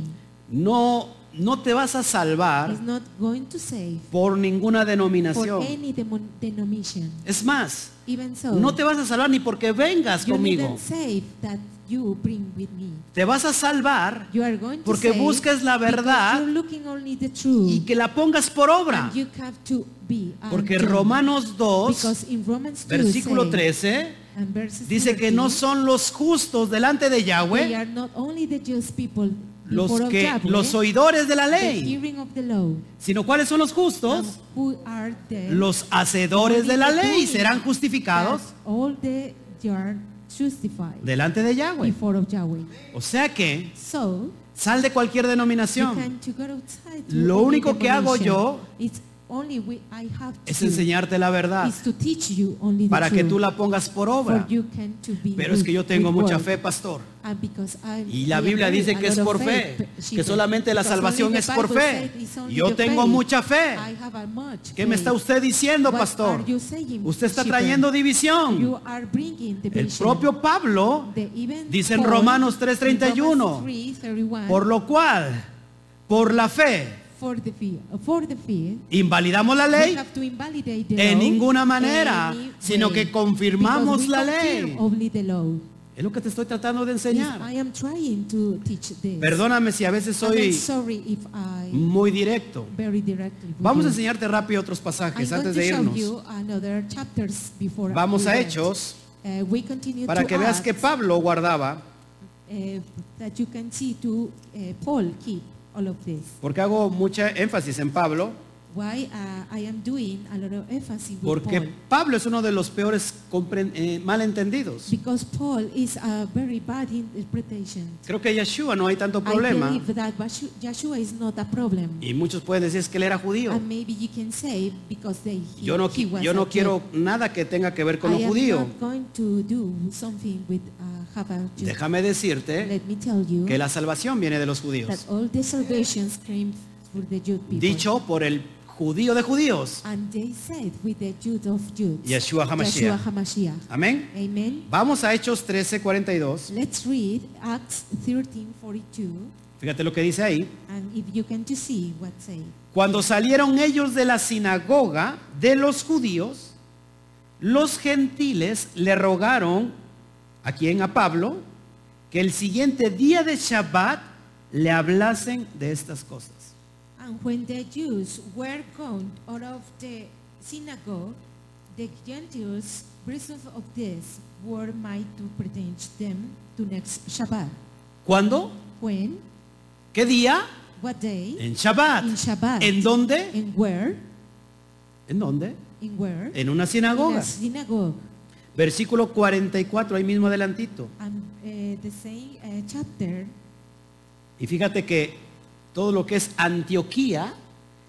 Speaker 1: no, no te vas a salvar
Speaker 2: it's not going to save
Speaker 1: por ninguna
Speaker 2: for
Speaker 1: denominación.
Speaker 2: any demon- denomination.
Speaker 1: Es más,
Speaker 2: Even so,
Speaker 1: no te vas a salvar ni porque vengas
Speaker 2: you
Speaker 1: conmigo.
Speaker 2: didn't save that you bring with me.
Speaker 1: Te vas a salvar
Speaker 2: You are going to
Speaker 1: Porque
Speaker 2: save
Speaker 1: buscas la
Speaker 2: because
Speaker 1: verdad
Speaker 2: you're looking only the truth.
Speaker 1: y que la pongas por obra.
Speaker 2: And you have to be
Speaker 1: Porque
Speaker 2: unto.
Speaker 1: Romanos 2,
Speaker 2: Because in Romans 2
Speaker 1: versículo
Speaker 2: say,
Speaker 1: 13,
Speaker 2: and verses
Speaker 1: dice que
Speaker 2: 13,
Speaker 1: no son los justos delante de
Speaker 2: they
Speaker 1: Yahweh
Speaker 2: are not only the just people
Speaker 1: los
Speaker 2: before of
Speaker 1: que
Speaker 2: Yahweh,
Speaker 1: los oidores de la
Speaker 2: the
Speaker 1: ley,
Speaker 2: hearing of the law,
Speaker 1: sino cuáles son los
Speaker 2: and
Speaker 1: justos,
Speaker 2: who are the
Speaker 1: los hacedores de la
Speaker 2: only the
Speaker 1: ley
Speaker 2: doing
Speaker 1: serán justificados
Speaker 2: that all the they are justified
Speaker 1: delante de Yahweh.
Speaker 2: before of Yahweh.
Speaker 1: O sea que
Speaker 2: So
Speaker 1: sal de cualquier
Speaker 2: you
Speaker 1: denominación
Speaker 2: can to go outside to
Speaker 1: Lo
Speaker 2: any
Speaker 1: único que hago
Speaker 2: denomination.
Speaker 1: yo
Speaker 2: It's only we, I have to
Speaker 1: es
Speaker 2: do
Speaker 1: enseñarte la verdad
Speaker 2: is to teach you only the
Speaker 1: para que
Speaker 2: truth,
Speaker 1: tú la pongas por obra.
Speaker 2: for you can to be
Speaker 1: Pero es que yo
Speaker 2: with-
Speaker 1: tengo
Speaker 2: with
Speaker 1: mucha
Speaker 2: word.
Speaker 1: fe, pastor.
Speaker 2: And because I-
Speaker 1: Y la
Speaker 2: I
Speaker 1: Biblia
Speaker 2: agree,
Speaker 1: dice
Speaker 2: a
Speaker 1: que es
Speaker 2: lot of
Speaker 1: por fe,
Speaker 2: faith, but
Speaker 1: que
Speaker 2: she said,
Speaker 1: solamente la
Speaker 2: because only
Speaker 1: salvación
Speaker 2: the
Speaker 1: es por
Speaker 2: Bible
Speaker 1: fe.
Speaker 2: said it's only
Speaker 1: Yo
Speaker 2: the
Speaker 1: tengo
Speaker 2: faith.
Speaker 1: mucha fe.
Speaker 2: I have a much
Speaker 1: ¿Qué me
Speaker 2: faith.
Speaker 1: está usted diciendo,
Speaker 2: What
Speaker 1: pastor?
Speaker 2: are you saying,
Speaker 1: Usted está
Speaker 2: shepherd?
Speaker 1: trayendo división.
Speaker 2: You are bringing the
Speaker 1: El
Speaker 2: vision.
Speaker 1: propio Pablo
Speaker 2: The even
Speaker 1: dice en
Speaker 2: Paul,
Speaker 1: Romanos
Speaker 2: in
Speaker 1: 3:31,
Speaker 2: Romans 3:31,
Speaker 1: Por lo cual, por la fe,
Speaker 2: for the fear, for the fear,
Speaker 1: invalidamos la
Speaker 2: we
Speaker 1: ley
Speaker 2: have to invalidate the
Speaker 1: en
Speaker 2: law
Speaker 1: ninguna manera,
Speaker 2: any
Speaker 1: sino
Speaker 2: way,
Speaker 1: que confirmamos
Speaker 2: because we
Speaker 1: la
Speaker 2: confirm
Speaker 1: ley.
Speaker 2: only the law.
Speaker 1: Es lo que te estoy tratando de
Speaker 2: I
Speaker 1: enseñar.
Speaker 2: am trying to teach this.
Speaker 1: Perdóname si a veces
Speaker 2: And I'm
Speaker 1: soy
Speaker 2: sorry if I
Speaker 1: muy directo.
Speaker 2: very directly with
Speaker 1: Vamos a
Speaker 2: you.
Speaker 1: enseñarte rápido otros
Speaker 2: I'm
Speaker 1: pasajes
Speaker 2: going
Speaker 1: antes
Speaker 2: to
Speaker 1: de
Speaker 2: show
Speaker 1: irnos.
Speaker 2: you another chapters before
Speaker 1: Vamos
Speaker 2: we
Speaker 1: a
Speaker 2: end.
Speaker 1: Hechos
Speaker 2: Eh, we continue
Speaker 1: para
Speaker 2: to
Speaker 1: que veas que
Speaker 2: Acts,
Speaker 1: Pablo guardaba,
Speaker 2: eh, that you can see to eh, Paul keep all of this.
Speaker 1: porque hago mucha énfasis en Pablo,
Speaker 2: Why uh, I am doing a lot of emphasis with
Speaker 1: porque
Speaker 2: Paul.
Speaker 1: Pablo es uno de los peores compren- eh, malentendidos.
Speaker 2: Because Paul is a very bad interpretation.
Speaker 1: Creo que Yeshua no hay tanto
Speaker 2: I
Speaker 1: problema
Speaker 2: believe that Bashu- Yeshua is not a problem.
Speaker 1: y muchos pueden decir es que él era judío.
Speaker 2: And maybe you can say because they he,
Speaker 1: Yo no,
Speaker 2: he was
Speaker 1: yo no
Speaker 2: a
Speaker 1: quiero nada que tenga que ver con
Speaker 2: I
Speaker 1: lo
Speaker 2: am
Speaker 1: judío.
Speaker 2: not going to do something with uh, have a Jew.
Speaker 1: Déjame decirte
Speaker 2: Let me tell you
Speaker 1: que la salvación viene de los
Speaker 2: that
Speaker 1: judíos.
Speaker 2: all the salvations came through the Jew people.
Speaker 1: Dicho por el judío de judíos.
Speaker 2: And they said with the Jude of Jude.
Speaker 1: Yeshua HaMashiach.
Speaker 2: Yeshua HaMashiach.
Speaker 1: Amén.
Speaker 2: Amen.
Speaker 1: Vamos a Hechos 13, 42.
Speaker 2: Let's read Acts 13:42
Speaker 1: Fíjate lo que dice ahí.
Speaker 2: and if you can to see what say.
Speaker 1: Cuando salieron ellos de la sinagoga de los judíos, los gentiles le rogaron a quien a Pablo que el siguiente día de Shabbat le hablasen de estas cosas.
Speaker 2: And when the Jews were gone out of the synagogue, the Gentiles, prisoners of this, were made to pretend them to next Shabbat.
Speaker 1: ¿Cuándo?
Speaker 2: When?
Speaker 1: ¿Qué día?
Speaker 2: What day?
Speaker 1: En Shabbat.
Speaker 2: In Shabbat.
Speaker 1: ¿En dónde?
Speaker 2: And where?
Speaker 1: ¿En dónde?
Speaker 2: In where?
Speaker 1: En una
Speaker 2: In a
Speaker 1: sinagoga.
Speaker 2: synagogue.
Speaker 1: Versículo 44, ahí mismo adelantito.
Speaker 2: And uh, the same uh, chapter,
Speaker 1: Y fíjate que todo lo que es Antioquía,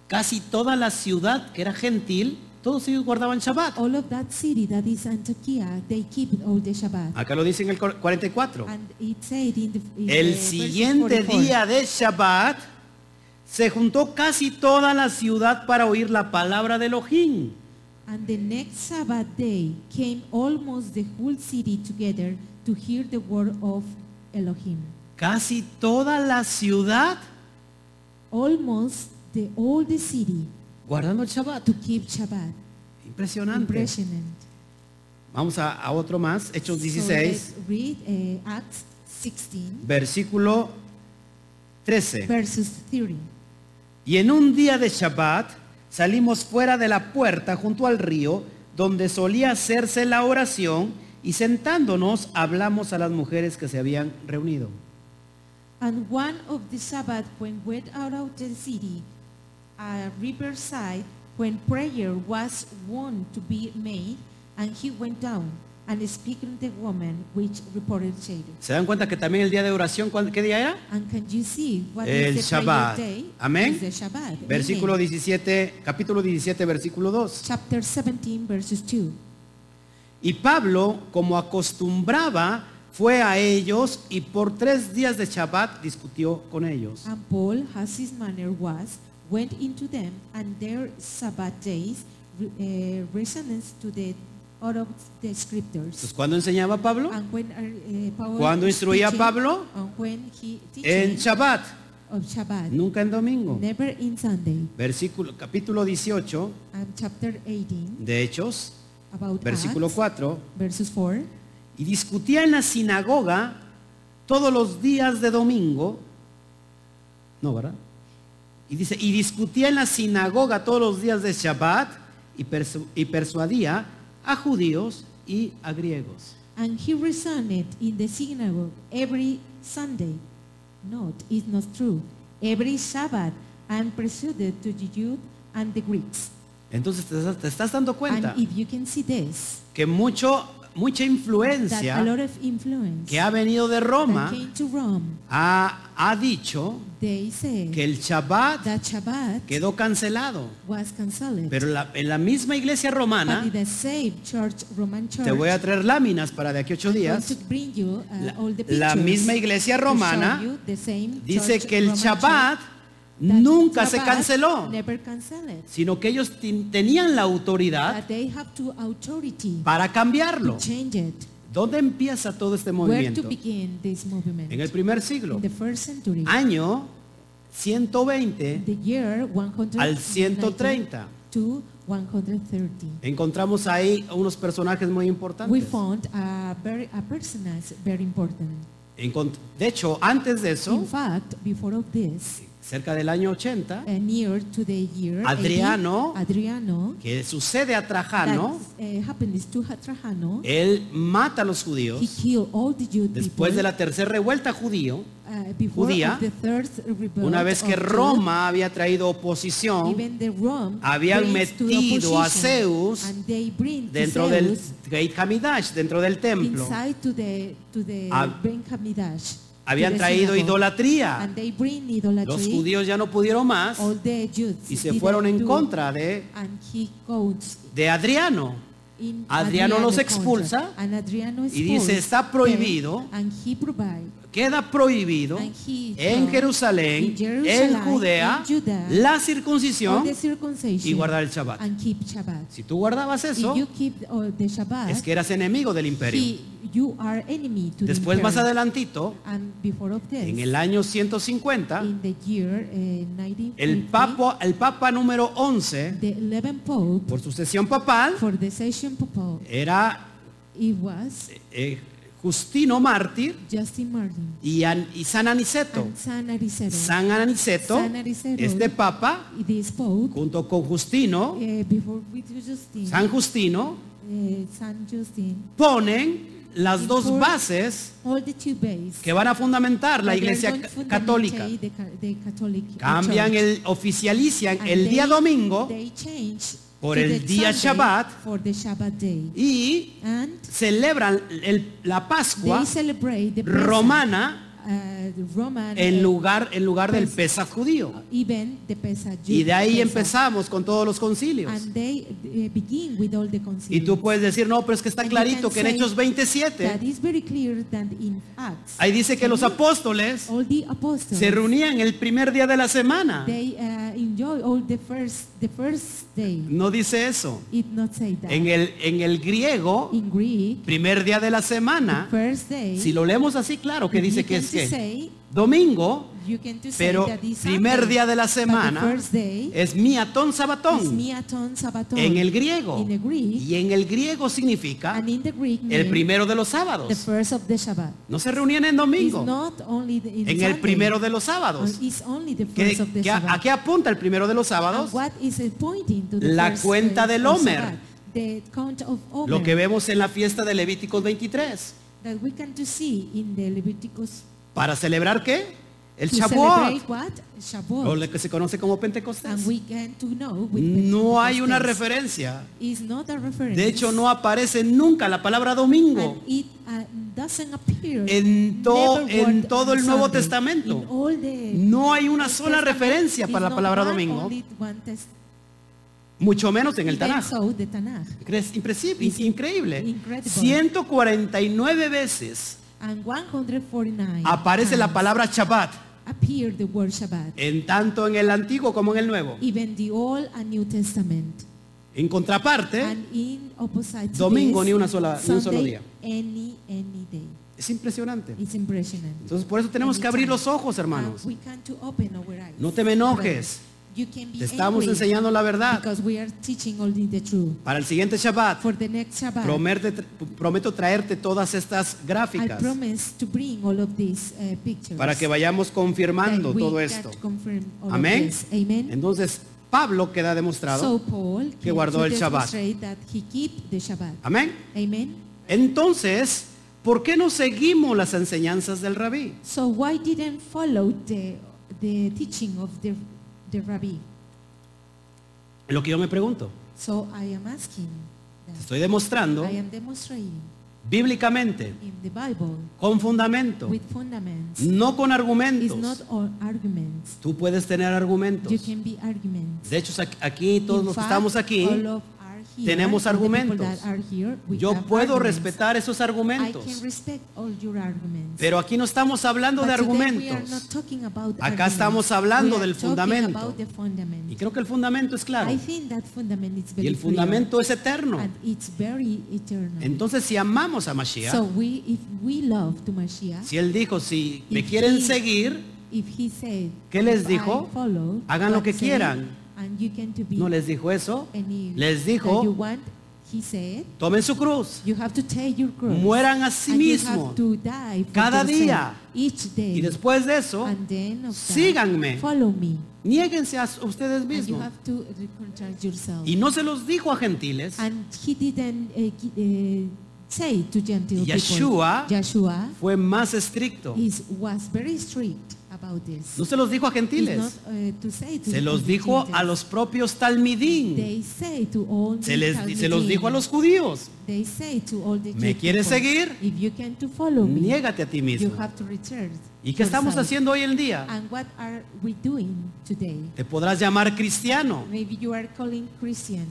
Speaker 1: casi toda la ciudad que era gentil, todos ellos guardaban Shabbat.
Speaker 2: all of that city that is Antioquia, they keep all the Shabbat.
Speaker 1: Acá lo dice en el cor- 44.
Speaker 2: And it said in the, in the
Speaker 1: El
Speaker 2: verse
Speaker 1: siguiente
Speaker 2: 44,
Speaker 1: día de Shabbat se juntó casi toda la ciudad para oír la palabra de Elohim.
Speaker 2: And the next Sabbath day came almost the whole city together to hear the word of Elohim.
Speaker 1: Casi toda la ciudad
Speaker 2: almost the all the city
Speaker 1: guardando el Shabbat.
Speaker 2: to keep Shabbat.
Speaker 1: Impresionante.
Speaker 2: Impressionant.
Speaker 1: Vamos a, a otro más, Hechos
Speaker 2: So
Speaker 1: 16,
Speaker 2: let's read uh, Acts 16
Speaker 1: versículo 13.
Speaker 2: verses 30.
Speaker 1: Y en un día de Shabbat salimos fuera de la puerta junto al río donde solía hacerse la oración y sentándonos hablamos a las mujeres que se habían reunido.
Speaker 2: And one of the Sabbath when went out of the city, a riverside, when prayer was wont to be made, and he went down and speaking the woman which reported Shabbat.
Speaker 1: ¿Se dan cuenta que también el día de oración, ¿cuál- qué día era?
Speaker 2: And can you see what
Speaker 1: El
Speaker 2: is the prayer
Speaker 1: Shabbat.
Speaker 2: day?
Speaker 1: Amén.
Speaker 2: It's the Shabbat. Amen.
Speaker 1: Versículo 17, capítulo 17, versículo 2.
Speaker 2: Chapter 17 verses 2.
Speaker 1: Y Pablo, como acostumbraba, fue a ellos y por tres días de Shabbat discutió con ellos.
Speaker 2: And Paul, as his manner was, went into them and their Sabbath days, re- uh, resonance to the out of the
Speaker 1: Entonces,
Speaker 2: scriptures.
Speaker 1: ¿cuándo enseñaba Pablo?
Speaker 2: And when uh, Paul
Speaker 1: ¿Cuándo
Speaker 2: is
Speaker 1: instruía
Speaker 2: teaching,
Speaker 1: Pablo?
Speaker 2: and when he
Speaker 1: En
Speaker 2: teaching
Speaker 1: Shabbat,
Speaker 2: of Shabbat,
Speaker 1: nunca en domingo.
Speaker 2: never in Sunday.
Speaker 1: Versículo, capítulo 18
Speaker 2: And chapter 18
Speaker 1: de Hechos,
Speaker 2: about
Speaker 1: versículo
Speaker 2: Acts,
Speaker 1: 4.
Speaker 2: verses 4.
Speaker 1: Y discutía en la sinagoga todos los días de domingo. No, ¿verdad? Y dice, y discutía en la sinagoga todos los días de Shabbat y, persu- y persuadía a judíos y a griegos.
Speaker 2: And he reasoned in the synagogue every Sunday. Not, it's not true. Every Sabbath, and preceded to the Jews and the Greeks.
Speaker 1: Entonces te, estás- te estás dando cuenta
Speaker 2: And if you can see this,
Speaker 1: que mucho, mucha
Speaker 2: that a lot
Speaker 1: influencia
Speaker 2: of influence
Speaker 1: que ha venido de
Speaker 2: that
Speaker 1: Roma
Speaker 2: came to Rome,
Speaker 1: ha, ha dicho
Speaker 2: they said
Speaker 1: que el Shabbat
Speaker 2: that Shabbat
Speaker 1: quedó cancelado.
Speaker 2: was cancelled.
Speaker 1: Pero la- en la misma iglesia
Speaker 2: but
Speaker 1: romana,
Speaker 2: in the same church, Roman church,
Speaker 1: te voy a traer láminas para de aquí a ocho
Speaker 2: I'm going
Speaker 1: días.
Speaker 2: to bring you uh,
Speaker 1: La-
Speaker 2: all the
Speaker 1: la
Speaker 2: pictures
Speaker 1: misma iglesia
Speaker 2: to show
Speaker 1: romana
Speaker 2: you the same
Speaker 1: Dice
Speaker 2: church,
Speaker 1: que el
Speaker 2: Roman church,
Speaker 1: Shabbat
Speaker 2: that
Speaker 1: nunca se
Speaker 2: Shabbat
Speaker 1: canceló,
Speaker 2: Never canceled.
Speaker 1: sino que ellos tin- tenían la autoridad
Speaker 2: But they have to authority
Speaker 1: para cambiarlo.
Speaker 2: to change it.
Speaker 1: ¿Dónde empieza todo este
Speaker 2: Where to
Speaker 1: movimiento?
Speaker 2: begin this movement?
Speaker 1: En el Ah. primer
Speaker 2: In
Speaker 1: siglo,
Speaker 2: the first century,
Speaker 1: año 120
Speaker 2: the year 100
Speaker 1: al 130.
Speaker 2: to 130.
Speaker 1: Encontramos ahí unos personajes muy
Speaker 2: We
Speaker 1: importantes.
Speaker 2: found a very a personage very important.
Speaker 1: Encont- De hecho, antes de
Speaker 2: In
Speaker 1: eso,
Speaker 2: fact, before of this,
Speaker 1: cerca del año 80,
Speaker 2: uh, near to the year 80,
Speaker 1: Adriano,
Speaker 2: Adriano,
Speaker 1: que sucede a
Speaker 2: that
Speaker 1: Trajano,
Speaker 2: uh, happens to Trajano,
Speaker 1: él mata a los
Speaker 2: he
Speaker 1: judíos.
Speaker 2: killed all the Jews
Speaker 1: Después de la tercera revuelta judío,
Speaker 2: before
Speaker 1: judía,
Speaker 2: of the third revolt
Speaker 1: una vez que
Speaker 2: of Jews,
Speaker 1: Roma había traído oposición
Speaker 2: even the Rome
Speaker 1: habían
Speaker 2: brings to
Speaker 1: metido a
Speaker 2: opposition,
Speaker 1: Zeus
Speaker 2: and they bring to
Speaker 1: dentro del
Speaker 2: Zeus
Speaker 1: Gate Hamidash, dentro del templo,
Speaker 2: inside to the to the
Speaker 1: Hab-
Speaker 2: Ben Hamidash,
Speaker 1: habían
Speaker 2: to the
Speaker 1: traído
Speaker 2: synagogue.
Speaker 1: idolatría.
Speaker 2: And they bring
Speaker 1: Los
Speaker 2: idolatry.
Speaker 1: judíos ya no pudieron más
Speaker 2: All the Jews
Speaker 1: y se
Speaker 2: didn't
Speaker 1: fueron en
Speaker 2: do-
Speaker 1: contra de,
Speaker 2: And he goes
Speaker 1: de Adriano.
Speaker 2: in
Speaker 1: Adriano los
Speaker 2: contra.
Speaker 1: expulsa
Speaker 2: And Adriano
Speaker 1: y dice,
Speaker 2: expulsed
Speaker 1: "Está prohibido
Speaker 2: them, And he provide
Speaker 1: Queda prohibido
Speaker 2: And he
Speaker 1: en
Speaker 2: shall-
Speaker 1: Jerusalén,
Speaker 2: in Jerusalem,
Speaker 1: en Judea,
Speaker 2: in Judea,
Speaker 1: la
Speaker 2: all
Speaker 1: circuncisión
Speaker 2: the circumcision
Speaker 1: y guardar el Shabbat.
Speaker 2: and keep Shabbat.
Speaker 1: Si tú guardabas eso,
Speaker 2: If you keep all the Shabbat,
Speaker 1: es que eras enemigo del imperio.
Speaker 2: he- you are enemy to
Speaker 1: Después,
Speaker 2: the
Speaker 1: más
Speaker 2: imperial.
Speaker 1: adelantito,
Speaker 2: And before of this,
Speaker 1: en el año 150,
Speaker 2: in the year eh, 1950,
Speaker 1: el papa, el papa número 11,
Speaker 2: the 11th Pope,
Speaker 1: por sucesión papal,
Speaker 2: for the session papal,
Speaker 1: era
Speaker 2: it was
Speaker 1: eh, Justino Mártir
Speaker 2: Justin Martin
Speaker 1: y, An- y San Aniceto.
Speaker 2: and San Aricero.
Speaker 1: San Aniceto,
Speaker 2: San Aniceto.
Speaker 1: este papa,
Speaker 2: They spoke
Speaker 1: junto con Justino,
Speaker 2: eh, before with Justin,
Speaker 1: San Justino,
Speaker 2: eh, San Justin,
Speaker 1: ponen las
Speaker 2: Y
Speaker 1: dos
Speaker 2: por-
Speaker 1: bases
Speaker 2: all the two bases.
Speaker 1: que van a fundamentar la
Speaker 2: that
Speaker 1: iglesia
Speaker 2: they're going
Speaker 1: ca-
Speaker 2: to
Speaker 1: católica.
Speaker 2: fundamentate The, ca- the Catholic
Speaker 1: Cambian
Speaker 2: Church.
Speaker 1: el, oficializan
Speaker 2: And
Speaker 1: el día
Speaker 2: they-
Speaker 1: domingo
Speaker 2: they change
Speaker 1: por
Speaker 2: to
Speaker 1: el
Speaker 2: the
Speaker 1: día
Speaker 2: Sunday
Speaker 1: Shabbat.
Speaker 2: for the Shabbat day.
Speaker 1: y
Speaker 2: And
Speaker 1: celebran el- la Pascua
Speaker 2: they celebrate the Pesach,
Speaker 1: romana
Speaker 2: uh, the Roman,
Speaker 1: en
Speaker 2: eh,
Speaker 1: lugar, en lugar del
Speaker 2: Pesach.
Speaker 1: Pesaj judío.
Speaker 2: even the Pesach,
Speaker 1: Y de ahí
Speaker 2: Pesach.
Speaker 1: empezamos con todos los concilios.
Speaker 2: And they eh, begin with all the concilios.
Speaker 1: Y tú puedes decir, no, pero es que está
Speaker 2: And you
Speaker 1: clarito
Speaker 2: can
Speaker 1: que en
Speaker 2: say
Speaker 1: Hechos
Speaker 2: That
Speaker 1: 27,
Speaker 2: is very clear that in Acts,
Speaker 1: ahí dice que los apóstoles
Speaker 2: all the apostles,
Speaker 1: se reunían el primer día de la semana.
Speaker 2: they uh, enjoy all the first, the first day.
Speaker 1: No dice eso.
Speaker 2: It not say that.
Speaker 1: En el, en el griego,
Speaker 2: in Greek,
Speaker 1: primer día de la
Speaker 2: the
Speaker 1: semana,
Speaker 2: first day,
Speaker 1: si lo leemos así, claro que
Speaker 2: you
Speaker 1: dice que
Speaker 2: can
Speaker 1: es
Speaker 2: to
Speaker 1: que
Speaker 2: say,
Speaker 1: domingo,
Speaker 2: you can to say
Speaker 1: pero
Speaker 2: that this
Speaker 1: primer
Speaker 2: Sunday,
Speaker 1: día de la
Speaker 2: but the
Speaker 1: semana
Speaker 2: first day
Speaker 1: es miatón
Speaker 2: is
Speaker 1: sabatón
Speaker 2: miaton sabaton.
Speaker 1: en el griego.
Speaker 2: in the Greek.
Speaker 1: Y en el griego significa
Speaker 2: and in the Greek
Speaker 1: el
Speaker 2: means
Speaker 1: primero de los
Speaker 2: Mm. the
Speaker 1: sábados.
Speaker 2: first of the Shabbat.
Speaker 1: No se reunían en
Speaker 2: It's
Speaker 1: domingo,
Speaker 2: not only the, in
Speaker 1: en
Speaker 2: Sunday,
Speaker 1: el primero de los sábados.
Speaker 2: and It's only the
Speaker 1: ¿Qué-
Speaker 2: first of the Ah,
Speaker 1: qué-
Speaker 2: Shabbat.
Speaker 1: ¿A qué apunta el primero de los
Speaker 2: And
Speaker 1: sábados?
Speaker 2: what is it pointing to the
Speaker 1: La
Speaker 2: first
Speaker 1: cuenta
Speaker 2: of
Speaker 1: del
Speaker 2: Shabbat?
Speaker 1: Omer.
Speaker 2: The count of Omer.
Speaker 1: Lo que vemos en la fiesta de Levíticos 23.
Speaker 2: that we can to see in the Leviticus
Speaker 1: ¿Para celebrar qué? El
Speaker 2: to
Speaker 1: Shavuot,
Speaker 2: celebrate what? Shavuot.
Speaker 1: o lo que se conoce como Pentecostés.
Speaker 2: And we can to know with
Speaker 1: No hay una
Speaker 2: Pentecostés.
Speaker 1: referencia.
Speaker 2: It's not a reference.
Speaker 1: De hecho, no aparece nunca la palabra domingo.
Speaker 2: And it uh, doesn't appear
Speaker 1: En to-
Speaker 2: never
Speaker 1: en
Speaker 2: word
Speaker 1: todo
Speaker 2: on
Speaker 1: el Nuevo
Speaker 2: Sunday.
Speaker 1: Testamento.
Speaker 2: In all the-
Speaker 1: No hay una
Speaker 2: Old
Speaker 1: sola
Speaker 2: Testament
Speaker 1: referencia
Speaker 2: is
Speaker 1: para la
Speaker 2: not
Speaker 1: palabra
Speaker 2: one,
Speaker 1: domingo,
Speaker 2: only one test-
Speaker 1: mucho menos en el
Speaker 2: even
Speaker 1: Tanaj.
Speaker 2: so, the Tanaj.
Speaker 1: Es impresi-
Speaker 2: It's
Speaker 1: increíble.
Speaker 2: incredible.
Speaker 1: 149 veces
Speaker 2: And 149
Speaker 1: aparece la
Speaker 2: times
Speaker 1: palabra Shabbat,
Speaker 2: appeared the word Shabbat.
Speaker 1: en tanto en el Antiguo como en el Nuevo.
Speaker 2: Even the Old and New Testament.
Speaker 1: En contraparte,
Speaker 2: And in opposite to
Speaker 1: ¿Eh? Domingo,
Speaker 2: this,
Speaker 1: ni una sola- ni un solo
Speaker 2: Sunday,
Speaker 1: día.
Speaker 2: Any, any day.
Speaker 1: es impresionante.
Speaker 2: It's impressionant.
Speaker 1: Entonces por eso tenemos que abrir los ojos, hermanos.
Speaker 2: And we can to open our eyes.
Speaker 1: No te me enojes.
Speaker 2: You can be
Speaker 1: Te estamos
Speaker 2: angry
Speaker 1: enseñando la verdad.
Speaker 2: Because we are teaching only the truth.
Speaker 1: Para el siguiente Shabbat,
Speaker 2: For the next Shabbat,
Speaker 1: promete- prometo traerte todas estas
Speaker 2: I
Speaker 1: gráficas
Speaker 2: promise to bring all of these uh, pictures.
Speaker 1: para que vayamos
Speaker 2: that
Speaker 1: confirmando
Speaker 2: we
Speaker 1: todo
Speaker 2: got
Speaker 1: esto.
Speaker 2: to confirm all of
Speaker 1: Amén.
Speaker 2: this. Amen.
Speaker 1: Entonces, Pablo queda demostrado.
Speaker 2: So Paul
Speaker 1: que
Speaker 2: came
Speaker 1: guardó
Speaker 2: to
Speaker 1: el Shabbat.
Speaker 2: demonstrate that he keep the Shabbat.
Speaker 1: Amén.
Speaker 2: Amen.
Speaker 1: Entonces, ¿por qué no seguimos las enseñanzas del rabí?
Speaker 2: So why didn't follow the the teaching of the the rabbi?
Speaker 1: Es Lo que yo me pregunto.
Speaker 2: So I am asking
Speaker 1: Te
Speaker 2: that.
Speaker 1: estoy demostrando
Speaker 2: I am demonstrating
Speaker 1: bíblicamente,
Speaker 2: in the Bible
Speaker 1: con fundamento,
Speaker 2: with fundaments.
Speaker 1: no con
Speaker 2: It's not
Speaker 1: argumentos.
Speaker 2: all arguments.
Speaker 1: Tú puedes tener argumentos.
Speaker 2: You can be arguments.
Speaker 1: De hecho, sac- aquí todos
Speaker 2: In
Speaker 1: los que
Speaker 2: fact,
Speaker 1: estamos aquí,
Speaker 2: all of are here,
Speaker 1: tenemos
Speaker 2: all the people
Speaker 1: argumentos.
Speaker 2: that are here, we
Speaker 1: yo
Speaker 2: have
Speaker 1: puedo
Speaker 2: arguments.
Speaker 1: respetar esos
Speaker 2: I
Speaker 1: argumentos.
Speaker 2: can respect all your arguments.
Speaker 1: Pero aquí no estamos hablando
Speaker 2: But
Speaker 1: de
Speaker 2: today we are not
Speaker 1: argumentos.
Speaker 2: talking about
Speaker 1: Acá
Speaker 2: arguments.
Speaker 1: estamos hablando
Speaker 2: We are
Speaker 1: del
Speaker 2: talking
Speaker 1: fundamento.
Speaker 2: about the fundament.
Speaker 1: Y creo que el fundamento es claro.
Speaker 2: I think that fundament is
Speaker 1: Y
Speaker 2: very
Speaker 1: el
Speaker 2: clear
Speaker 1: fundamento es eterno.
Speaker 2: and it's very eternal.
Speaker 1: Entonces, si amamos a
Speaker 2: so
Speaker 1: Mashiach,
Speaker 2: we, if we love to Mashiach,
Speaker 1: si él dijo, si me
Speaker 2: If
Speaker 1: quieren
Speaker 2: he-
Speaker 1: seguir,
Speaker 2: if he said,
Speaker 1: ¿Qué les
Speaker 2: if
Speaker 1: dijo?
Speaker 2: I follow,
Speaker 1: Hagan lo
Speaker 2: what
Speaker 1: que
Speaker 2: say,
Speaker 1: quieran.
Speaker 2: And you can to be
Speaker 1: no les dijo eso.
Speaker 2: any
Speaker 1: Les
Speaker 2: that you
Speaker 1: dijo,
Speaker 2: want, he said,
Speaker 1: tomen su cruz,
Speaker 2: you have to take your cross.
Speaker 1: mueran a sí
Speaker 2: and you have
Speaker 1: mismos
Speaker 2: to die for
Speaker 1: Cada
Speaker 2: yourself
Speaker 1: día.
Speaker 2: Each day.
Speaker 1: y después de eso,
Speaker 2: and then of that,
Speaker 1: síganme.
Speaker 2: Follow me.
Speaker 1: Niéguense a ustedes
Speaker 2: And you
Speaker 1: mismos.
Speaker 2: have to recontract yourself.
Speaker 1: Y no se los dijo a gentiles,
Speaker 2: And he didn't uh, gi- uh, say to Gentile
Speaker 1: Yeshua-
Speaker 2: people. Yeshua
Speaker 1: fue más estricto.
Speaker 2: is, was very strict about this.
Speaker 1: No se los dijo a
Speaker 2: He's not,
Speaker 1: gentiles,
Speaker 2: uh, to say to
Speaker 1: se
Speaker 2: the
Speaker 1: los dijo
Speaker 2: Gentiles.
Speaker 1: a los propios talmidín,
Speaker 2: They say to all
Speaker 1: se,
Speaker 2: the
Speaker 1: les, di- se los
Speaker 2: Talmudim.
Speaker 1: dijo a los judíos,
Speaker 2: They say to all the
Speaker 1: ¿Me
Speaker 2: Jew
Speaker 1: quieres
Speaker 2: people,
Speaker 1: seguir?
Speaker 2: If you can to follow me,
Speaker 1: niégate a ti
Speaker 2: you
Speaker 1: mismo.
Speaker 2: have to return.
Speaker 1: ¿Y qué estamos
Speaker 2: yourself.
Speaker 1: haciendo hoy en día?
Speaker 2: And what are we doing today?
Speaker 1: Te podrás llamar cristiano,
Speaker 2: Maybe you are calling Christian,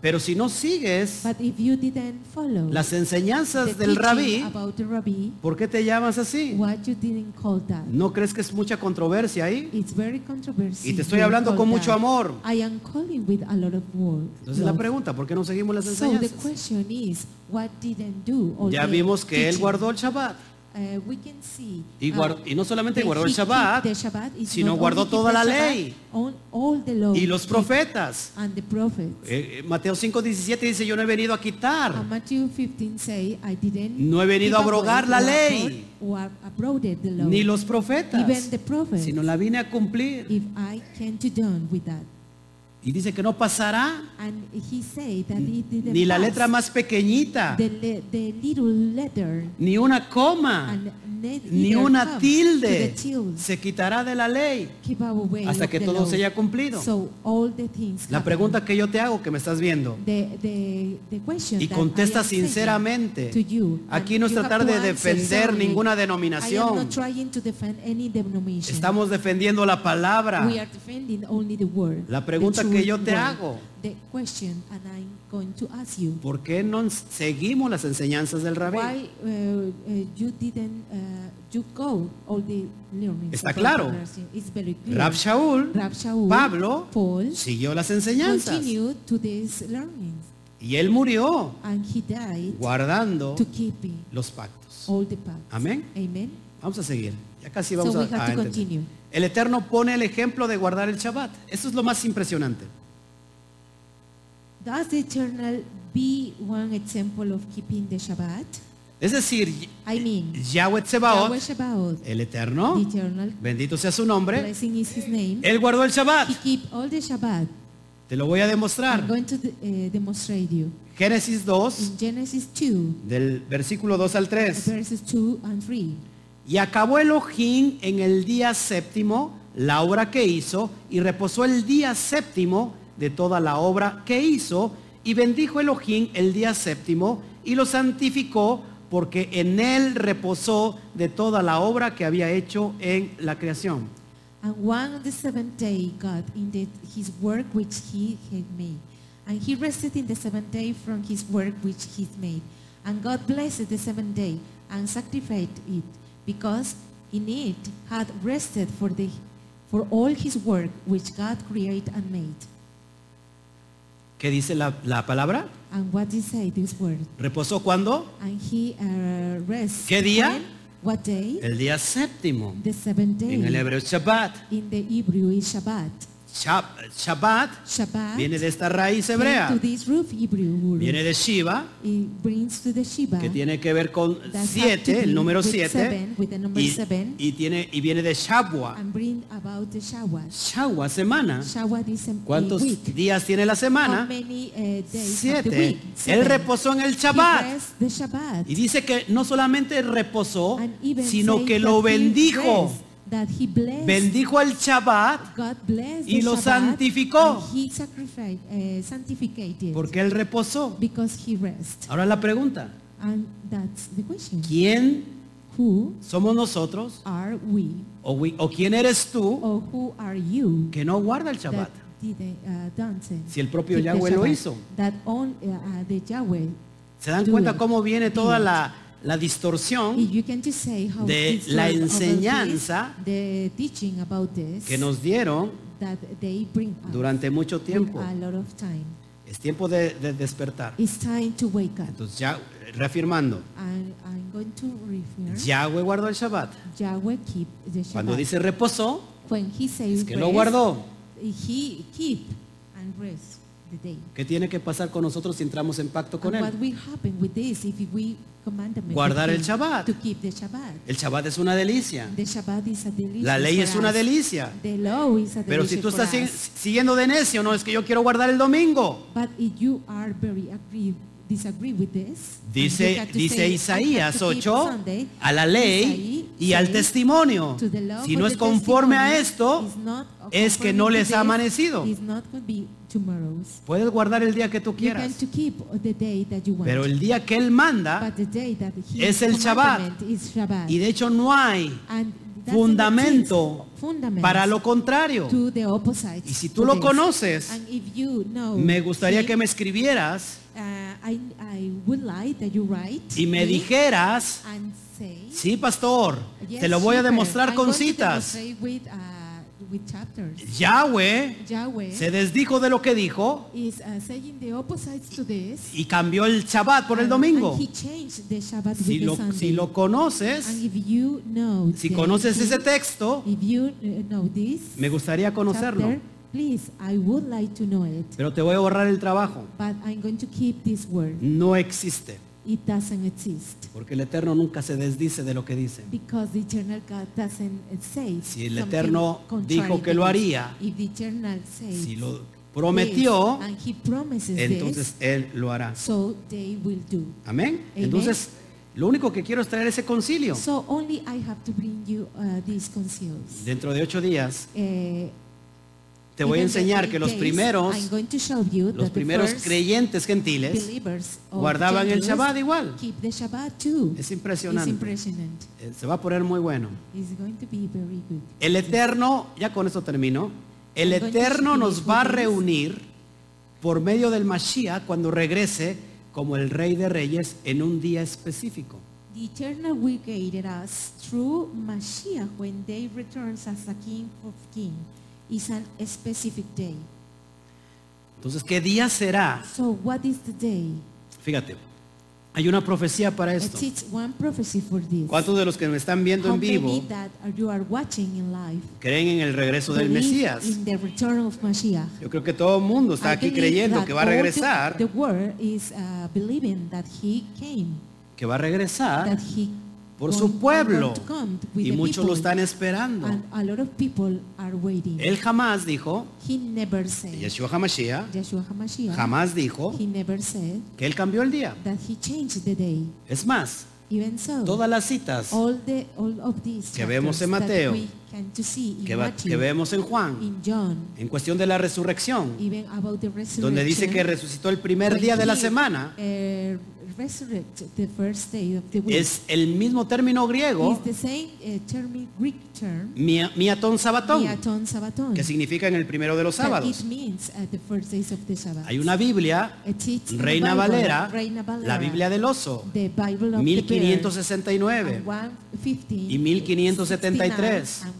Speaker 1: pero si no sigues
Speaker 2: but if you didn't follow
Speaker 1: las
Speaker 2: the
Speaker 1: enseñanzas del
Speaker 2: teaching
Speaker 1: rabí,
Speaker 2: about the rabbi,
Speaker 1: ¿por qué te llamas así?
Speaker 2: what you didn't call that?
Speaker 1: ¿No crees que es mucha controversia ahí?
Speaker 2: It's very controversial.
Speaker 1: Y te estoy hablando con mucho amor.
Speaker 2: I am calling with a lot of word.
Speaker 1: Entonces la
Speaker 2: love.
Speaker 1: pregunta, ¿por qué no seguimos las
Speaker 2: So the
Speaker 1: enseñanzas?
Speaker 2: question is, what didn't do? all
Speaker 1: Ya
Speaker 2: the
Speaker 1: vimos que él
Speaker 2: teaching?
Speaker 1: guardó el Shabbat.
Speaker 2: Eh, we can see,
Speaker 1: Y,
Speaker 2: uh,
Speaker 1: guard- y no solamente
Speaker 2: that
Speaker 1: guardó el
Speaker 2: he keep
Speaker 1: Shabbat,
Speaker 2: the Shabbat is
Speaker 1: sino
Speaker 2: not
Speaker 1: guardó
Speaker 2: only keep
Speaker 1: toda
Speaker 2: the
Speaker 1: la
Speaker 2: Shabbat,
Speaker 1: ley.
Speaker 2: on all the law
Speaker 1: y los profetas.
Speaker 2: and the prophets.
Speaker 1: Eh, eh, Mateo 5, 17 dice, yo no he venido a
Speaker 2: And
Speaker 1: quitar,
Speaker 2: Matthew 15 say, I didn't
Speaker 1: No he venido a
Speaker 2: give away
Speaker 1: abrogar la
Speaker 2: or
Speaker 1: ley.
Speaker 2: abro- or abrogate the law.
Speaker 1: ni los profetas,
Speaker 2: Even the prophets.
Speaker 1: sino la vine a cumplir.
Speaker 2: If I can to done with that.
Speaker 1: Y dice que no pasará
Speaker 2: And he say that it didn't
Speaker 1: ni la
Speaker 2: pass
Speaker 1: letra más pequeñita,
Speaker 2: the, le- the little letter
Speaker 1: ni una coma,
Speaker 2: and ne-
Speaker 1: ni
Speaker 2: neither
Speaker 1: una
Speaker 2: come to
Speaker 1: tilde
Speaker 2: the tilde
Speaker 1: se quitará de la ley
Speaker 2: keep away
Speaker 1: hasta
Speaker 2: of
Speaker 1: que
Speaker 2: the
Speaker 1: todo
Speaker 2: law.
Speaker 1: se haya cumplido.
Speaker 2: So all the things
Speaker 1: La
Speaker 2: happen.
Speaker 1: pregunta que yo te hago, que me estás viendo,
Speaker 2: The- the- the question
Speaker 1: y
Speaker 2: that I am
Speaker 1: contesta
Speaker 2: saying
Speaker 1: sinceramente.
Speaker 2: to you, and
Speaker 1: Aquí no es
Speaker 2: you have
Speaker 1: tratar
Speaker 2: to
Speaker 1: de
Speaker 2: answer
Speaker 1: defender
Speaker 2: solely.
Speaker 1: ninguna
Speaker 2: I am not
Speaker 1: denominación.
Speaker 2: trying to defend any denomination.
Speaker 1: Estamos defendiendo la palabra.
Speaker 2: We are defending only the word.
Speaker 1: La
Speaker 2: the
Speaker 1: pregunta que
Speaker 2: true
Speaker 1: yo te
Speaker 2: word.
Speaker 1: hago.
Speaker 2: The question and I'm going to ask you.
Speaker 1: ¿Por qué no seguimos las enseñanzas del rabí?
Speaker 2: Why uh, uh, you didn't uh, you go all the learnings?
Speaker 1: Está
Speaker 2: about
Speaker 1: claro.
Speaker 2: the nursing? It's very clear.
Speaker 1: Rab Shaul
Speaker 2: Rab Shaul,
Speaker 1: Pablo,
Speaker 2: Paul
Speaker 1: siguió las enseñanzas
Speaker 2: continued to these learnings
Speaker 1: y él murió
Speaker 2: and he died
Speaker 1: guardando
Speaker 2: to keep it,
Speaker 1: los pactos.
Speaker 2: all the pacts.
Speaker 1: Amén.
Speaker 2: Amen.
Speaker 1: Vamos a seguir. Ya casi vamos
Speaker 2: So
Speaker 1: a,
Speaker 2: we have
Speaker 1: a
Speaker 2: to
Speaker 1: entender.
Speaker 2: continue.
Speaker 1: El Eterno pone el ejemplo de guardar el Shabbat. Eso es lo más impresionante.
Speaker 2: Does the eternal be one example of keeping the Shabbat?
Speaker 1: Es decir,
Speaker 2: I mean,
Speaker 1: Yahweh
Speaker 2: Yahweh
Speaker 1: Tsebaot,
Speaker 2: Shabbat,
Speaker 1: el Eterno,
Speaker 2: the eternal,
Speaker 1: bendito sea su nombre,
Speaker 2: blessing is his name.
Speaker 1: él guardó el Shabbat.
Speaker 2: He keep all the Shabbat.
Speaker 1: Te lo voy a
Speaker 2: I'm
Speaker 1: demostrar.
Speaker 2: going to uh, demonstrate you.
Speaker 1: Génesis 2,
Speaker 2: In Genesis 2,
Speaker 1: del versículo 2 al 3.
Speaker 2: verses 2 and 3.
Speaker 1: Y acabó Elohim en el día séptimo la obra que hizo y reposó el día séptimo de toda la obra que hizo y bendijo Elohim el día séptimo y lo santificó porque en él reposó de toda la obra que había hecho en la creación.
Speaker 2: And one on the seventh day God ended his work which he had made. And he rested in the seventh day from his work which he made. And God blessed the seventh day and sanctified it, because in it had rested for, the, for all his work which God created and made.
Speaker 1: ¿Qué dice la, la palabra?
Speaker 2: And what did say this word?
Speaker 1: ¿Reposó cuándo?
Speaker 2: And he uh, rested.
Speaker 1: ¿Qué día?
Speaker 2: when? What day?
Speaker 1: El día séptimo.
Speaker 2: The seventh day.
Speaker 1: En el hebreo es Shabbat.
Speaker 2: In the Hebrew is Shabbat.
Speaker 1: Shab- Shabbat
Speaker 2: Shabbat.
Speaker 1: viene de esta raíz
Speaker 2: came
Speaker 1: hebrea.
Speaker 2: To this roof, Hebrew word.
Speaker 1: Viene de Shiva,
Speaker 2: It brings to the Shiva.
Speaker 1: que tiene que ver con
Speaker 2: that have to
Speaker 1: 7,
Speaker 2: do
Speaker 1: el número
Speaker 2: with
Speaker 1: 7,
Speaker 2: seven, with the number
Speaker 1: y,
Speaker 2: seven.
Speaker 1: y tiene, y viene de Shabwa.
Speaker 2: and bring about the Shawwat.
Speaker 1: Shabwa, semana.
Speaker 2: Shawwat is em- a
Speaker 1: ¿Cuántos
Speaker 2: week.
Speaker 1: días tiene la
Speaker 2: How
Speaker 1: semana?
Speaker 2: many uh, days of the week?
Speaker 1: 7. Él
Speaker 2: Seven.
Speaker 1: reposó en el
Speaker 2: He
Speaker 1: Shabbat.
Speaker 2: rests the Shabbat.
Speaker 1: Y dice que no solamente reposó,
Speaker 2: And even
Speaker 1: sino
Speaker 2: say
Speaker 1: que lo
Speaker 2: that he
Speaker 1: bendijo.
Speaker 2: rests, That he blessed.
Speaker 1: Bendijo al Shabbat
Speaker 2: God blessed
Speaker 1: Y
Speaker 2: the
Speaker 1: lo
Speaker 2: Shabbat,
Speaker 1: santificó.
Speaker 2: and He sacrificed, uh, sanctificated.
Speaker 1: porque él reposó.
Speaker 2: Because he rests.
Speaker 1: Ahora la pregunta,
Speaker 2: And that's the question.
Speaker 1: ¿quién
Speaker 2: Who
Speaker 1: somos nosotros
Speaker 2: are we?
Speaker 1: o, we- o quién eres tú
Speaker 2: Or who are you?
Speaker 1: que no guarda el
Speaker 2: that
Speaker 1: Shabbat?
Speaker 2: didn't, uh, don't say.
Speaker 1: Si el propio
Speaker 2: Keep the
Speaker 1: Yahweh lo
Speaker 2: Shabbat.
Speaker 1: hizo.
Speaker 2: That on, uh, uh, the Yahweh.
Speaker 1: ¿Se dan
Speaker 2: Do
Speaker 1: cuenta
Speaker 2: it.
Speaker 1: cómo viene toda
Speaker 2: Do it.
Speaker 1: la, la distorsión
Speaker 2: You can just say how
Speaker 1: de
Speaker 2: it's
Speaker 1: la
Speaker 2: like about
Speaker 1: enseñanza
Speaker 2: this, the teaching about this
Speaker 1: que nos dieron
Speaker 2: that they bring up
Speaker 1: durante mucho tiempo?
Speaker 2: with a lot of time.
Speaker 1: Es tiempo de, de despertar.
Speaker 2: It's time to wake up.
Speaker 1: Entonces, ya, reafirmando,
Speaker 2: And I'm going to refer
Speaker 1: Yahweh guardó el Shabbat.
Speaker 2: Yahweh keep the Shabbat. pues,
Speaker 1: Cuando dice reposó,
Speaker 2: When he says
Speaker 1: es que lo
Speaker 2: rest,
Speaker 1: guardó.
Speaker 2: He keep and rest the day.
Speaker 1: ¿Qué tiene que pasar con nosotros si entramos en pacto con
Speaker 2: And what
Speaker 1: Él?
Speaker 2: will happen with this if we commandment
Speaker 1: Guardar
Speaker 2: to
Speaker 1: el
Speaker 2: keep-
Speaker 1: Shabbat.
Speaker 2: To keep the Shabbat.
Speaker 1: El Shabbat es una delicia.
Speaker 2: The Shabbat is a delicious
Speaker 1: La ley
Speaker 2: for
Speaker 1: es una
Speaker 2: us.
Speaker 1: delicia.
Speaker 2: The law is a
Speaker 1: Pero si tú
Speaker 2: delicious for
Speaker 1: estás sig-
Speaker 2: us.
Speaker 1: siguiendo de necio, no es que yo quiero guardar el domingo.
Speaker 2: But if you are very agree, disagree with this, and you
Speaker 1: Dice,
Speaker 2: have to
Speaker 1: dice
Speaker 2: say, I have
Speaker 1: Isaías
Speaker 2: to keep
Speaker 1: 8
Speaker 2: Sunday,
Speaker 1: a la ley
Speaker 2: Isaí
Speaker 1: y al
Speaker 2: says,
Speaker 1: testimonio.
Speaker 2: to the law
Speaker 1: Si
Speaker 2: for
Speaker 1: no
Speaker 2: the
Speaker 1: es conforme a
Speaker 2: testimony,
Speaker 1: esto,
Speaker 2: is not
Speaker 1: es que no
Speaker 2: conforming to
Speaker 1: les ha
Speaker 2: this,
Speaker 1: amanecido.
Speaker 2: is not going to be tomorrow's.
Speaker 1: puedes guardar el día que tú
Speaker 2: You can
Speaker 1: quieras,
Speaker 2: to keep the day that you want.
Speaker 1: pero el día que Él manda,
Speaker 2: But the day that he
Speaker 1: es el Shabbat.
Speaker 2: commandment is Shabbat.
Speaker 1: y de hecho no hay
Speaker 2: And that's
Speaker 1: fundamento
Speaker 2: the fundament
Speaker 1: para lo contrario.
Speaker 2: to the opposite
Speaker 1: Y si tú
Speaker 2: to
Speaker 1: lo
Speaker 2: this.
Speaker 1: conoces,
Speaker 2: And if you know
Speaker 1: Me gustaría
Speaker 2: him,
Speaker 1: que me escribieras
Speaker 2: Uh, I, I would like that you write
Speaker 1: y me dijeras,
Speaker 2: and say,
Speaker 1: sí, pastor,
Speaker 2: "Yes,
Speaker 1: te lo voy a
Speaker 2: Shipper,
Speaker 1: demostrar
Speaker 2: I'm
Speaker 1: con
Speaker 2: going to
Speaker 1: citas.
Speaker 2: demonstrate With, uh, with chapters.
Speaker 1: Yahweh
Speaker 2: Yahweh
Speaker 1: se desdijo de lo que dijo
Speaker 2: is uh, saying the opposite to this.
Speaker 1: y cambió el Shabbat por el
Speaker 2: and-
Speaker 1: domingo.
Speaker 2: and he changed the Shabbat
Speaker 1: Si
Speaker 2: with the
Speaker 1: lo,
Speaker 2: Sunday.
Speaker 1: si lo conoces,
Speaker 2: and if you know
Speaker 1: si
Speaker 2: the-
Speaker 1: conoces ese texto,
Speaker 2: if you uh, know this
Speaker 1: me gustaría conocerlo,
Speaker 2: chapter, please, I would like to know it.
Speaker 1: pero te voy a borrar el trabajo.
Speaker 2: But I'm going to keep this word.
Speaker 1: No existe,
Speaker 2: It doesn't exist.
Speaker 1: porque el Eterno nunca se desdice de lo que dice.
Speaker 2: Because the eternal God doesn't say
Speaker 1: Si el
Speaker 2: something
Speaker 1: Eterno
Speaker 2: contrary
Speaker 1: dijo que
Speaker 2: to
Speaker 1: lo
Speaker 2: this.
Speaker 1: haría,
Speaker 2: If the eternal says
Speaker 1: Si lo
Speaker 2: this,
Speaker 1: prometió,
Speaker 2: and he promises
Speaker 1: entonces Él lo hará.
Speaker 2: this, so they will do.
Speaker 1: Amén.
Speaker 2: Amén.
Speaker 1: Entonces, lo único que quiero es traer ese concilio.
Speaker 2: So only I have to bring you uh, these conceals.
Speaker 1: Dentro de ocho días
Speaker 2: Eh,
Speaker 1: te voy a
Speaker 2: even the
Speaker 1: enseñar
Speaker 2: eight
Speaker 1: que los
Speaker 2: days, I'm
Speaker 1: primeros,
Speaker 2: going to show you
Speaker 1: los
Speaker 2: that the
Speaker 1: primeros
Speaker 2: first
Speaker 1: creyentes gentiles
Speaker 2: believers of
Speaker 1: guardaban el
Speaker 2: Gentiles
Speaker 1: Shabbat igual.
Speaker 2: Keep the Shabbat too.
Speaker 1: Es impresionante.
Speaker 2: It's impressionant.
Speaker 1: Eh, Se va a poner muy bueno.
Speaker 2: It's going to be very good.
Speaker 1: El Eterno, ya con esto termino, el
Speaker 2: I'm going to
Speaker 1: Eterno
Speaker 2: show you
Speaker 1: nos
Speaker 2: who
Speaker 1: va a
Speaker 2: he is.
Speaker 1: reunir por medio del Mashiach cuando regrese como el Rey de Reyes en un día específico.
Speaker 2: The eternal will guided us through Mashiach when they returns as a king of king. It's an specific day.
Speaker 1: Entonces, ¿qué día será?
Speaker 2: So what is the day?
Speaker 1: Fíjate, Hay una profecía para
Speaker 2: I
Speaker 1: esto.
Speaker 2: teach one prophecy for this.
Speaker 1: ¿Cuántos de los que me están viendo
Speaker 2: How
Speaker 1: en
Speaker 2: many
Speaker 1: vivo
Speaker 2: that are- you are watching in live
Speaker 1: creen en el regreso del
Speaker 2: believe
Speaker 1: Mesías?
Speaker 2: in the return of Mashiach?
Speaker 1: Yo creo que todo el mundo está
Speaker 2: I
Speaker 1: aquí
Speaker 2: believe
Speaker 1: creyendo
Speaker 2: that
Speaker 1: que va a
Speaker 2: all the-
Speaker 1: regresar,
Speaker 2: The, world is uh, believing that he came,
Speaker 1: que va a regresar
Speaker 2: that he
Speaker 1: Ah. por
Speaker 2: going-
Speaker 1: su pueblo.
Speaker 2: going to come with
Speaker 1: Y
Speaker 2: the
Speaker 1: muchos lo
Speaker 2: people.
Speaker 1: están esperando.
Speaker 2: And a lot of people are waiting.
Speaker 1: Él jamás dijo,
Speaker 2: he never said,
Speaker 1: Yeshua Hamashiach,
Speaker 2: Yeshua HaMashiach,
Speaker 1: jamás dijo
Speaker 2: he never said
Speaker 1: que él cambió el día.
Speaker 2: that he changed the day.
Speaker 1: Es más,
Speaker 2: Even so,
Speaker 1: todas las citas
Speaker 2: all, the, all of these
Speaker 1: que vemos en
Speaker 2: chapters that
Speaker 1: Mateo,
Speaker 2: we can to see in
Speaker 1: que, va-
Speaker 2: Matthew,
Speaker 1: que vemos en Juan,
Speaker 2: in John,
Speaker 1: en cuestión de la resurrección,
Speaker 2: even about the resurrection,
Speaker 1: donde dice que resucitó el primer
Speaker 2: when
Speaker 1: día de la
Speaker 2: he,
Speaker 1: semana,
Speaker 2: eh, resurrect the first day of the week.
Speaker 1: es el mismo término
Speaker 2: It's
Speaker 1: griego,
Speaker 2: the same eh, term, Greek term,
Speaker 1: mia- miatón sabatón,
Speaker 2: miaton sabaton,
Speaker 1: que significa en el primero de los
Speaker 2: that
Speaker 1: sábados.
Speaker 2: it means uh, the first days of the Sabbath.
Speaker 1: Hay una Biblia,
Speaker 2: It is in the
Speaker 1: Reina
Speaker 2: Bible,
Speaker 1: Valera,
Speaker 2: Reina Valera,
Speaker 1: la Biblia del oso,
Speaker 2: the Bible of the Bear,
Speaker 1: 1569,
Speaker 2: and 115,
Speaker 1: y 1573,
Speaker 2: 69, and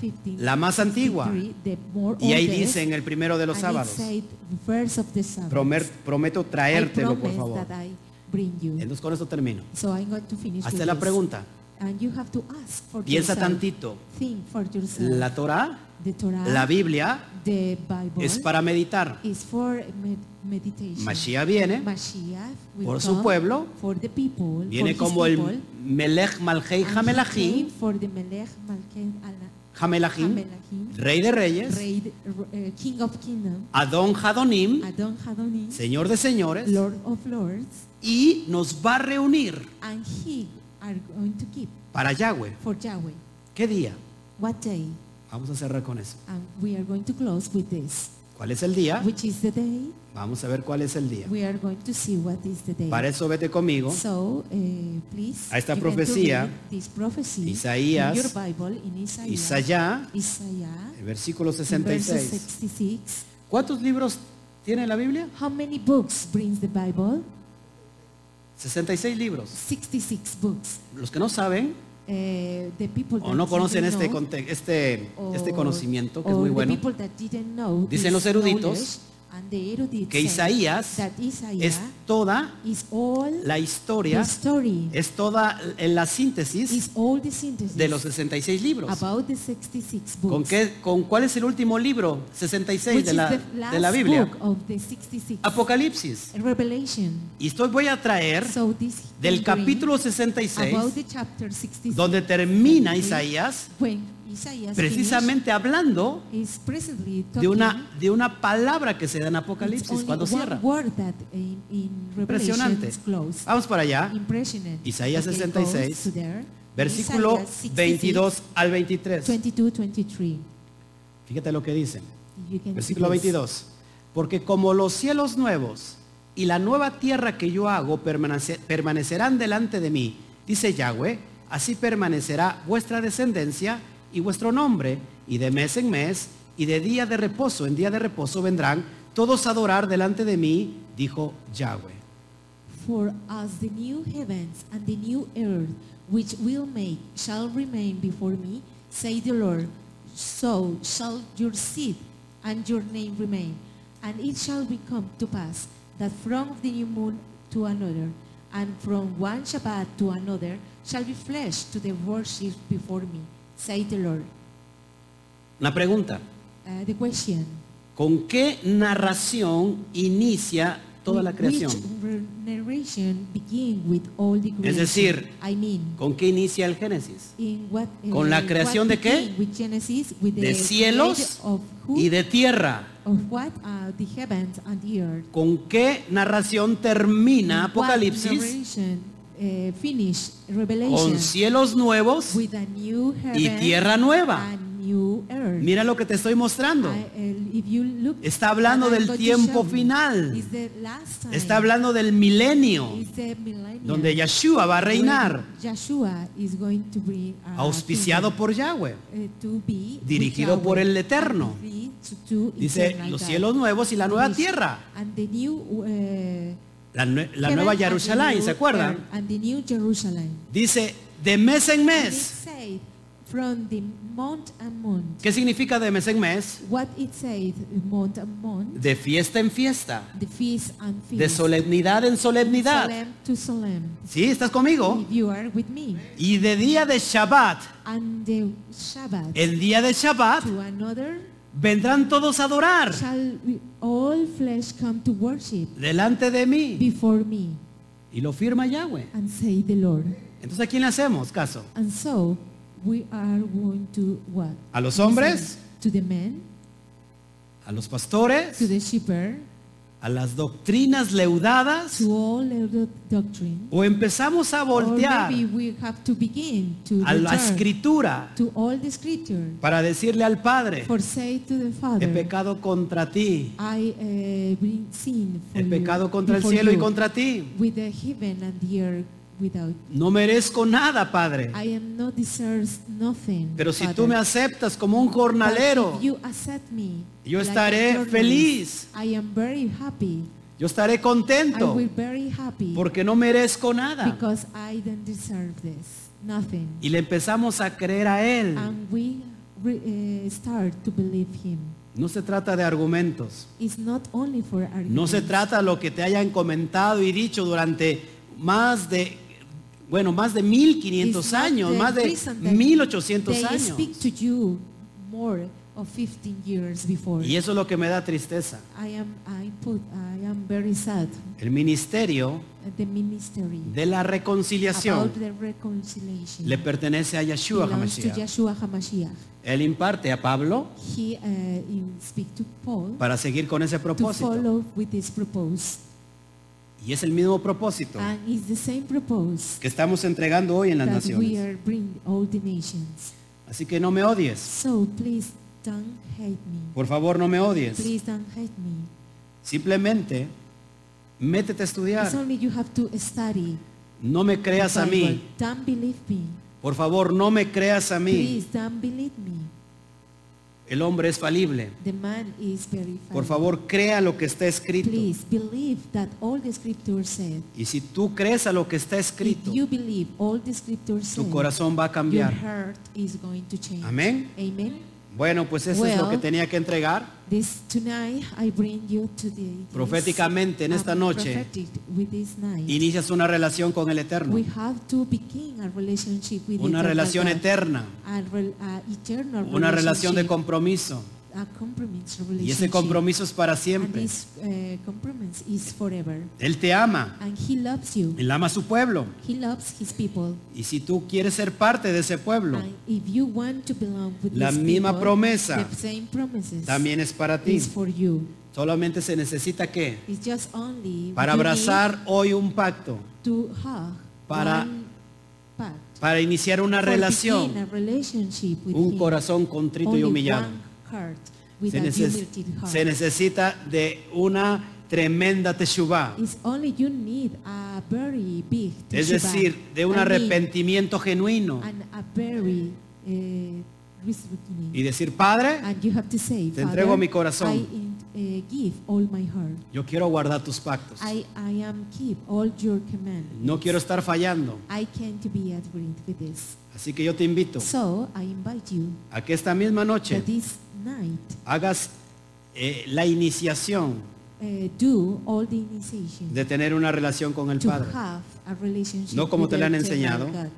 Speaker 2: 115,
Speaker 1: la más antigua,
Speaker 2: 63, the more
Speaker 1: y ahí
Speaker 2: oldest,
Speaker 1: dice en el primero de los
Speaker 2: and it
Speaker 1: sábados,
Speaker 2: said the first of the Sabbath.
Speaker 1: "Promer- prometo
Speaker 2: I
Speaker 1: traértelo, por
Speaker 2: promise
Speaker 1: favor.
Speaker 2: that I bring you.
Speaker 1: Entonces con esto termino.
Speaker 2: So I'm going to finish
Speaker 1: Hazte
Speaker 2: with
Speaker 1: la
Speaker 2: this.
Speaker 1: pregunta,
Speaker 2: And you have to ask for
Speaker 1: piensa
Speaker 2: yourself.
Speaker 1: tantito,
Speaker 2: Think for yourself.
Speaker 1: la Torah,
Speaker 2: the Torah,
Speaker 1: la Biblia,
Speaker 2: the Bible,
Speaker 1: es para meditar.
Speaker 2: is for med- meditation.
Speaker 1: Mashiach viene,
Speaker 2: Mashiach will
Speaker 1: por su
Speaker 2: come
Speaker 1: pueblo,
Speaker 2: for the people, for
Speaker 1: viene
Speaker 2: his
Speaker 1: como el
Speaker 2: people,
Speaker 1: Melech Malhei
Speaker 2: and he came
Speaker 1: Hamelachim,
Speaker 2: for the Melech Malkeh Ala-
Speaker 1: Hamelachim,
Speaker 2: Hamelachim,
Speaker 1: Rey de Reyes,
Speaker 2: Rey, eh, King of Kingdom,
Speaker 1: Adón Hadonim,
Speaker 2: Adon Hadonim,
Speaker 1: Señor de señores,
Speaker 2: Lord of Lords,
Speaker 1: y nos va a reunir
Speaker 2: and he are going to keep
Speaker 1: para Yahweh.
Speaker 2: for Yahweh.
Speaker 1: ¿Qué día?
Speaker 2: What day?
Speaker 1: Vamos a cerrar con eso.
Speaker 2: And we are going to close with this,
Speaker 1: ¿Cuál es el día?
Speaker 2: which is the day.
Speaker 1: Vamos a ver cuál es el día.
Speaker 2: We are going to see what is the day.
Speaker 1: Para eso vete conmigo
Speaker 2: So, eh, please,
Speaker 1: A esta
Speaker 2: you can
Speaker 1: profecía,
Speaker 2: read this prophecy
Speaker 1: Isaías,
Speaker 2: in your Bible, in Isaías,
Speaker 1: Isaías,
Speaker 2: Isaías,
Speaker 1: el versículo
Speaker 2: verse
Speaker 1: 66.
Speaker 2: 66.
Speaker 1: ¿Cuántos libros tiene la Biblia?
Speaker 2: How many books brings the Bible?
Speaker 1: 66 libros.
Speaker 2: 66 books.
Speaker 1: Los que no saben
Speaker 2: Eh, the people
Speaker 1: o
Speaker 2: that
Speaker 1: no conocen
Speaker 2: didn't
Speaker 1: este,
Speaker 2: know,
Speaker 1: conte- este,
Speaker 2: or-
Speaker 1: este conocimiento, que es
Speaker 2: or
Speaker 1: muy
Speaker 2: the
Speaker 1: bueno,
Speaker 2: Oh, people that didn't know
Speaker 1: Dicen
Speaker 2: this
Speaker 1: los eruditos
Speaker 2: knowledge, and the erudites
Speaker 1: que
Speaker 2: say
Speaker 1: Isaías
Speaker 2: that Pues
Speaker 1: es
Speaker 2: Isaías
Speaker 1: toda
Speaker 2: is all
Speaker 1: la historia,
Speaker 2: the story,
Speaker 1: es toda en la síntesis
Speaker 2: is all the synthesis
Speaker 1: de los 66 libros.
Speaker 2: about the 66 books.
Speaker 1: ¿Con, qué, ¿Con cuál es el último libro? 66
Speaker 2: which
Speaker 1: de
Speaker 2: is
Speaker 1: la,
Speaker 2: the
Speaker 1: de la
Speaker 2: last
Speaker 1: Biblia.
Speaker 2: book of the 66
Speaker 1: Apocalipsis.
Speaker 2: Revelation.
Speaker 1: Y estoy voy a traer
Speaker 2: So this
Speaker 1: del
Speaker 2: Hebrew
Speaker 1: capítulo
Speaker 2: about
Speaker 1: 66,
Speaker 2: the chapter 66
Speaker 1: donde termina Isaías,
Speaker 2: when Isaías
Speaker 1: precisamente hablando
Speaker 2: finished, is presently
Speaker 1: de
Speaker 2: talking
Speaker 1: una, de una palabra que se da en
Speaker 2: it's
Speaker 1: Apocalipsis
Speaker 2: only
Speaker 1: cuando
Speaker 2: one
Speaker 1: cierra.
Speaker 2: word that in, in Revelation
Speaker 1: Impresionante.
Speaker 2: is closed.
Speaker 1: Vamos para allá.
Speaker 2: Impressionant.
Speaker 1: Isaías
Speaker 2: Okay,
Speaker 1: 66,
Speaker 2: goes to there.
Speaker 1: Versículo
Speaker 2: Isaías 66,
Speaker 1: 22 al 23.
Speaker 2: 22, 23.
Speaker 1: Fíjate lo que dice.
Speaker 2: You can see
Speaker 1: Versículo
Speaker 2: this.
Speaker 1: 22. Porque como los cielos nuevos y la nueva tierra que yo hago permanece- permanecerán delante de mí, dice Yahweh, así permanecerá vuestra descendencia y vuestro nombre, y de mes en mes, y de día de reposo en día de reposo vendrán todos a adorar delante de mí, dijo Yahweh.
Speaker 2: For as the new heavens and the new earth which will make shall remain before me, say the Lord, so shall your seed and your name remain. And it shall become to pass that from the new moon to another, and from one Shabbat to another, shall be flesh to the worship before me, say the Lord.
Speaker 1: Una pregunta.
Speaker 2: Uh, the question.
Speaker 1: ¿Con qué narración inicia toda la creación?
Speaker 2: Which narration begin with all the creation?
Speaker 1: Es decir,
Speaker 2: I mean,
Speaker 1: ¿Con qué inicia el Génesis?
Speaker 2: In what, eh,
Speaker 1: ¿Con la
Speaker 2: what
Speaker 1: creación de qué?
Speaker 2: began with Genesis, with
Speaker 1: de
Speaker 2: the
Speaker 1: cielos
Speaker 2: creation of who?
Speaker 1: y de tierra.
Speaker 2: Of what are the heavens and the earth.
Speaker 1: ¿Con qué narración termina
Speaker 2: What
Speaker 1: Apocalipsis?
Speaker 2: narration, eh, finish Revelation
Speaker 1: Con cielos nuevos
Speaker 2: with a new heaven
Speaker 1: y tierra nueva.
Speaker 2: and new earth.
Speaker 1: Mira lo que te estoy mostrando.
Speaker 2: I, eh, if you look
Speaker 1: Está hablando
Speaker 2: what I'm
Speaker 1: del
Speaker 2: going to
Speaker 1: tiempo
Speaker 2: show you,
Speaker 1: final.
Speaker 2: is the last time,
Speaker 1: Está hablando del milenio,
Speaker 2: is the millennium,
Speaker 1: donde Yeshua va a reinar,
Speaker 2: when Yeshua is going to bring uh, a
Speaker 1: auspiciado
Speaker 2: kingdom,
Speaker 1: por Yahweh.
Speaker 2: eh, to be with
Speaker 1: dirigido por
Speaker 2: Yahweh,
Speaker 1: el Eterno.
Speaker 2: and be to- to
Speaker 1: Dice
Speaker 2: eternal
Speaker 1: los
Speaker 2: God.
Speaker 1: cielos nuevos y la nueva
Speaker 2: Yes.
Speaker 1: tierra.
Speaker 2: And the new, eh,
Speaker 1: La, nue- la
Speaker 2: heaven
Speaker 1: nueva
Speaker 2: and the
Speaker 1: Jerusalén,
Speaker 2: new
Speaker 1: ¿se
Speaker 2: earth
Speaker 1: acuerdan?
Speaker 2: And the new Jerusalem.
Speaker 1: Dice, de mes en
Speaker 2: And it
Speaker 1: mes,
Speaker 2: said from the month and month.
Speaker 1: ¿Qué significa de mes en mes?
Speaker 2: What it said, month and month,
Speaker 1: De fiesta en fiesta,
Speaker 2: the feast and feast.
Speaker 1: de solemnidad en solemnidad.
Speaker 2: Solemn to solemn.
Speaker 1: ¿Sí? ¿Estás conmigo?
Speaker 2: If you are with me.
Speaker 1: Y de día de Shabbat,
Speaker 2: And the Shabbat
Speaker 1: el día de Shabbat,
Speaker 2: to another
Speaker 1: vendrán todos a adorar
Speaker 2: shall we- all flesh come to worship
Speaker 1: delante de mí.
Speaker 2: before me
Speaker 1: Y lo firma Yahweh.
Speaker 2: and say the Lord.
Speaker 1: Entonces, ¿a quién le hacemos caso?
Speaker 2: And so we are going to what?
Speaker 1: ¿A los hombres?
Speaker 2: To the men,
Speaker 1: ¿A los
Speaker 2: to
Speaker 1: pastores?
Speaker 2: the shepherd,
Speaker 1: ¿A las doctrinas leudadas?
Speaker 2: to all the doctrine.
Speaker 1: ¿O empezamos a
Speaker 2: Or
Speaker 1: voltear
Speaker 2: maybe we have to begin to
Speaker 1: a la
Speaker 2: return
Speaker 1: escritura
Speaker 2: to all the scripture.
Speaker 1: para decirle al Padre,
Speaker 2: For say to the
Speaker 1: he
Speaker 2: Father,
Speaker 1: pecado contra ti,
Speaker 2: I uh, bring sin Mm, for
Speaker 1: he
Speaker 2: you,
Speaker 1: pecado contra el
Speaker 2: before
Speaker 1: cielo y
Speaker 2: you,
Speaker 1: contra ti.
Speaker 2: with the heaven and the earth without.
Speaker 1: No merezco nada, Padre.
Speaker 2: I am not deserves nothing.
Speaker 1: Pero si
Speaker 2: Father.
Speaker 1: tú me aceptas como un jornalero,
Speaker 2: But if you accept me,
Speaker 1: Yo
Speaker 2: like a
Speaker 1: estaré
Speaker 2: journalist,
Speaker 1: feliz.
Speaker 2: I am very happy.
Speaker 1: yo estaré
Speaker 2: I
Speaker 1: contento
Speaker 2: will very happy
Speaker 1: porque no merezco nada.
Speaker 2: because I don't deserve this, nothing.
Speaker 1: Y le empezamos a creer a Él.
Speaker 2: And we re, eh, start to believe him.
Speaker 1: No se trata de argumentos.
Speaker 2: It's not only for our
Speaker 1: No se trata lo que te hayan comentado y dicho durante más de, bueno, más de 1500 años, más de 1800
Speaker 2: They
Speaker 1: años.
Speaker 2: speak to you more of 15 years before.
Speaker 1: Y eso es lo que me da tristeza.
Speaker 2: I am I put I am very sad
Speaker 1: El ministerio
Speaker 2: at the ministry
Speaker 1: de la reconciliación
Speaker 2: about the reconciliation.
Speaker 1: le pertenece a Yeshua
Speaker 2: belongs to
Speaker 1: HaMashiach.
Speaker 2: Yeshua HaMashiach.
Speaker 1: Él imparte a Pablo
Speaker 2: He uh, in speak to Paul
Speaker 1: para seguir con ese
Speaker 2: to
Speaker 1: propósito.
Speaker 2: follow with this propose.
Speaker 1: Y es el mismo propósito
Speaker 2: And it's the same propose
Speaker 1: que estamos entregando hoy en las
Speaker 2: Ah. that we
Speaker 1: naciones.
Speaker 2: are bring all the nations.
Speaker 1: Así que no me odies.
Speaker 2: So please don't hate me.
Speaker 1: Por favor, no me odies.
Speaker 2: Please don't hate me.
Speaker 1: Simplemente métete a estudiar.
Speaker 2: It's only you have to study.
Speaker 1: No me creas a
Speaker 2: the Bible.
Speaker 1: mí.
Speaker 2: Don't believe me.
Speaker 1: Por favor, no me creas a mí.
Speaker 2: Please don't believe me.
Speaker 1: El hombre es falible.
Speaker 2: The man is very
Speaker 1: Por
Speaker 2: funny.
Speaker 1: favor, crea lo que está escrito.
Speaker 2: Please believe that all the scripture said.
Speaker 1: Y si tú crees a lo que está escrito,
Speaker 2: If you believe all the scripture said,
Speaker 1: tu corazón va a
Speaker 2: your
Speaker 1: cambiar.
Speaker 2: heart is going to change.
Speaker 1: Amén.
Speaker 2: Amen.
Speaker 1: Bueno, pues eso es lo que
Speaker 2: Well,
Speaker 1: tenía que entregar.
Speaker 2: This tonight I bring you to the
Speaker 1: Proféticamente, en
Speaker 2: this,
Speaker 1: esta
Speaker 2: um,
Speaker 1: noche,
Speaker 2: prophetic with this night.
Speaker 1: Inicias una relación con el Eterno.
Speaker 2: we have to begin a relationship with
Speaker 1: Una
Speaker 2: eternal
Speaker 1: relación
Speaker 2: God.
Speaker 1: eterna.
Speaker 2: A rel- a eternal
Speaker 1: Una relación de
Speaker 2: relationship,
Speaker 1: compromiso.
Speaker 2: a compromise
Speaker 1: Y
Speaker 2: relationship.
Speaker 1: ese compromiso es para
Speaker 2: And
Speaker 1: siempre.
Speaker 2: this uh, compromise is forever.
Speaker 1: Él te ama.
Speaker 2: And he loves you.
Speaker 1: Él ama a su pueblo.
Speaker 2: He loves his people.
Speaker 1: Y si tú quieres ser parte de ese pueblo,
Speaker 2: And if you want to belong with
Speaker 1: La
Speaker 2: these
Speaker 1: misma
Speaker 2: people,
Speaker 1: promesa
Speaker 2: the same promises
Speaker 1: también es para ti.
Speaker 2: is for you.
Speaker 1: Solamente se necesita que
Speaker 2: It's just only
Speaker 1: para
Speaker 2: you need
Speaker 1: abrazar hoy un pacto,
Speaker 2: to hug
Speaker 1: para
Speaker 2: one pact,
Speaker 1: para iniciar una
Speaker 2: for begin
Speaker 1: relación,
Speaker 2: a relationship with
Speaker 1: un
Speaker 2: him,
Speaker 1: corazón contrito
Speaker 2: only
Speaker 1: y humillado.
Speaker 2: one heart with
Speaker 1: Se,
Speaker 2: a
Speaker 1: neces-
Speaker 2: humility heart.
Speaker 1: se necesita de una tremenda teshuvah,
Speaker 2: It's only you need a very big
Speaker 1: es
Speaker 2: teshuvah,
Speaker 1: decir, de un
Speaker 2: a need
Speaker 1: arrepentimiento genuino
Speaker 2: and a very eh, reasoning.
Speaker 1: y decir, Padre,
Speaker 2: And you have to say,
Speaker 1: Te
Speaker 2: "Father,
Speaker 1: entrego mi corazón.
Speaker 2: I eh, give all my heart.
Speaker 1: yo quiero guardar tus pactos,
Speaker 2: I, I am keep all your commandments.
Speaker 1: no quiero estar fallando,
Speaker 2: I can't be at agreed with this.
Speaker 1: así que yo te invito
Speaker 2: So I invite you
Speaker 1: a que esta misma noche
Speaker 2: that this night
Speaker 1: hagas eh, la iniciación
Speaker 2: eh, do all the initiation
Speaker 1: de tener una relación con el
Speaker 2: to
Speaker 1: Padre.
Speaker 2: have a relationship
Speaker 1: No como
Speaker 2: with
Speaker 1: te lo han
Speaker 2: the eternal
Speaker 1: enseñado.
Speaker 2: God.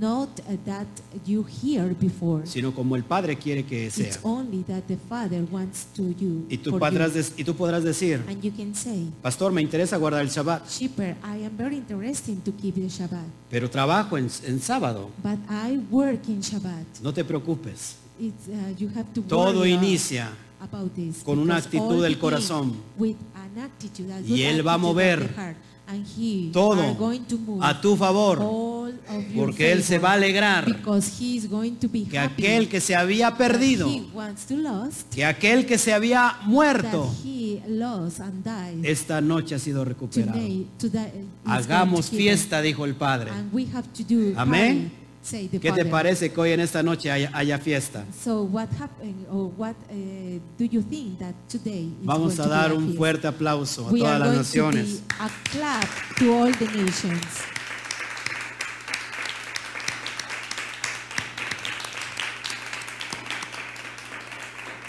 Speaker 2: Not eh, that you hear before.
Speaker 1: sino como el Padre quiere que sea.
Speaker 2: It's only that the Father wants to you.
Speaker 1: Y
Speaker 2: for
Speaker 1: tú,
Speaker 2: you.
Speaker 1: podrás des- y tú podrás decir,
Speaker 2: And you can say,
Speaker 1: pastor, me interesa guardar el Shabbat,
Speaker 2: Shepherd, I am very interested to keep the Shabbat.
Speaker 1: pero trabajo en, en sábado.
Speaker 2: But I work in Shabbat.
Speaker 1: No te preocupes.
Speaker 2: It's, uh, you have to
Speaker 1: Todo
Speaker 2: worry
Speaker 1: inicia
Speaker 2: about this
Speaker 1: con una
Speaker 2: because
Speaker 1: actitud
Speaker 2: all
Speaker 1: del
Speaker 2: begins
Speaker 1: corazón.
Speaker 2: with an attitude, a
Speaker 1: Y
Speaker 2: good
Speaker 1: Él va a
Speaker 2: attitude of
Speaker 1: mover
Speaker 2: the heart, and he are
Speaker 1: todo
Speaker 2: going to move
Speaker 1: a tu favor,
Speaker 2: all of your
Speaker 1: porque Él se va a
Speaker 2: favor
Speaker 1: alegrar
Speaker 2: because he is going to be
Speaker 1: que
Speaker 2: happy
Speaker 1: aquel que se había
Speaker 2: that
Speaker 1: perdido,
Speaker 2: he wants to lost,
Speaker 1: que aquel que se había muerto,
Speaker 2: that he lost and died
Speaker 1: esta noche ha sido recuperado.
Speaker 2: today, today is
Speaker 1: Hagamos
Speaker 2: going to give
Speaker 1: fiesta, dijo el
Speaker 2: it.
Speaker 1: Padre.
Speaker 2: and we have to do
Speaker 1: Amén.
Speaker 2: party, say the
Speaker 1: ¿Qué te
Speaker 2: Father.
Speaker 1: parece que hoy en esta noche haya, haya fiesta?
Speaker 2: So what happened or what uh, do you think that today is
Speaker 1: Vamos a
Speaker 2: going to
Speaker 1: dar
Speaker 2: be
Speaker 1: un
Speaker 2: here?
Speaker 1: fuerte aplauso a
Speaker 2: We are
Speaker 1: todas las
Speaker 2: going to be
Speaker 1: naciones.
Speaker 2: a clap to all the nations.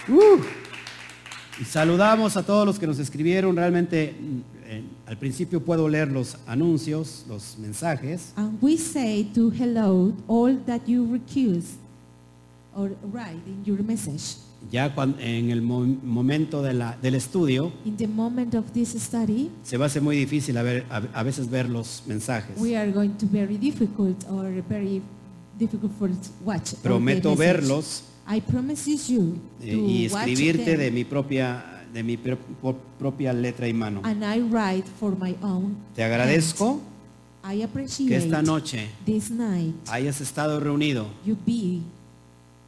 Speaker 1: Uh. Y saludamos a todos los que nos escribieron. Realmente mm, eh, al principio puedo leer los anuncios, los mensajes.
Speaker 2: And we say to hello all that you recuse or write in your message.
Speaker 1: Ya cuan- en el mo- momento de la- del estudio
Speaker 2: In the moment of this study,
Speaker 1: se va a hacer muy difícil a, ver- a- a veces ver los mensajes.
Speaker 2: we are going to very difficult or very difficult for watch. all the
Speaker 1: Prometo
Speaker 2: message.
Speaker 1: verlos
Speaker 2: I promises you to
Speaker 1: eh, y
Speaker 2: watch
Speaker 1: escribirte
Speaker 2: them,
Speaker 1: de mi propia de mi pro- pro- propia letra y mano.
Speaker 2: and I write for my own.
Speaker 1: Te agradezco
Speaker 2: I appreciate
Speaker 1: que esta noche
Speaker 2: this night
Speaker 1: hayas estado reunido
Speaker 2: you be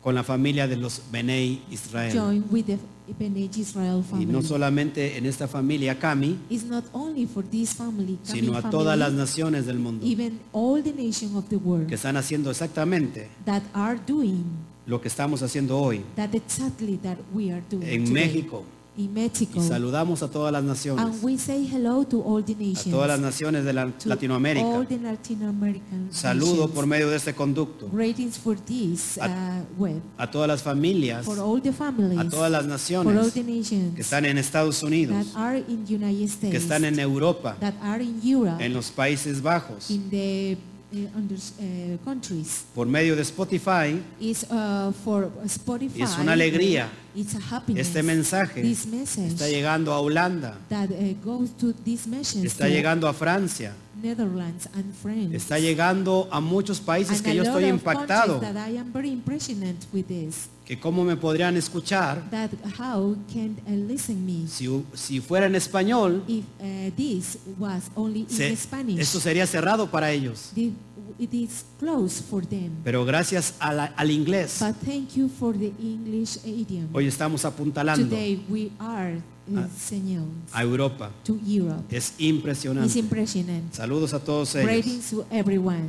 Speaker 1: con la familia de los Benei Israel.
Speaker 2: joined with the Bene Israel
Speaker 1: Y
Speaker 2: family.
Speaker 1: no solamente en esta familia Cami,
Speaker 2: It's not only for this family, Camille
Speaker 1: sino a
Speaker 2: family,
Speaker 1: todas las naciones del mundo
Speaker 2: even all the nation of the world
Speaker 1: que están haciendo exactamente
Speaker 2: that are doing
Speaker 1: lo que estamos haciendo hoy
Speaker 2: that exactly that we are doing
Speaker 1: en
Speaker 2: today.
Speaker 1: México.
Speaker 2: in
Speaker 1: Y
Speaker 2: Mexico.
Speaker 1: saludamos a todas las
Speaker 2: And
Speaker 1: naciones,
Speaker 2: we say hello to all the nations.
Speaker 1: a todas las naciones de la-
Speaker 2: Ah, to All
Speaker 1: Latinoamérica.
Speaker 2: the Latin American
Speaker 1: Saludo
Speaker 2: nations.
Speaker 1: por medio de este conducto
Speaker 2: Greetings for this
Speaker 1: A-
Speaker 2: uh, web.
Speaker 1: a todas las familias,
Speaker 2: For all the families.
Speaker 1: a todas las
Speaker 2: for all
Speaker 1: naciones
Speaker 2: the nations
Speaker 1: que están en Estados Unidos,
Speaker 2: that are in United States.
Speaker 1: que están en Europa,
Speaker 2: that are in Europe.
Speaker 1: en los Países Bajos.
Speaker 2: in the uh, under, uh, countries.
Speaker 1: Por medio de Spotify,
Speaker 2: It's, uh, for Spotify.
Speaker 1: Es una alegría.
Speaker 2: It's a happiness.
Speaker 1: este mensaje
Speaker 2: This message
Speaker 1: está llegando a Holanda,
Speaker 2: that uh, goes to this message
Speaker 1: está
Speaker 2: to
Speaker 1: llegando a Francia,
Speaker 2: Netherlands and France.
Speaker 1: está llegando a muchos países
Speaker 2: And
Speaker 1: que
Speaker 2: a
Speaker 1: yo
Speaker 2: lot
Speaker 1: estoy
Speaker 2: of countries
Speaker 1: impactado,
Speaker 2: That I am very impressioned with this.
Speaker 1: que cómo me podrían escuchar
Speaker 2: That how can uh, listen me
Speaker 1: si, si fuera en español,
Speaker 2: if uh, this was only in
Speaker 1: se-
Speaker 2: Spanish.
Speaker 1: esto sería cerrado para ellos.
Speaker 2: The- it is closed for them.
Speaker 1: Pero gracias a la- al inglés,
Speaker 2: But thank you for the English idiom.
Speaker 1: hoy estamos apuntalando
Speaker 2: Today we are
Speaker 1: Ah.
Speaker 2: enseñando
Speaker 1: a Europa.
Speaker 2: to Europe.
Speaker 1: Es
Speaker 2: It's
Speaker 1: impresionante.
Speaker 2: impressionant.
Speaker 1: Saludos a todos ellos.
Speaker 2: Greetings to everyone.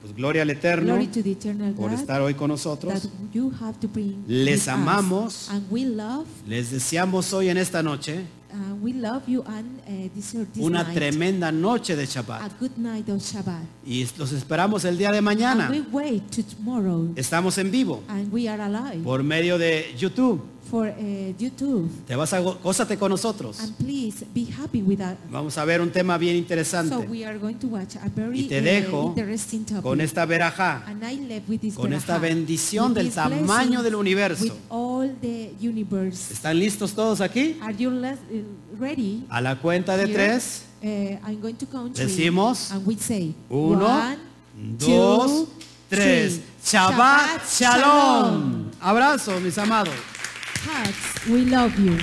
Speaker 1: Pues gloria al Eterno
Speaker 2: Glory to the eternal
Speaker 1: por
Speaker 2: God
Speaker 1: estar hoy con
Speaker 2: that
Speaker 1: nosotros.
Speaker 2: you have to bring.
Speaker 1: Les
Speaker 2: with us.
Speaker 1: amamos.
Speaker 2: And we love,
Speaker 1: Les deseamos hoy en esta noche
Speaker 2: uh, we love you and uh, deserve this
Speaker 1: una
Speaker 2: night,
Speaker 1: tremenda noche de
Speaker 2: A
Speaker 1: Shabbat.
Speaker 2: good night of Shabbat.
Speaker 1: Y los esperamos el día de
Speaker 2: And we
Speaker 1: mañana.
Speaker 2: wait to tomorrow
Speaker 1: Estamos en vivo
Speaker 2: and we are alive
Speaker 1: por medio de YouTube.
Speaker 2: for uh, YouTube.
Speaker 1: Te vas a go- gózate con nosotros.
Speaker 2: And please be happy with us.
Speaker 1: Vamos a ver un tema bien
Speaker 2: So
Speaker 1: interesante
Speaker 2: we are going to watch a very
Speaker 1: Y te
Speaker 2: uh,
Speaker 1: dejo
Speaker 2: interesting topic.
Speaker 1: con esta verajá.
Speaker 2: And I left with this
Speaker 1: con esta
Speaker 2: verajá,
Speaker 1: bendición
Speaker 2: with
Speaker 1: del
Speaker 2: this
Speaker 1: tamaño
Speaker 2: blessing,
Speaker 1: del universo.
Speaker 2: With all the universe.
Speaker 1: ¿Están listos todos aquí?
Speaker 2: Are you le- eh, ready?
Speaker 1: A la cuenta de
Speaker 2: Here,
Speaker 1: tres.
Speaker 2: eh, I'm going to count three.
Speaker 1: Decimos,
Speaker 2: And we say.
Speaker 1: uno,
Speaker 2: one,
Speaker 1: Dos,
Speaker 2: two,
Speaker 1: tres.
Speaker 2: three.
Speaker 1: Shabbat
Speaker 2: Shabbat
Speaker 1: Shalom. Abrazo, mis amados.
Speaker 2: Hearts, we love you.